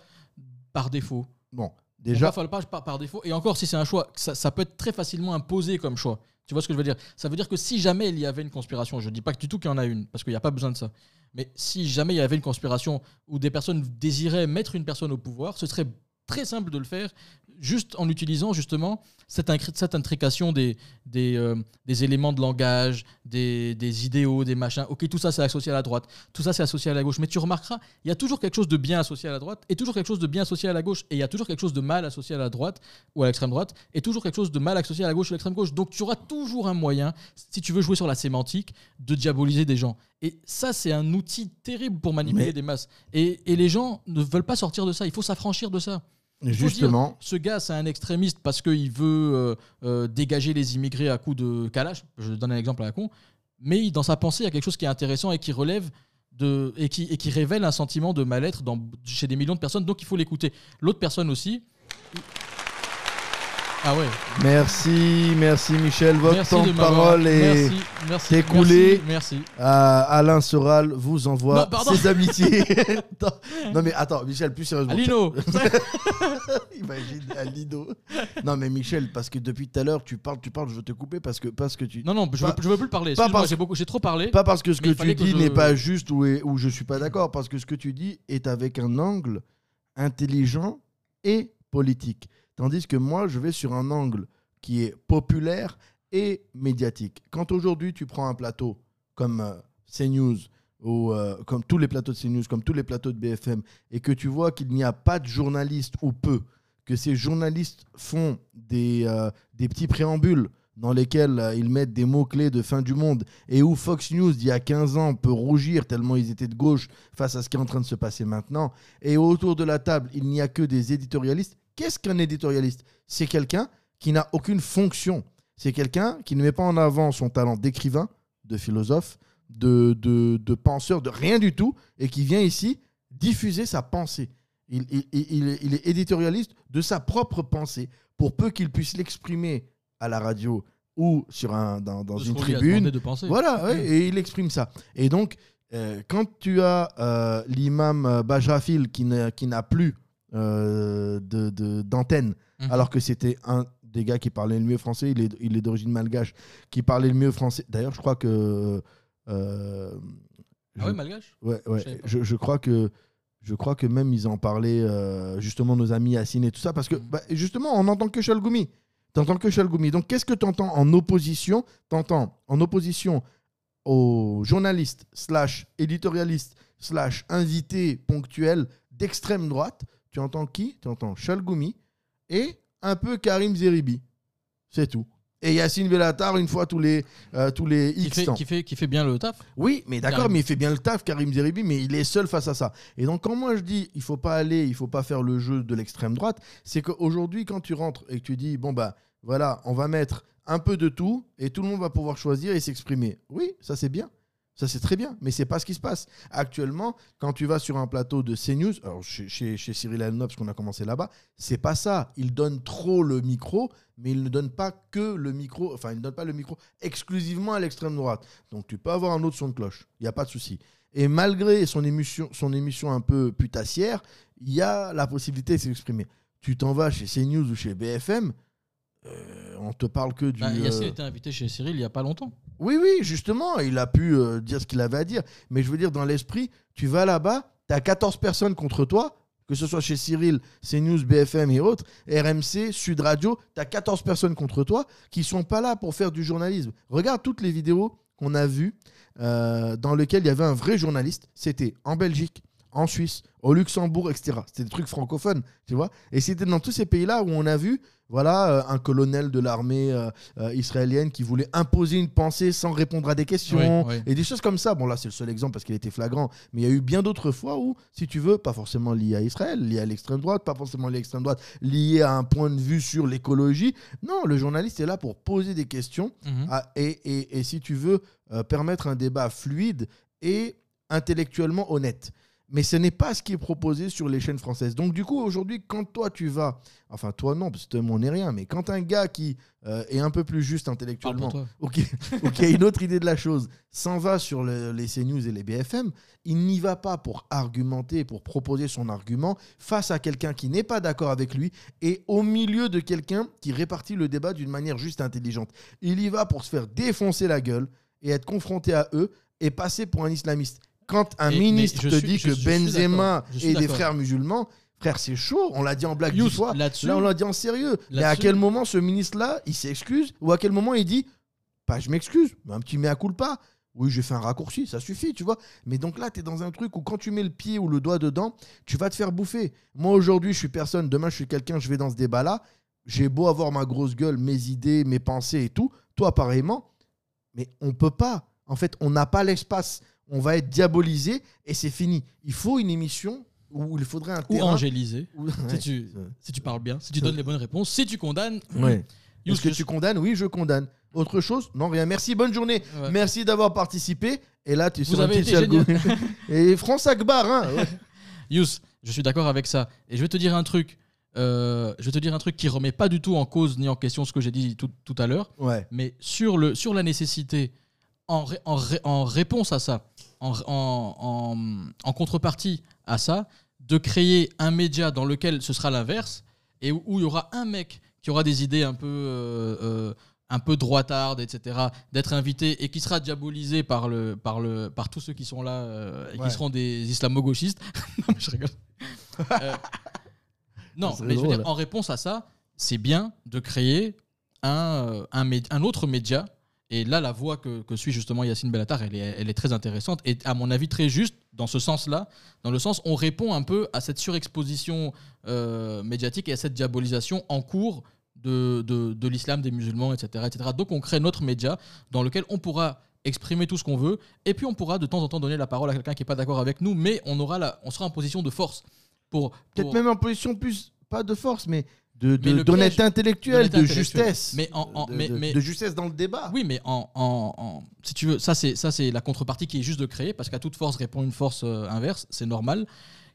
[SPEAKER 3] par défaut.
[SPEAKER 2] Bon,
[SPEAKER 3] On
[SPEAKER 2] déjà,
[SPEAKER 3] va faire le pas par, par défaut. Et encore, si c'est un choix, ça, ça peut être très facilement imposé comme choix. Tu vois ce que je veux dire Ça veut dire que si jamais il y avait une conspiration, je dis pas que du tout qu'il y en a une, parce qu'il n'y a pas besoin de ça. Mais si jamais il y avait une conspiration où des personnes désiraient mettre une personne au pouvoir, ce serait très simple de le faire juste en utilisant justement cette, incri- cette intrication des, des, euh, des éléments de langage, des, des idéaux, des machins. Ok, tout ça c'est associé à la droite, tout ça c'est associé à la gauche. Mais tu remarqueras, il y a toujours quelque chose de bien associé à la droite et toujours quelque chose de bien associé à la gauche. Et il y a toujours quelque chose de mal associé à la droite ou à l'extrême droite et toujours quelque chose de mal associé à la gauche ou à l'extrême gauche. Donc tu auras toujours un moyen, si tu veux jouer sur la sémantique, de diaboliser des gens. Et ça, c'est un outil terrible pour manipuler
[SPEAKER 2] Mais-
[SPEAKER 3] des masses. Et, et les gens ne veulent pas sortir de ça. Il faut s'affranchir de ça. Il faut
[SPEAKER 2] Justement.
[SPEAKER 3] dire, ce gars, c'est un extrémiste parce qu'il veut euh, euh, dégager les immigrés à coups de calage. Je donne un exemple à la con. Mais il- dans sa pensée, il y a quelque chose qui est intéressant et qui relève de, et, qui, et qui révèle un sentiment de mal-être dans- chez des millions de personnes. Donc il faut l'écouter. L'autre personne aussi. Ah ouais.
[SPEAKER 2] Merci, merci Michel. Votre
[SPEAKER 3] merci
[SPEAKER 2] temps
[SPEAKER 3] de
[SPEAKER 2] de
[SPEAKER 3] m'avoir-
[SPEAKER 2] parole est
[SPEAKER 3] merci, merci,
[SPEAKER 2] écoulé.
[SPEAKER 3] Merci. merci.
[SPEAKER 2] Euh, Alain Soral vous envoie
[SPEAKER 3] Non, pardon.
[SPEAKER 2] ses amitiés. non, non, mais attends, Michel, plus sérieusement.
[SPEAKER 3] Alino.
[SPEAKER 2] Imagine Alido. Non, mais Michel, parce que depuis tout à l'heure, tu parles, tu parles, je veux te couper parce que, parce que tu.
[SPEAKER 3] Non, non, je veux,
[SPEAKER 2] Pas-
[SPEAKER 3] je veux plus le parler.
[SPEAKER 2] pas
[SPEAKER 3] Excuse-moi,
[SPEAKER 2] parce-
[SPEAKER 3] J'ai beaucoup- j'ai trop parlé.
[SPEAKER 2] Pas parce que ce
[SPEAKER 3] Mais il
[SPEAKER 2] que tu
[SPEAKER 3] fallait que
[SPEAKER 2] dis
[SPEAKER 3] je-
[SPEAKER 2] n'est pas juste ou, est- ou je suis pas d'accord, parce que ce que tu dis est avec un angle intelligent et politique. Tandis que moi, je vais sur un angle qui est populaire et médiatique. Quand aujourd'hui, tu prends un plateau comme euh, CNews, ou euh, comme tous les plateaux de CNews, comme tous les plateaux de BFM, et que tu vois qu'il n'y a pas de journalistes ou peu, que ces journalistes font des, euh, des petits préambules dans lesquels euh, ils mettent des mots-clés de fin du monde, et où Fox News, d'il y a 15 ans, peut rougir tellement ils étaient de gauche face à ce qui est en train de se passer maintenant, et autour de la table, il n'y a que des éditorialistes. Qu'est-ce qu'un éditorialiste C'est quelqu'un qui n'a aucune fonction. C'est quelqu'un qui ne met pas en avant son talent d'écrivain, de philosophe, de, de, de penseur, de rien du tout, et qui vient ici diffuser sa pensée. Il, il- il- il est- il est éditorialiste de sa propre pensée, pour peu qu'il puisse l'exprimer à la radio ou sur un, dans, dans
[SPEAKER 3] De ce
[SPEAKER 2] une
[SPEAKER 3] qu'on lui a
[SPEAKER 2] tribune,
[SPEAKER 3] demandé de penser.
[SPEAKER 2] voilà, ouais, et il exprime ça. Et donc, euh, quand tu as euh, l'imam euh, Bajrafil qui n'a, qui n'a plus euh, de, de- d'antenne,
[SPEAKER 3] Mhm.
[SPEAKER 2] alors que c'était un des gars qui parlait le mieux français, il est, il est d'origine malgache, qui parlait le mieux français. D'ailleurs, je crois que. euh,
[SPEAKER 3] Ah ouais, malgache
[SPEAKER 2] Ouais, ouais.
[SPEAKER 3] Je savais pas.
[SPEAKER 2] Je, je crois que je crois que même ils en parlaient euh, justement nos amis Yacine et tout ça
[SPEAKER 3] Mm.
[SPEAKER 2] parce que bah, justement on n'entend que Chalgoumi. T'entends que Chalgoumi. Donc qu'est-ce que t'entends en opposition T'entends en opposition aux journalistes slash éditorialistes slash invités ponctuels d'extrême droite. Tu entends qui Tu entends Chalgoumi et un peu Karim Zeribi. C'est tout. Et Yacine Bellatar une fois tous les euh, tous les
[SPEAKER 3] qui
[SPEAKER 2] X
[SPEAKER 3] fait,
[SPEAKER 2] temps.
[SPEAKER 3] qui, fait, qui fait bien le taf.
[SPEAKER 2] Oui, mais d'accord,
[SPEAKER 3] Karim.
[SPEAKER 2] mais il fait bien le taf, Karim Zeribi, mais il est seul face à ça. Et donc, quand moi je dis, il faut pas aller, il faut pas faire le jeu de l'extrême droite, c'est qu'aujourd'hui, quand tu rentres et que tu dis, bon, bah voilà, on va mettre un peu de tout et tout le monde va pouvoir choisir et s'exprimer. Oui, ça c'est bien. Ça c'est très bien, mais c'est pas ce qui se passe. Actuellement, quand tu vas sur un plateau de CNews, alors chez, chez, chez Cyril Hanouna, parce qu'on a commencé là-bas, c'est pas ça. Il donne trop le micro, mais il ne donne pas que le micro, enfin, il ne donne pas le micro exclusivement à l'extrême droite. Donc tu peux avoir un autre son de cloche, il n'y a pas de souci. Et malgré son émission, son émission un peu putassière, il y a la possibilité de s'exprimer. Tu t'en vas chez CNews ou chez BFM, euh, on te parle que du...
[SPEAKER 3] Bah, Yacine
[SPEAKER 2] euh,
[SPEAKER 3] était invité chez Cyril il y a pas longtemps.
[SPEAKER 2] oui, oui, justement, il a pu euh, dire ce qu'il avait à dire. Mais je veux dire, dans l'esprit, tu vas là-bas, tu as 14 personnes contre toi, que ce soit chez Cyril, CNews, BFM et autres, RMC, Sud Radio, tu as 14 personnes contre toi qui sont pas là pour faire du journalisme. Regarde toutes les vidéos qu'on a vues euh, dans lesquelles il y avait un vrai journaliste. C'était en Belgique, en Suisse, au Luxembourg, etc. C'était des trucs francophones, tu vois. Et c'était dans tous ces pays-là où on a vu, voilà, euh, un colonel de l'armée euh, euh, israélienne qui voulait imposer une pensée sans répondre à des questions
[SPEAKER 3] Oui, oui.
[SPEAKER 2] et des choses comme ça. Bon, là, c'est le seul exemple parce qu'il était flagrant, mais il y a eu bien d'autres fois où, si tu veux, pas forcément lié à Israël, lié à l'extrême droite, pas forcément lié à l'extrême droite, lié à un point de vue sur l'écologie. Non, le journaliste est là pour poser des questions
[SPEAKER 3] Mhm.
[SPEAKER 2] ah, et, et- et si tu veux euh, permettre un débat fluide et intellectuellement honnête. Mais ce n'est pas ce qui est proposé sur les chaînes françaises. Donc du coup, aujourd'hui, quand toi tu vas, enfin toi non, parce que toi, on n'est rien, mais quand un gars qui euh, est un peu plus juste
[SPEAKER 3] Parle
[SPEAKER 2] intellectuellement
[SPEAKER 3] pour toi.
[SPEAKER 2] ou qui, ou qui a une autre idée de la chose, s'en va sur le- les CNews et les BFM, il n'y va pas pour argumenter, pour proposer son argument face à quelqu'un qui n'est pas d'accord avec lui et au milieu de quelqu'un qui répartit le débat d'une manière juste intelligente. Il y va pour se faire défoncer la gueule et être confronté à eux et passer pour un islamiste. Quand un
[SPEAKER 3] Et- mais
[SPEAKER 2] ministre
[SPEAKER 3] je
[SPEAKER 2] te
[SPEAKER 3] suis-
[SPEAKER 2] dit
[SPEAKER 3] je-
[SPEAKER 2] que
[SPEAKER 3] je suis
[SPEAKER 2] Benzema
[SPEAKER 3] d'accord. Je suis
[SPEAKER 2] et des
[SPEAKER 3] d'accord.
[SPEAKER 2] frères musulmans, Frère, c'est chaud. On l'a dit en blague
[SPEAKER 3] Yous,
[SPEAKER 2] dix fois.
[SPEAKER 3] là-dessus-
[SPEAKER 2] Là, on l'a dit en sérieux. Mais à
[SPEAKER 3] là-dessus-
[SPEAKER 2] quel moment ce ministre-là, il s'excuse Ou à quel moment il dit Pas, je m'excuse, mais un petit mea culpa. Oui, j'ai fait un raccourci, ça suffit, tu vois. Mais donc là, tu es dans un truc où quand tu mets le pied ou le doigt dedans, tu vas te faire bouffer. Moi, aujourd'hui, je suis personne. Demain, je suis quelqu'un. Je vais dans ce débat-là. J'ai beau avoir ma grosse gueule, mes idées, mes pensées et tout. Toi, pareillement. Mais on peut pas. En fait, on n'a pas l'espace. On va être diabolisé et c'est fini. Il faut une émission où il faudrait un
[SPEAKER 3] Ou
[SPEAKER 2] terrain
[SPEAKER 3] angélisé.
[SPEAKER 2] où-
[SPEAKER 3] Si, tu,
[SPEAKER 2] hein. c'est vrai.
[SPEAKER 3] si tu parles bien, si tu donnes les bonnes réponses, si tu condamnes,
[SPEAKER 2] Ouais.
[SPEAKER 3] Yous,
[SPEAKER 2] Est-ce que
[SPEAKER 3] je-
[SPEAKER 2] tu condamnes Oui, je condamne. Autre chose Non, rien. Merci, bonne journée.
[SPEAKER 3] Ouais.
[SPEAKER 2] Merci d'avoir participé. Et là, tu es
[SPEAKER 3] Vous
[SPEAKER 2] sur un
[SPEAKER 3] avez
[SPEAKER 2] petit
[SPEAKER 3] été
[SPEAKER 2] chalgo. Et France Akbar, hein Ouais.
[SPEAKER 3] Yous, je suis d'accord avec ça. Et je vais te dire un truc. Euh, je vais te dire un truc qui remet pas du tout en cause ni en question ce que j'ai dit tout, tout à l'heure,
[SPEAKER 2] Ouais.
[SPEAKER 3] mais sur, le, sur la nécessité, en, ré- en, ré- en réponse à ça, en, ré- en, en- en contrepartie à ça, de créer un média dans lequel ce sera l'inverse et où, où il y aura un mec qui aura des idées un peu, euh, euh, un peu droitardes, etc., d'être invité et qui sera diabolisé par, le, par, le, par tous ceux qui sont là euh, et
[SPEAKER 2] Ouais.
[SPEAKER 3] qui seront des islamo-gauchistes. non, mais je rigole. Euh, non,
[SPEAKER 2] Ça serait
[SPEAKER 3] mais je veux
[SPEAKER 2] drôle.
[SPEAKER 3] dire, en réponse à ça, c'est bien de créer un, euh, un, médi- un autre média. Et là, la voix que, que suit justement Yacine Bellatar, elle est, elle est très intéressante et à mon avis très juste dans ce sens-là. Dans le sens, on répond un peu à cette surexposition euh, médiatique et à cette diabolisation en cours de, de, de l'islam, des musulmans, etc., etc. Donc on crée notre média dans lequel on pourra exprimer tout ce qu'on veut et puis on pourra de temps en temps donner la parole à quelqu'un qui n'est pas d'accord avec nous, mais on, aura la, on sera en position de force pour...
[SPEAKER 2] Peut-être
[SPEAKER 3] pour-
[SPEAKER 2] même en position plus, pas de force, mais de,
[SPEAKER 3] Mais
[SPEAKER 2] de,
[SPEAKER 3] le
[SPEAKER 2] d'honnêteté
[SPEAKER 3] piège-
[SPEAKER 2] intellectuelle, de
[SPEAKER 3] d'honnêteté intellectuelle.
[SPEAKER 2] justesse.
[SPEAKER 3] Mais en- en-
[SPEAKER 2] de,
[SPEAKER 3] mais-
[SPEAKER 2] de-
[SPEAKER 3] mais-
[SPEAKER 2] de justesse dans le débat.
[SPEAKER 3] Oui, mais en, en- en- si tu veux, ça c'est ça c'est la contrepartie qui est juste de créer, parce qu'à toute force répond une force euh, inverse, c'est normal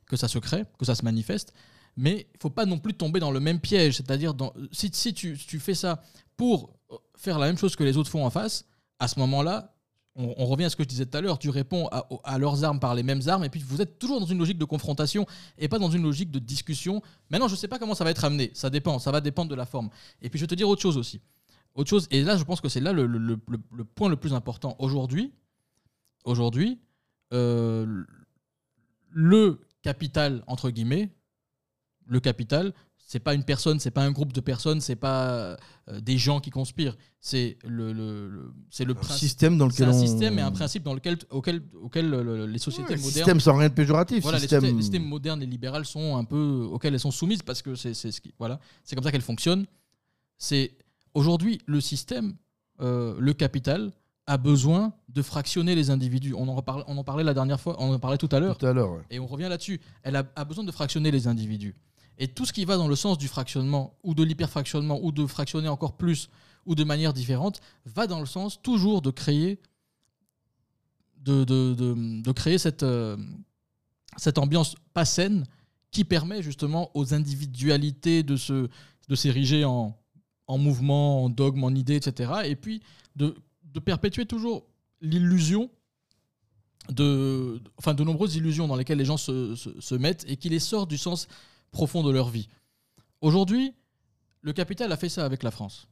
[SPEAKER 3] que ça se crée, que ça se manifeste, mais il faut pas non plus tomber dans le même piège, c'est-à-dire dans- si, si tu, si tu fais ça pour euh, faire la même chose que les autres font en face, à ce moment-là, on, on revient à ce que je disais tout à l'heure, tu réponds à, au- à leurs armes par les mêmes armes, et puis vous êtes toujours dans une logique de confrontation et pas dans une logique de discussion. Maintenant, je sais pas comment ça va être amené, ça dépend, ça va dépendre de la forme. Et puis je vais te dire autre chose aussi. Autre chose, et là je pense que c'est là le, le- le- le- le point le plus important aujourd'hui. Aujourd'hui, euh, le capital entre guillemets, le capital, c'est pas une personne, c'est pas un groupe de personnes, c'est pas euh, des gens qui conspirent, c'est le, le- le- c'est le
[SPEAKER 2] Un
[SPEAKER 3] principe.
[SPEAKER 2] système dans
[SPEAKER 3] C'est
[SPEAKER 2] lequel
[SPEAKER 3] un
[SPEAKER 2] on-
[SPEAKER 3] système et un principe dans lequel, auquel, auquel le- le- les sociétés
[SPEAKER 2] Ouais,
[SPEAKER 3] modernes
[SPEAKER 2] système sans rien de péjoratif.
[SPEAKER 3] voilà, les
[SPEAKER 2] système...
[SPEAKER 3] sociétés- les systèmes modernes et libérales sont un peu auxquels elles sont soumises parce que c'est c'est ce qui voilà, c'est comme ça qu'elles fonctionnent. C'est aujourd'hui le système, euh, le capital a besoin de fractionner les individus. On en reparle- on en parlait la dernière fois, on en parlait tout à l'heure.
[SPEAKER 2] Tout à l'heure. ouais.
[SPEAKER 3] Et on revient là-dessus. Elle a, a besoin de fractionner les individus. Et tout ce qui va dans le sens du fractionnement ou de l'hyperfractionnement ou de fractionner encore plus ou de manière différente va dans le sens toujours de créer, de, de- de- de créer cette, euh, cette ambiance pas saine qui permet justement aux individualités de se de s'ériger en, en mouvement, en dogme, en idée, etc. Et puis de, de perpétuer toujours l'illusion de, de- enfin, de nombreuses illusions dans lesquelles les gens se, se- se mettent et qui les sortent du sens profond de leur vie. Aujourd'hui, le capital a fait ça avec la France,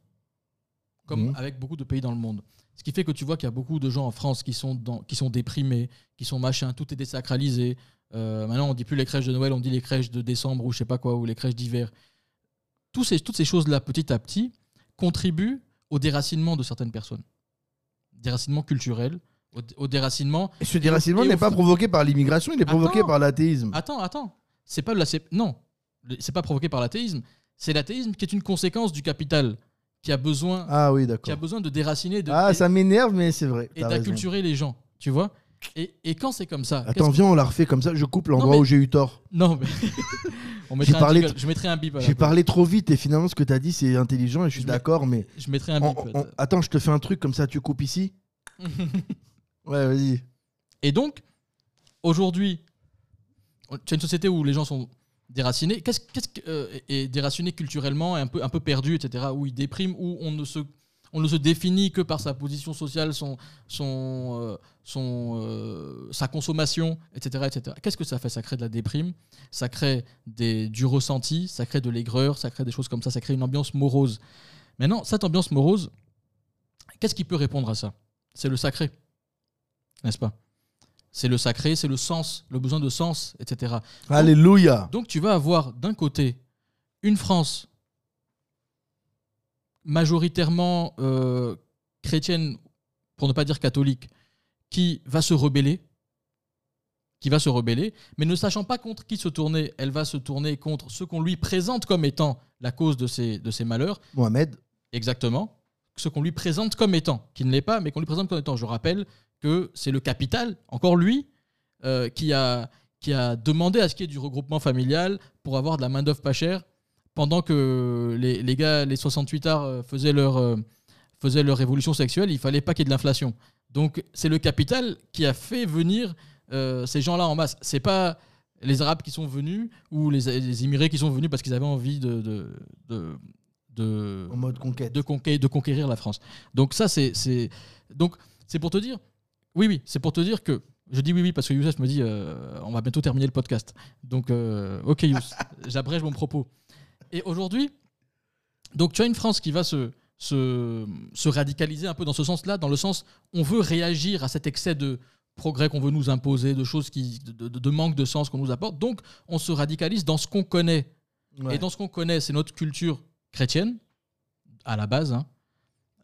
[SPEAKER 3] comme
[SPEAKER 2] Mhm.
[SPEAKER 3] avec beaucoup de pays dans le monde. Ce qui fait que tu vois qu'il y a beaucoup de gens en France qui sont, dans, qui sont déprimés, qui sont machins, tout est désacralisé. Euh, maintenant, on dit plus les crèches de Noël, on dit les crèches de décembre ou je sais pas quoi, ou les crèches d'hiver. Tous ces, toutes ces choses-là, petit à petit, contribuent au déracinement de certaines personnes. Déracinement culturel, au- au déracinement
[SPEAKER 2] Et ce déracinement
[SPEAKER 3] et au
[SPEAKER 2] n'est pas
[SPEAKER 3] fond-
[SPEAKER 2] provoqué par l'immigration, il est provoqué
[SPEAKER 3] Attends. Ah.
[SPEAKER 2] par l'athéisme.
[SPEAKER 3] Attends, attends. C'est pas de la c'est- non, Le- c'est pas provoqué par l'athéisme. C'est l'athéisme qui est une conséquence du capital qui a besoin
[SPEAKER 2] Ah oui,
[SPEAKER 3] qui a
[SPEAKER 2] d'accord.
[SPEAKER 3] besoin de déraciner de,
[SPEAKER 2] Ah,
[SPEAKER 3] et,
[SPEAKER 2] ça m'énerve, mais c'est vrai.
[SPEAKER 3] et
[SPEAKER 2] t'as raison.
[SPEAKER 3] d'acculturer les gens, tu vois. Et, et quand c'est comme ça,
[SPEAKER 2] Attends,
[SPEAKER 3] qu'est-ce-
[SPEAKER 2] viens, on la refait comme ça. Je coupe l'endroit
[SPEAKER 3] mais-
[SPEAKER 2] où j'ai eu tort.
[SPEAKER 3] non mais on mettra un
[SPEAKER 2] parlé
[SPEAKER 3] jingle. je mettrai un bip. à la
[SPEAKER 2] J'ai
[SPEAKER 3] place.
[SPEAKER 2] parlé trop vite et finalement, ce que t'as dit, c'est intelligent et je suis
[SPEAKER 3] Je mets-
[SPEAKER 2] d'accord, mais.
[SPEAKER 3] Je mettrai un
[SPEAKER 2] On-
[SPEAKER 3] bip. euh,
[SPEAKER 2] on- Attends, je te fais un truc comme ça, tu coupes ici. Ouais, vas-y.
[SPEAKER 3] Et donc, aujourd'hui, on- tu as une société où les gens sont déracinés, qu'est-ce, qu'est-ce que, euh, et et déracinés culturellement, et un peu, un peu perdus, etc., où ils dépriment, où on ne se, on ne se définit que par sa position sociale, son, son, euh, son, euh, sa consommation, etc., etc. Qu'est-ce que ça fait Ça crée de la déprime, ça crée des, du ressenti, ça crée de l'aigreur, ça crée des choses comme ça, ça crée une ambiance morose. Maintenant, cette ambiance morose, qu'est-ce qui peut répondre à ça C'est le sacré, n'est-ce pas c'est le sacré, c'est le sens, le besoin de sens, etc.
[SPEAKER 2] Alléluia.
[SPEAKER 3] Donc tu vas avoir d'un côté une France majoritairement euh, chrétienne, pour ne pas dire catholique, qui va se rebeller, qui va se rebeller, mais ne sachant pas contre qui se tourner, elle va se tourner contre ce qu'on lui présente comme étant la cause de ses, de ses malheurs,
[SPEAKER 2] Mohamed,
[SPEAKER 3] exactement, ce qu'on lui présente comme étant, qui ne l'est pas, mais qu'on lui présente comme étant. Je rappelle que c'est le capital, encore lui, euh, qui, a, qui a demandé à ce qu'il y ait du regroupement familial pour avoir de la main-d'œuvre pas chère, pendant que les, les gars, les 68 arts euh, faisaient leur, euh, faisaient leur révolution sexuelle, il fallait pas qu'il y ait de l'inflation. Donc c'est le capital qui a fait venir euh, ces gens-là en masse. C'est pas les Arabes qui sont venus ou les, les immigrés qui sont venus parce qu'ils avaient envie de- de- de, de
[SPEAKER 2] en mode conquête.
[SPEAKER 3] de, conquérir, de conquérir la France. Donc ça, c'est c'est donc c'est pour te dire, oui oui, c'est pour te dire que je dis oui oui parce que Youssef me dit euh, on va bientôt terminer le podcast. Donc euh, ok Youssef, j'abrège mon propos. Et aujourd'hui, donc tu as une France qui va se se, se radicaliser un peu dans ce sens-là, dans le sens on veut réagir à cet excès de progrès qu'on veut nous imposer, de choses qui de, de- de manque de sens qu'on nous apporte. Donc on se radicalise dans ce qu'on connaît.
[SPEAKER 2] Ouais.
[SPEAKER 3] Et dans ce qu'on connaît, c'est notre culture chrétienne, à la base. hein.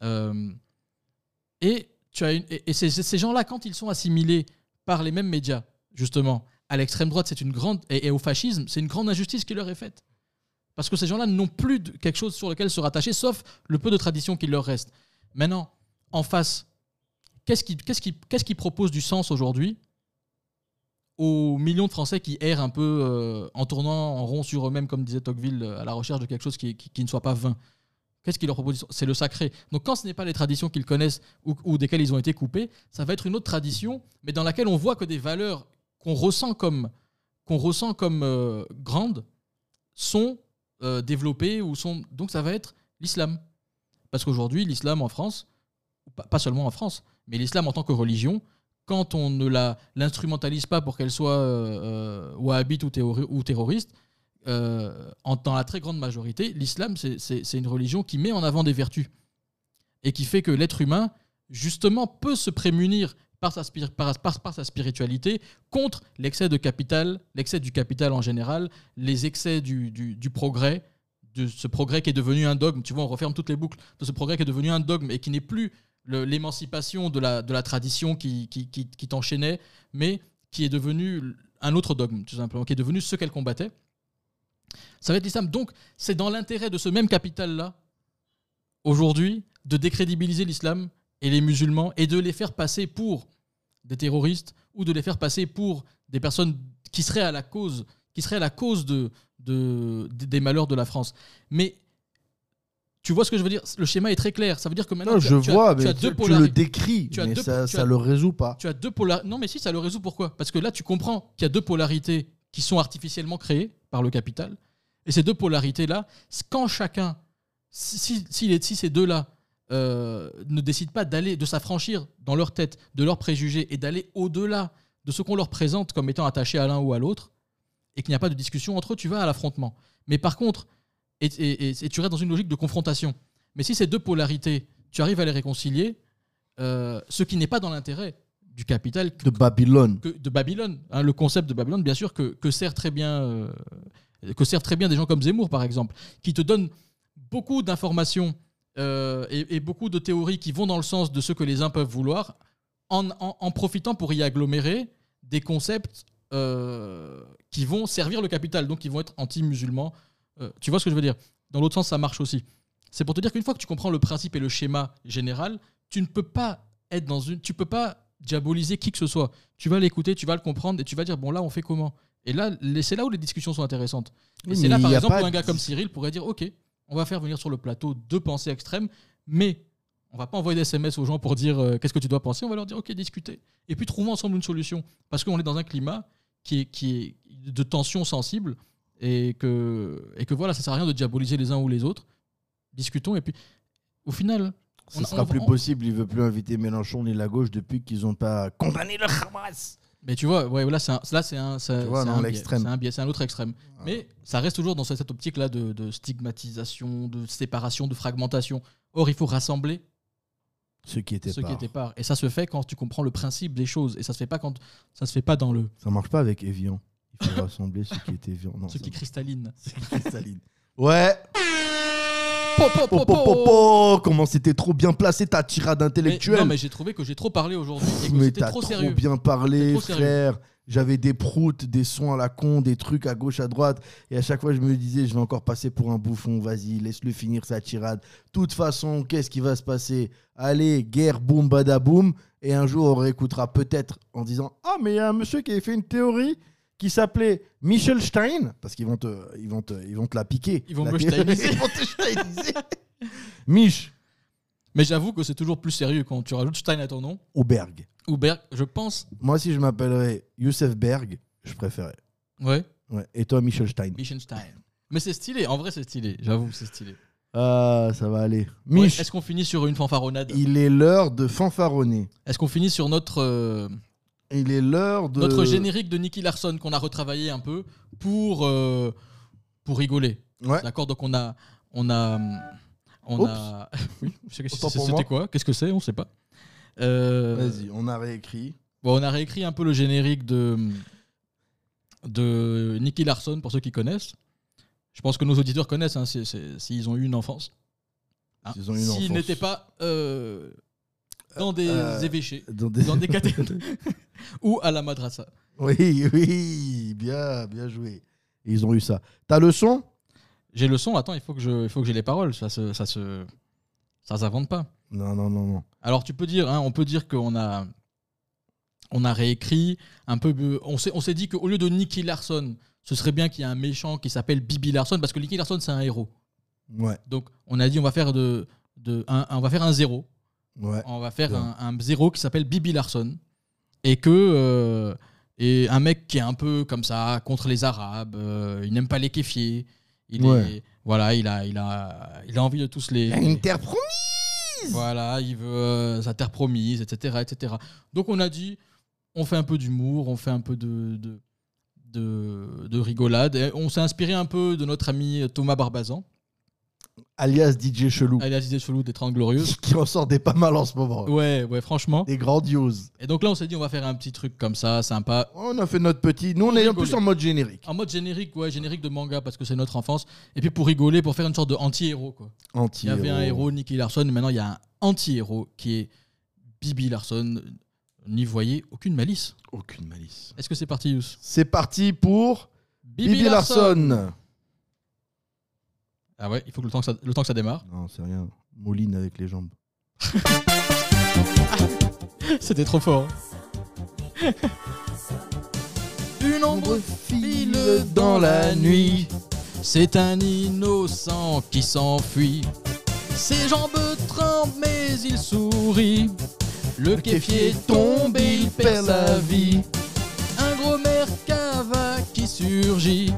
[SPEAKER 3] Euh, et tu as une- et, et ces, ces gens-là, quand ils sont assimilés par les mêmes médias, justement, à l'extrême droite, c'est une grande et, et au fascisme, c'est une grande injustice qui leur est faite. Parce que ces gens-là n'ont plus de- quelque chose sur lequel se rattacher, sauf le peu de tradition qui leur reste. Maintenant, en face, qu'est-ce qui, qu'est-ce qui, qu'est-ce qui propose du sens aujourd'hui aux millions de Français qui errent un peu euh, en tournant en rond sur eux-mêmes, comme disait Tocqueville, euh, à la recherche de quelque chose qui, qui- qui ne soit pas vain Qu'est-ce qui leur propose du sens C'est le sacré. Donc quand ce n'est pas les traditions qu'ils connaissent ou, ou desquelles ils ont été coupés, ça va être une autre tradition, mais dans laquelle on voit que des valeurs qu'on ressent comme, qu'on ressent comme euh, grandes sont euh, développées. Ou sont... Donc ça va être l'islam. Parce qu'aujourd'hui, l'islam en France, pas- pas seulement en France, mais l'islam en tant que religion, quand on ne la l'instrumentalise pas pour qu'elle soit euh, euh, wahhabite ou, théori- ou terroriste, euh, en, dans la très grande majorité, l'islam, c'est- c'est c'est une religion qui met en avant des vertus et qui fait que l'être humain, justement, peut se prémunir par sa, spir- par- par- par sa spiritualité contre l'excès de capital, l'excès du capital en général, les excès du, du- du progrès, de ce progrès qui est devenu un dogme. Tu vois, on referme toutes les boucles de ce progrès qui est devenu un dogme et qui n'est plus le- l'émancipation de la, de la tradition qui, qui, qui- qui t'enchaînait, mais qui est devenu un autre dogme, tout simplement, qui est devenu ce qu'elle combattait. Ça va être l'islam. Donc, c'est dans l'intérêt de ce même capital-là, aujourd'hui, de décrédibiliser l'islam et les musulmans et de les faire passer pour des terroristes ou de les faire passer pour des personnes qui seraient à la cause, qui seraient à la cause de, de- des malheurs de la France. Mais tu vois ce que je veux dire Le schéma est très clair. Ça veut dire que maintenant,
[SPEAKER 2] Non,
[SPEAKER 3] tu as-
[SPEAKER 2] je
[SPEAKER 3] tu as-
[SPEAKER 2] vois,
[SPEAKER 3] tu
[SPEAKER 2] mais
[SPEAKER 3] as
[SPEAKER 2] tu,
[SPEAKER 3] deux
[SPEAKER 2] tu le
[SPEAKER 3] polarités.
[SPEAKER 2] décris,
[SPEAKER 3] tu as
[SPEAKER 2] mais
[SPEAKER 3] deux-
[SPEAKER 2] ça,
[SPEAKER 3] tu
[SPEAKER 2] ça
[SPEAKER 3] as-
[SPEAKER 2] le résout pas.
[SPEAKER 3] tu as deux polarités. Non, mais si, ça le résout. Pourquoi Parce que là, tu comprends qu'il y a deux polarités qui sont artificiellement créées par le capital. Et ces deux polarités-là, c- quand chacun, si, si, si les- si ces deux-là euh, ne décident pas d'aller, de s'affranchir dans leur tête de leurs préjugés et d'aller au-delà de ce qu'on leur présente comme étant attaché à l'un ou à l'autre, et qu'il n'y a pas de discussion entre eux, tu vas à l'affrontement. Mais par contre, et, et- et- et tu restes dans une logique de confrontation. Mais si ces deux polarités, tu arrives à les réconcilier, euh, ce qui n'est pas dans l'intérêt du capital
[SPEAKER 2] De Babylone.
[SPEAKER 3] que- de Babylone. hein, le concept de Babylone, bien sûr, que, que sert très bien, euh, que servent très bien des gens comme Zemmour, par exemple, qui te donnent beaucoup d'informations euh, et, et beaucoup de théories qui vont dans le sens de ce que les uns peuvent vouloir, en, en- en profitant pour y agglomérer des concepts euh, qui vont servir le capital, donc qui vont être anti-musulmans. Euh, tu vois ce que je veux dire Dans l'autre sens, ça marche aussi. C'est pour te dire qu'une fois que tu comprends le principe et le schéma général, tu ne peux pas être dans une, tu peux pas diaboliser qui que ce soit tu vas l'écouter, tu vas le comprendre et tu vas dire bon là on fait comment Et là les- c'est là où les discussions sont intéressantes. Et
[SPEAKER 2] Oui,
[SPEAKER 3] c'est
[SPEAKER 2] mais
[SPEAKER 3] là par
[SPEAKER 2] il y a
[SPEAKER 3] exemple
[SPEAKER 2] pas
[SPEAKER 3] où un gars
[SPEAKER 2] de-
[SPEAKER 3] comme Cyril pourrait dire ok on va faire venir sur le plateau deux pensées extrêmes, mais on va pas envoyer des SMS aux gens pour dire euh, qu'est-ce que tu dois penser, on va leur dire ok discutez et puis trouvons ensemble une solution parce qu'on est dans un climat qui est, qui est de tension sensible et que et que voilà ça sert à rien de diaboliser les uns ou les autres. Discutons et puis au final
[SPEAKER 2] Ce
[SPEAKER 3] on-
[SPEAKER 2] sera
[SPEAKER 3] on-
[SPEAKER 2] plus
[SPEAKER 3] on-
[SPEAKER 2] possible, il veut plus inviter Mélenchon ni la gauche depuis qu'ils n'ont pas condamné le Hamas.
[SPEAKER 3] Mais tu vois, ouais, là, c'est un, là, c'est un, ça-
[SPEAKER 2] Tu vois,
[SPEAKER 3] c'est
[SPEAKER 2] non,
[SPEAKER 3] un biais.
[SPEAKER 2] l'extrême.
[SPEAKER 3] C'est un biais, c'est un autre extrême. Mais ça reste toujours dans cette, cette optique-là de, de stigmatisation, de séparation, de fragmentation. Or, il faut rassembler
[SPEAKER 2] Ceux qui étaient
[SPEAKER 3] ceux
[SPEAKER 2] pas.
[SPEAKER 3] qui étaient par. Et ça se fait quand tu comprends le principe des choses. Et ça se fait pas quand ça se fait pas dans le
[SPEAKER 2] Ça marche pas avec Evian. Il faut rassembler ceux qui étaient Evian. Non,
[SPEAKER 3] ceux
[SPEAKER 2] ça
[SPEAKER 3] qui
[SPEAKER 2] marche
[SPEAKER 3] cristalline.
[SPEAKER 2] pas. Saline. Ouais.
[SPEAKER 3] Po, po,
[SPEAKER 2] Po,
[SPEAKER 3] po,
[SPEAKER 2] po,
[SPEAKER 3] po.
[SPEAKER 2] po, po. Comment c'était trop bien placé ta tirade
[SPEAKER 3] Mais-
[SPEAKER 2] intellectuelle.
[SPEAKER 3] non mais j'ai trouvé que j'ai trop parlé aujourd'hui et
[SPEAKER 2] Pff,
[SPEAKER 3] que
[SPEAKER 2] mais
[SPEAKER 3] c'était
[SPEAKER 2] t'as
[SPEAKER 3] trop
[SPEAKER 2] trop,
[SPEAKER 3] sérieux.
[SPEAKER 2] bien parlé,
[SPEAKER 3] C'était trop sérieux.
[SPEAKER 2] frère. J'avais des proutes, des sons à la con, des trucs à gauche, à droite. Et à chaque fois, je me disais, je vais encore passer pour un bouffon. Vas-y, laisse-le finir sa tirade. toute façon, qu'est-ce qui va se passer Allez, guerre, boum, badaboum. Et un jour, on réécoutera peut-être en disant Ah, mais il y a un monsieur qui avait fait une théorie qui s'appelait Michel Stein. Parce qu'ils vont te, ils vont te, ils vont te la piquer.
[SPEAKER 3] Ils vont
[SPEAKER 2] La
[SPEAKER 3] me le
[SPEAKER 2] théorie.
[SPEAKER 3] steiniser.
[SPEAKER 2] Ils vont te steiniser. Mich
[SPEAKER 3] Mais j'avoue que c'est toujours plus sérieux quand tu rajoutes Stein à ton nom.
[SPEAKER 2] Auberg.
[SPEAKER 3] Ou Berg, je pense.
[SPEAKER 2] Moi, si je m'appellerais Youssef Berg, je préférais.
[SPEAKER 3] Ouais.
[SPEAKER 2] Ouais. Et toi, Michel Stein
[SPEAKER 3] Liechtenstein. Mais c'est stylé, en vrai c'est stylé, j'avoue c'est stylé.
[SPEAKER 2] Ah, ça va aller.
[SPEAKER 3] Ouais,
[SPEAKER 2] Mich,
[SPEAKER 3] Est-ce qu'on finit sur une fanfaronnade
[SPEAKER 2] il est l'heure de fanfaronner.
[SPEAKER 3] Est-ce qu'on finit sur notre, euh,
[SPEAKER 2] Il est l'heure de.
[SPEAKER 3] notre générique de Nicky Larson qu'on a retravaillé un peu pour, euh, pour rigoler
[SPEAKER 2] Ouais.
[SPEAKER 3] D'accord Donc on a. On a. On a. Oui, je sais que
[SPEAKER 2] Autant pour moi.
[SPEAKER 3] c'était quoi Qu'est-ce que c'est On sait pas. Euh,
[SPEAKER 2] Vas-y, on a réécrit.
[SPEAKER 3] Bon, on a réécrit un peu le générique de, de Nicky Larson pour ceux qui connaissent. Je pense que nos auditeurs connaissent hein, c'est- c'est- s'ils ont eu une enfance. Hein,
[SPEAKER 2] S'ils ont eu une
[SPEAKER 3] S'ils
[SPEAKER 2] enfance.
[SPEAKER 3] n'étaient pas euh, dans des
[SPEAKER 2] Euh,
[SPEAKER 3] évêchés,
[SPEAKER 2] Dans des,
[SPEAKER 3] dans des cathédrales ou à la madrasa.
[SPEAKER 2] oui, oui, bien, bien joué. Ils ont eu ça. T'as le son
[SPEAKER 3] J'ai le son, attends, il faut que je- il faut que j'ai les paroles, ça se, ça se, ça s'invente pas.
[SPEAKER 2] Non, non, non, non.
[SPEAKER 3] Alors tu peux dire, hein, on peut dire qu'on a, on a réécrit un peu. euh, On s'est, on s'est dit qu'au lieu de Nicky Larson, ce serait bien qu'il y ait un méchant qui s'appelle Bibi Larson parce que Nicky Larson c'est un héros.
[SPEAKER 2] Ouais,
[SPEAKER 3] Donc on a dit on va faire de, de un, un- on va faire un zéro,
[SPEAKER 2] ouais.
[SPEAKER 3] on va faire
[SPEAKER 2] Bien.
[SPEAKER 3] un, un zéro qui s'appelle Bibi Larson et que euh, et un mec qui est un peu comme ça contre les Arabes, euh, il n'aime pas les kéfiers, il
[SPEAKER 2] Ouais.
[SPEAKER 3] est voilà, il a, il a, il a envie de tous les.
[SPEAKER 2] Une terre promise
[SPEAKER 3] Voilà, il veut euh, sa terre promise, etc., etc. Donc on a dit, on fait un peu d'humour, on fait un peu de, de, de- de rigolade. Et on s'est inspiré un peu de notre ami Thomas Barbazan,
[SPEAKER 2] Alias DJ Chelou,
[SPEAKER 3] alias des Chelou des 30 Glorieuses.
[SPEAKER 2] qui en sort des pas mal en ce moment.
[SPEAKER 3] Ouais, ouais, franchement.
[SPEAKER 2] Des grandioses.
[SPEAKER 3] Et donc là, on s'est dit, on va faire un petit truc comme ça, sympa.
[SPEAKER 2] On a fait notre petit. Nous, on est en
[SPEAKER 3] rigolait.
[SPEAKER 2] plus en mode générique.
[SPEAKER 3] En mode générique, ouais, générique de manga, parce que c'est notre enfance. Et puis pour rigoler, pour faire une sorte de anti-héros, quoi. Il
[SPEAKER 2] Anti.
[SPEAKER 3] y avait un héros, Nicky Larson, et maintenant il y a un anti-héros qui est Bibi Larson. N'y voyez aucune malice.
[SPEAKER 2] Aucune malice.
[SPEAKER 3] Est-ce que c'est parti, Yous
[SPEAKER 2] C'est parti pour
[SPEAKER 3] Bibi,
[SPEAKER 2] Bibi, Larson.
[SPEAKER 3] Ah ouais, il faut que le temps que ça, le temps que ça démarre.
[SPEAKER 2] Non, c'est rien. Moline avec les jambes.
[SPEAKER 3] C'était trop fort. hein. Une ombre file dans la nuit. C'est un innocent qui s'enfuit. Ses jambes tremblent mais il sourit. Le kéfier tombe, il perd la vie. Un gros mercava qui surgit.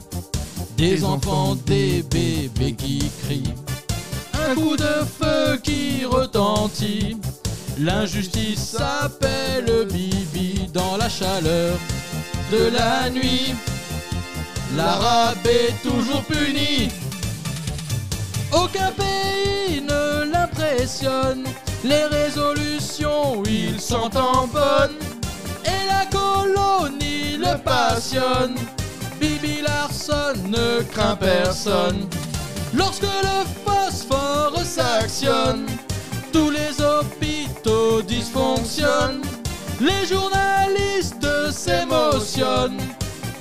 [SPEAKER 3] Des,
[SPEAKER 2] Des
[SPEAKER 3] enfants,
[SPEAKER 2] enfants, des
[SPEAKER 3] des bébés qui crient. Un coup de feu qui retentit. L'injustice s'appelle Bibi dans la chaleur de la nuit. L'arabe est toujours puni. Aucun pays ne l'impressionne. Les résolutions, il s'en tamponne. Et la colonie le passionne. Bibi Larson ne craint personne. Lorsque le phosphore s'actionne, tous les hôpitaux dysfonctionnent. Les journalistes s'émotionnent.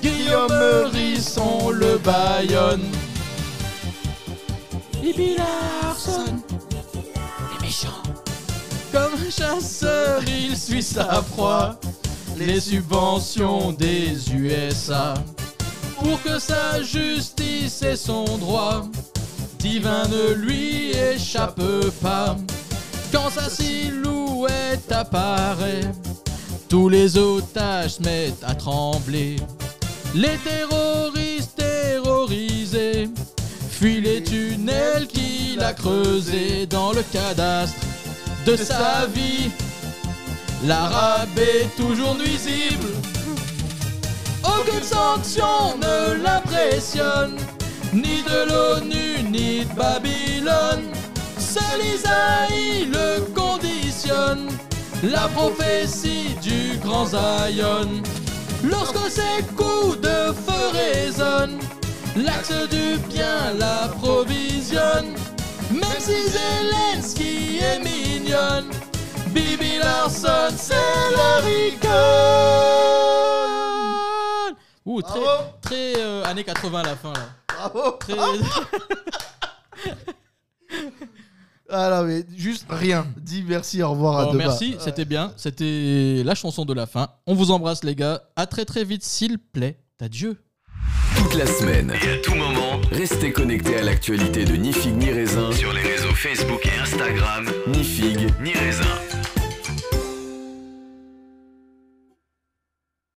[SPEAKER 3] Guillaume Risson le Bayonne. Bibi Larson est méchant. Comme un chasseur, il suit sa proie. Les subventions des USA. Pour que sa justice et son droit divin ne lui échappe pas. Quand sa silhouette apparaît, tous les otages se mettent à trembler. Les terroristes terrorisés fuient les tunnels qu'il a creusés dans le cadastre de sa vie. L'arabe est toujours nuisible. Aucune sanction ne l'impressionne, ni de l'ONU, ni de Babylone. Seul Isaïe le conditionne. questionne la prophétie du grand Zion. Lorsque ces coups de feu résonnent, l'axe du bien la provisionne. Même si Zelensky est mignonne, Bibi Larson c'est la riconne. Ouh, très,
[SPEAKER 2] Bravo.
[SPEAKER 3] très euh, années 80 à la fin là.
[SPEAKER 2] Bravo.
[SPEAKER 3] Très-
[SPEAKER 2] Ah là, mais juste rien. Dis merci, au revoir à
[SPEAKER 3] Bon,
[SPEAKER 2] demain.
[SPEAKER 3] merci, c'était bien. C'était la chanson de la fin. On vous embrasse, les gars. À très très vite, s'il plaît. Adieu.
[SPEAKER 8] Toute la semaine et à tout moment, restez connectés à l'actualité de Ni Figue Ni Raisin sur les réseaux Facebook et Instagram Ni Figue Ni Raisin.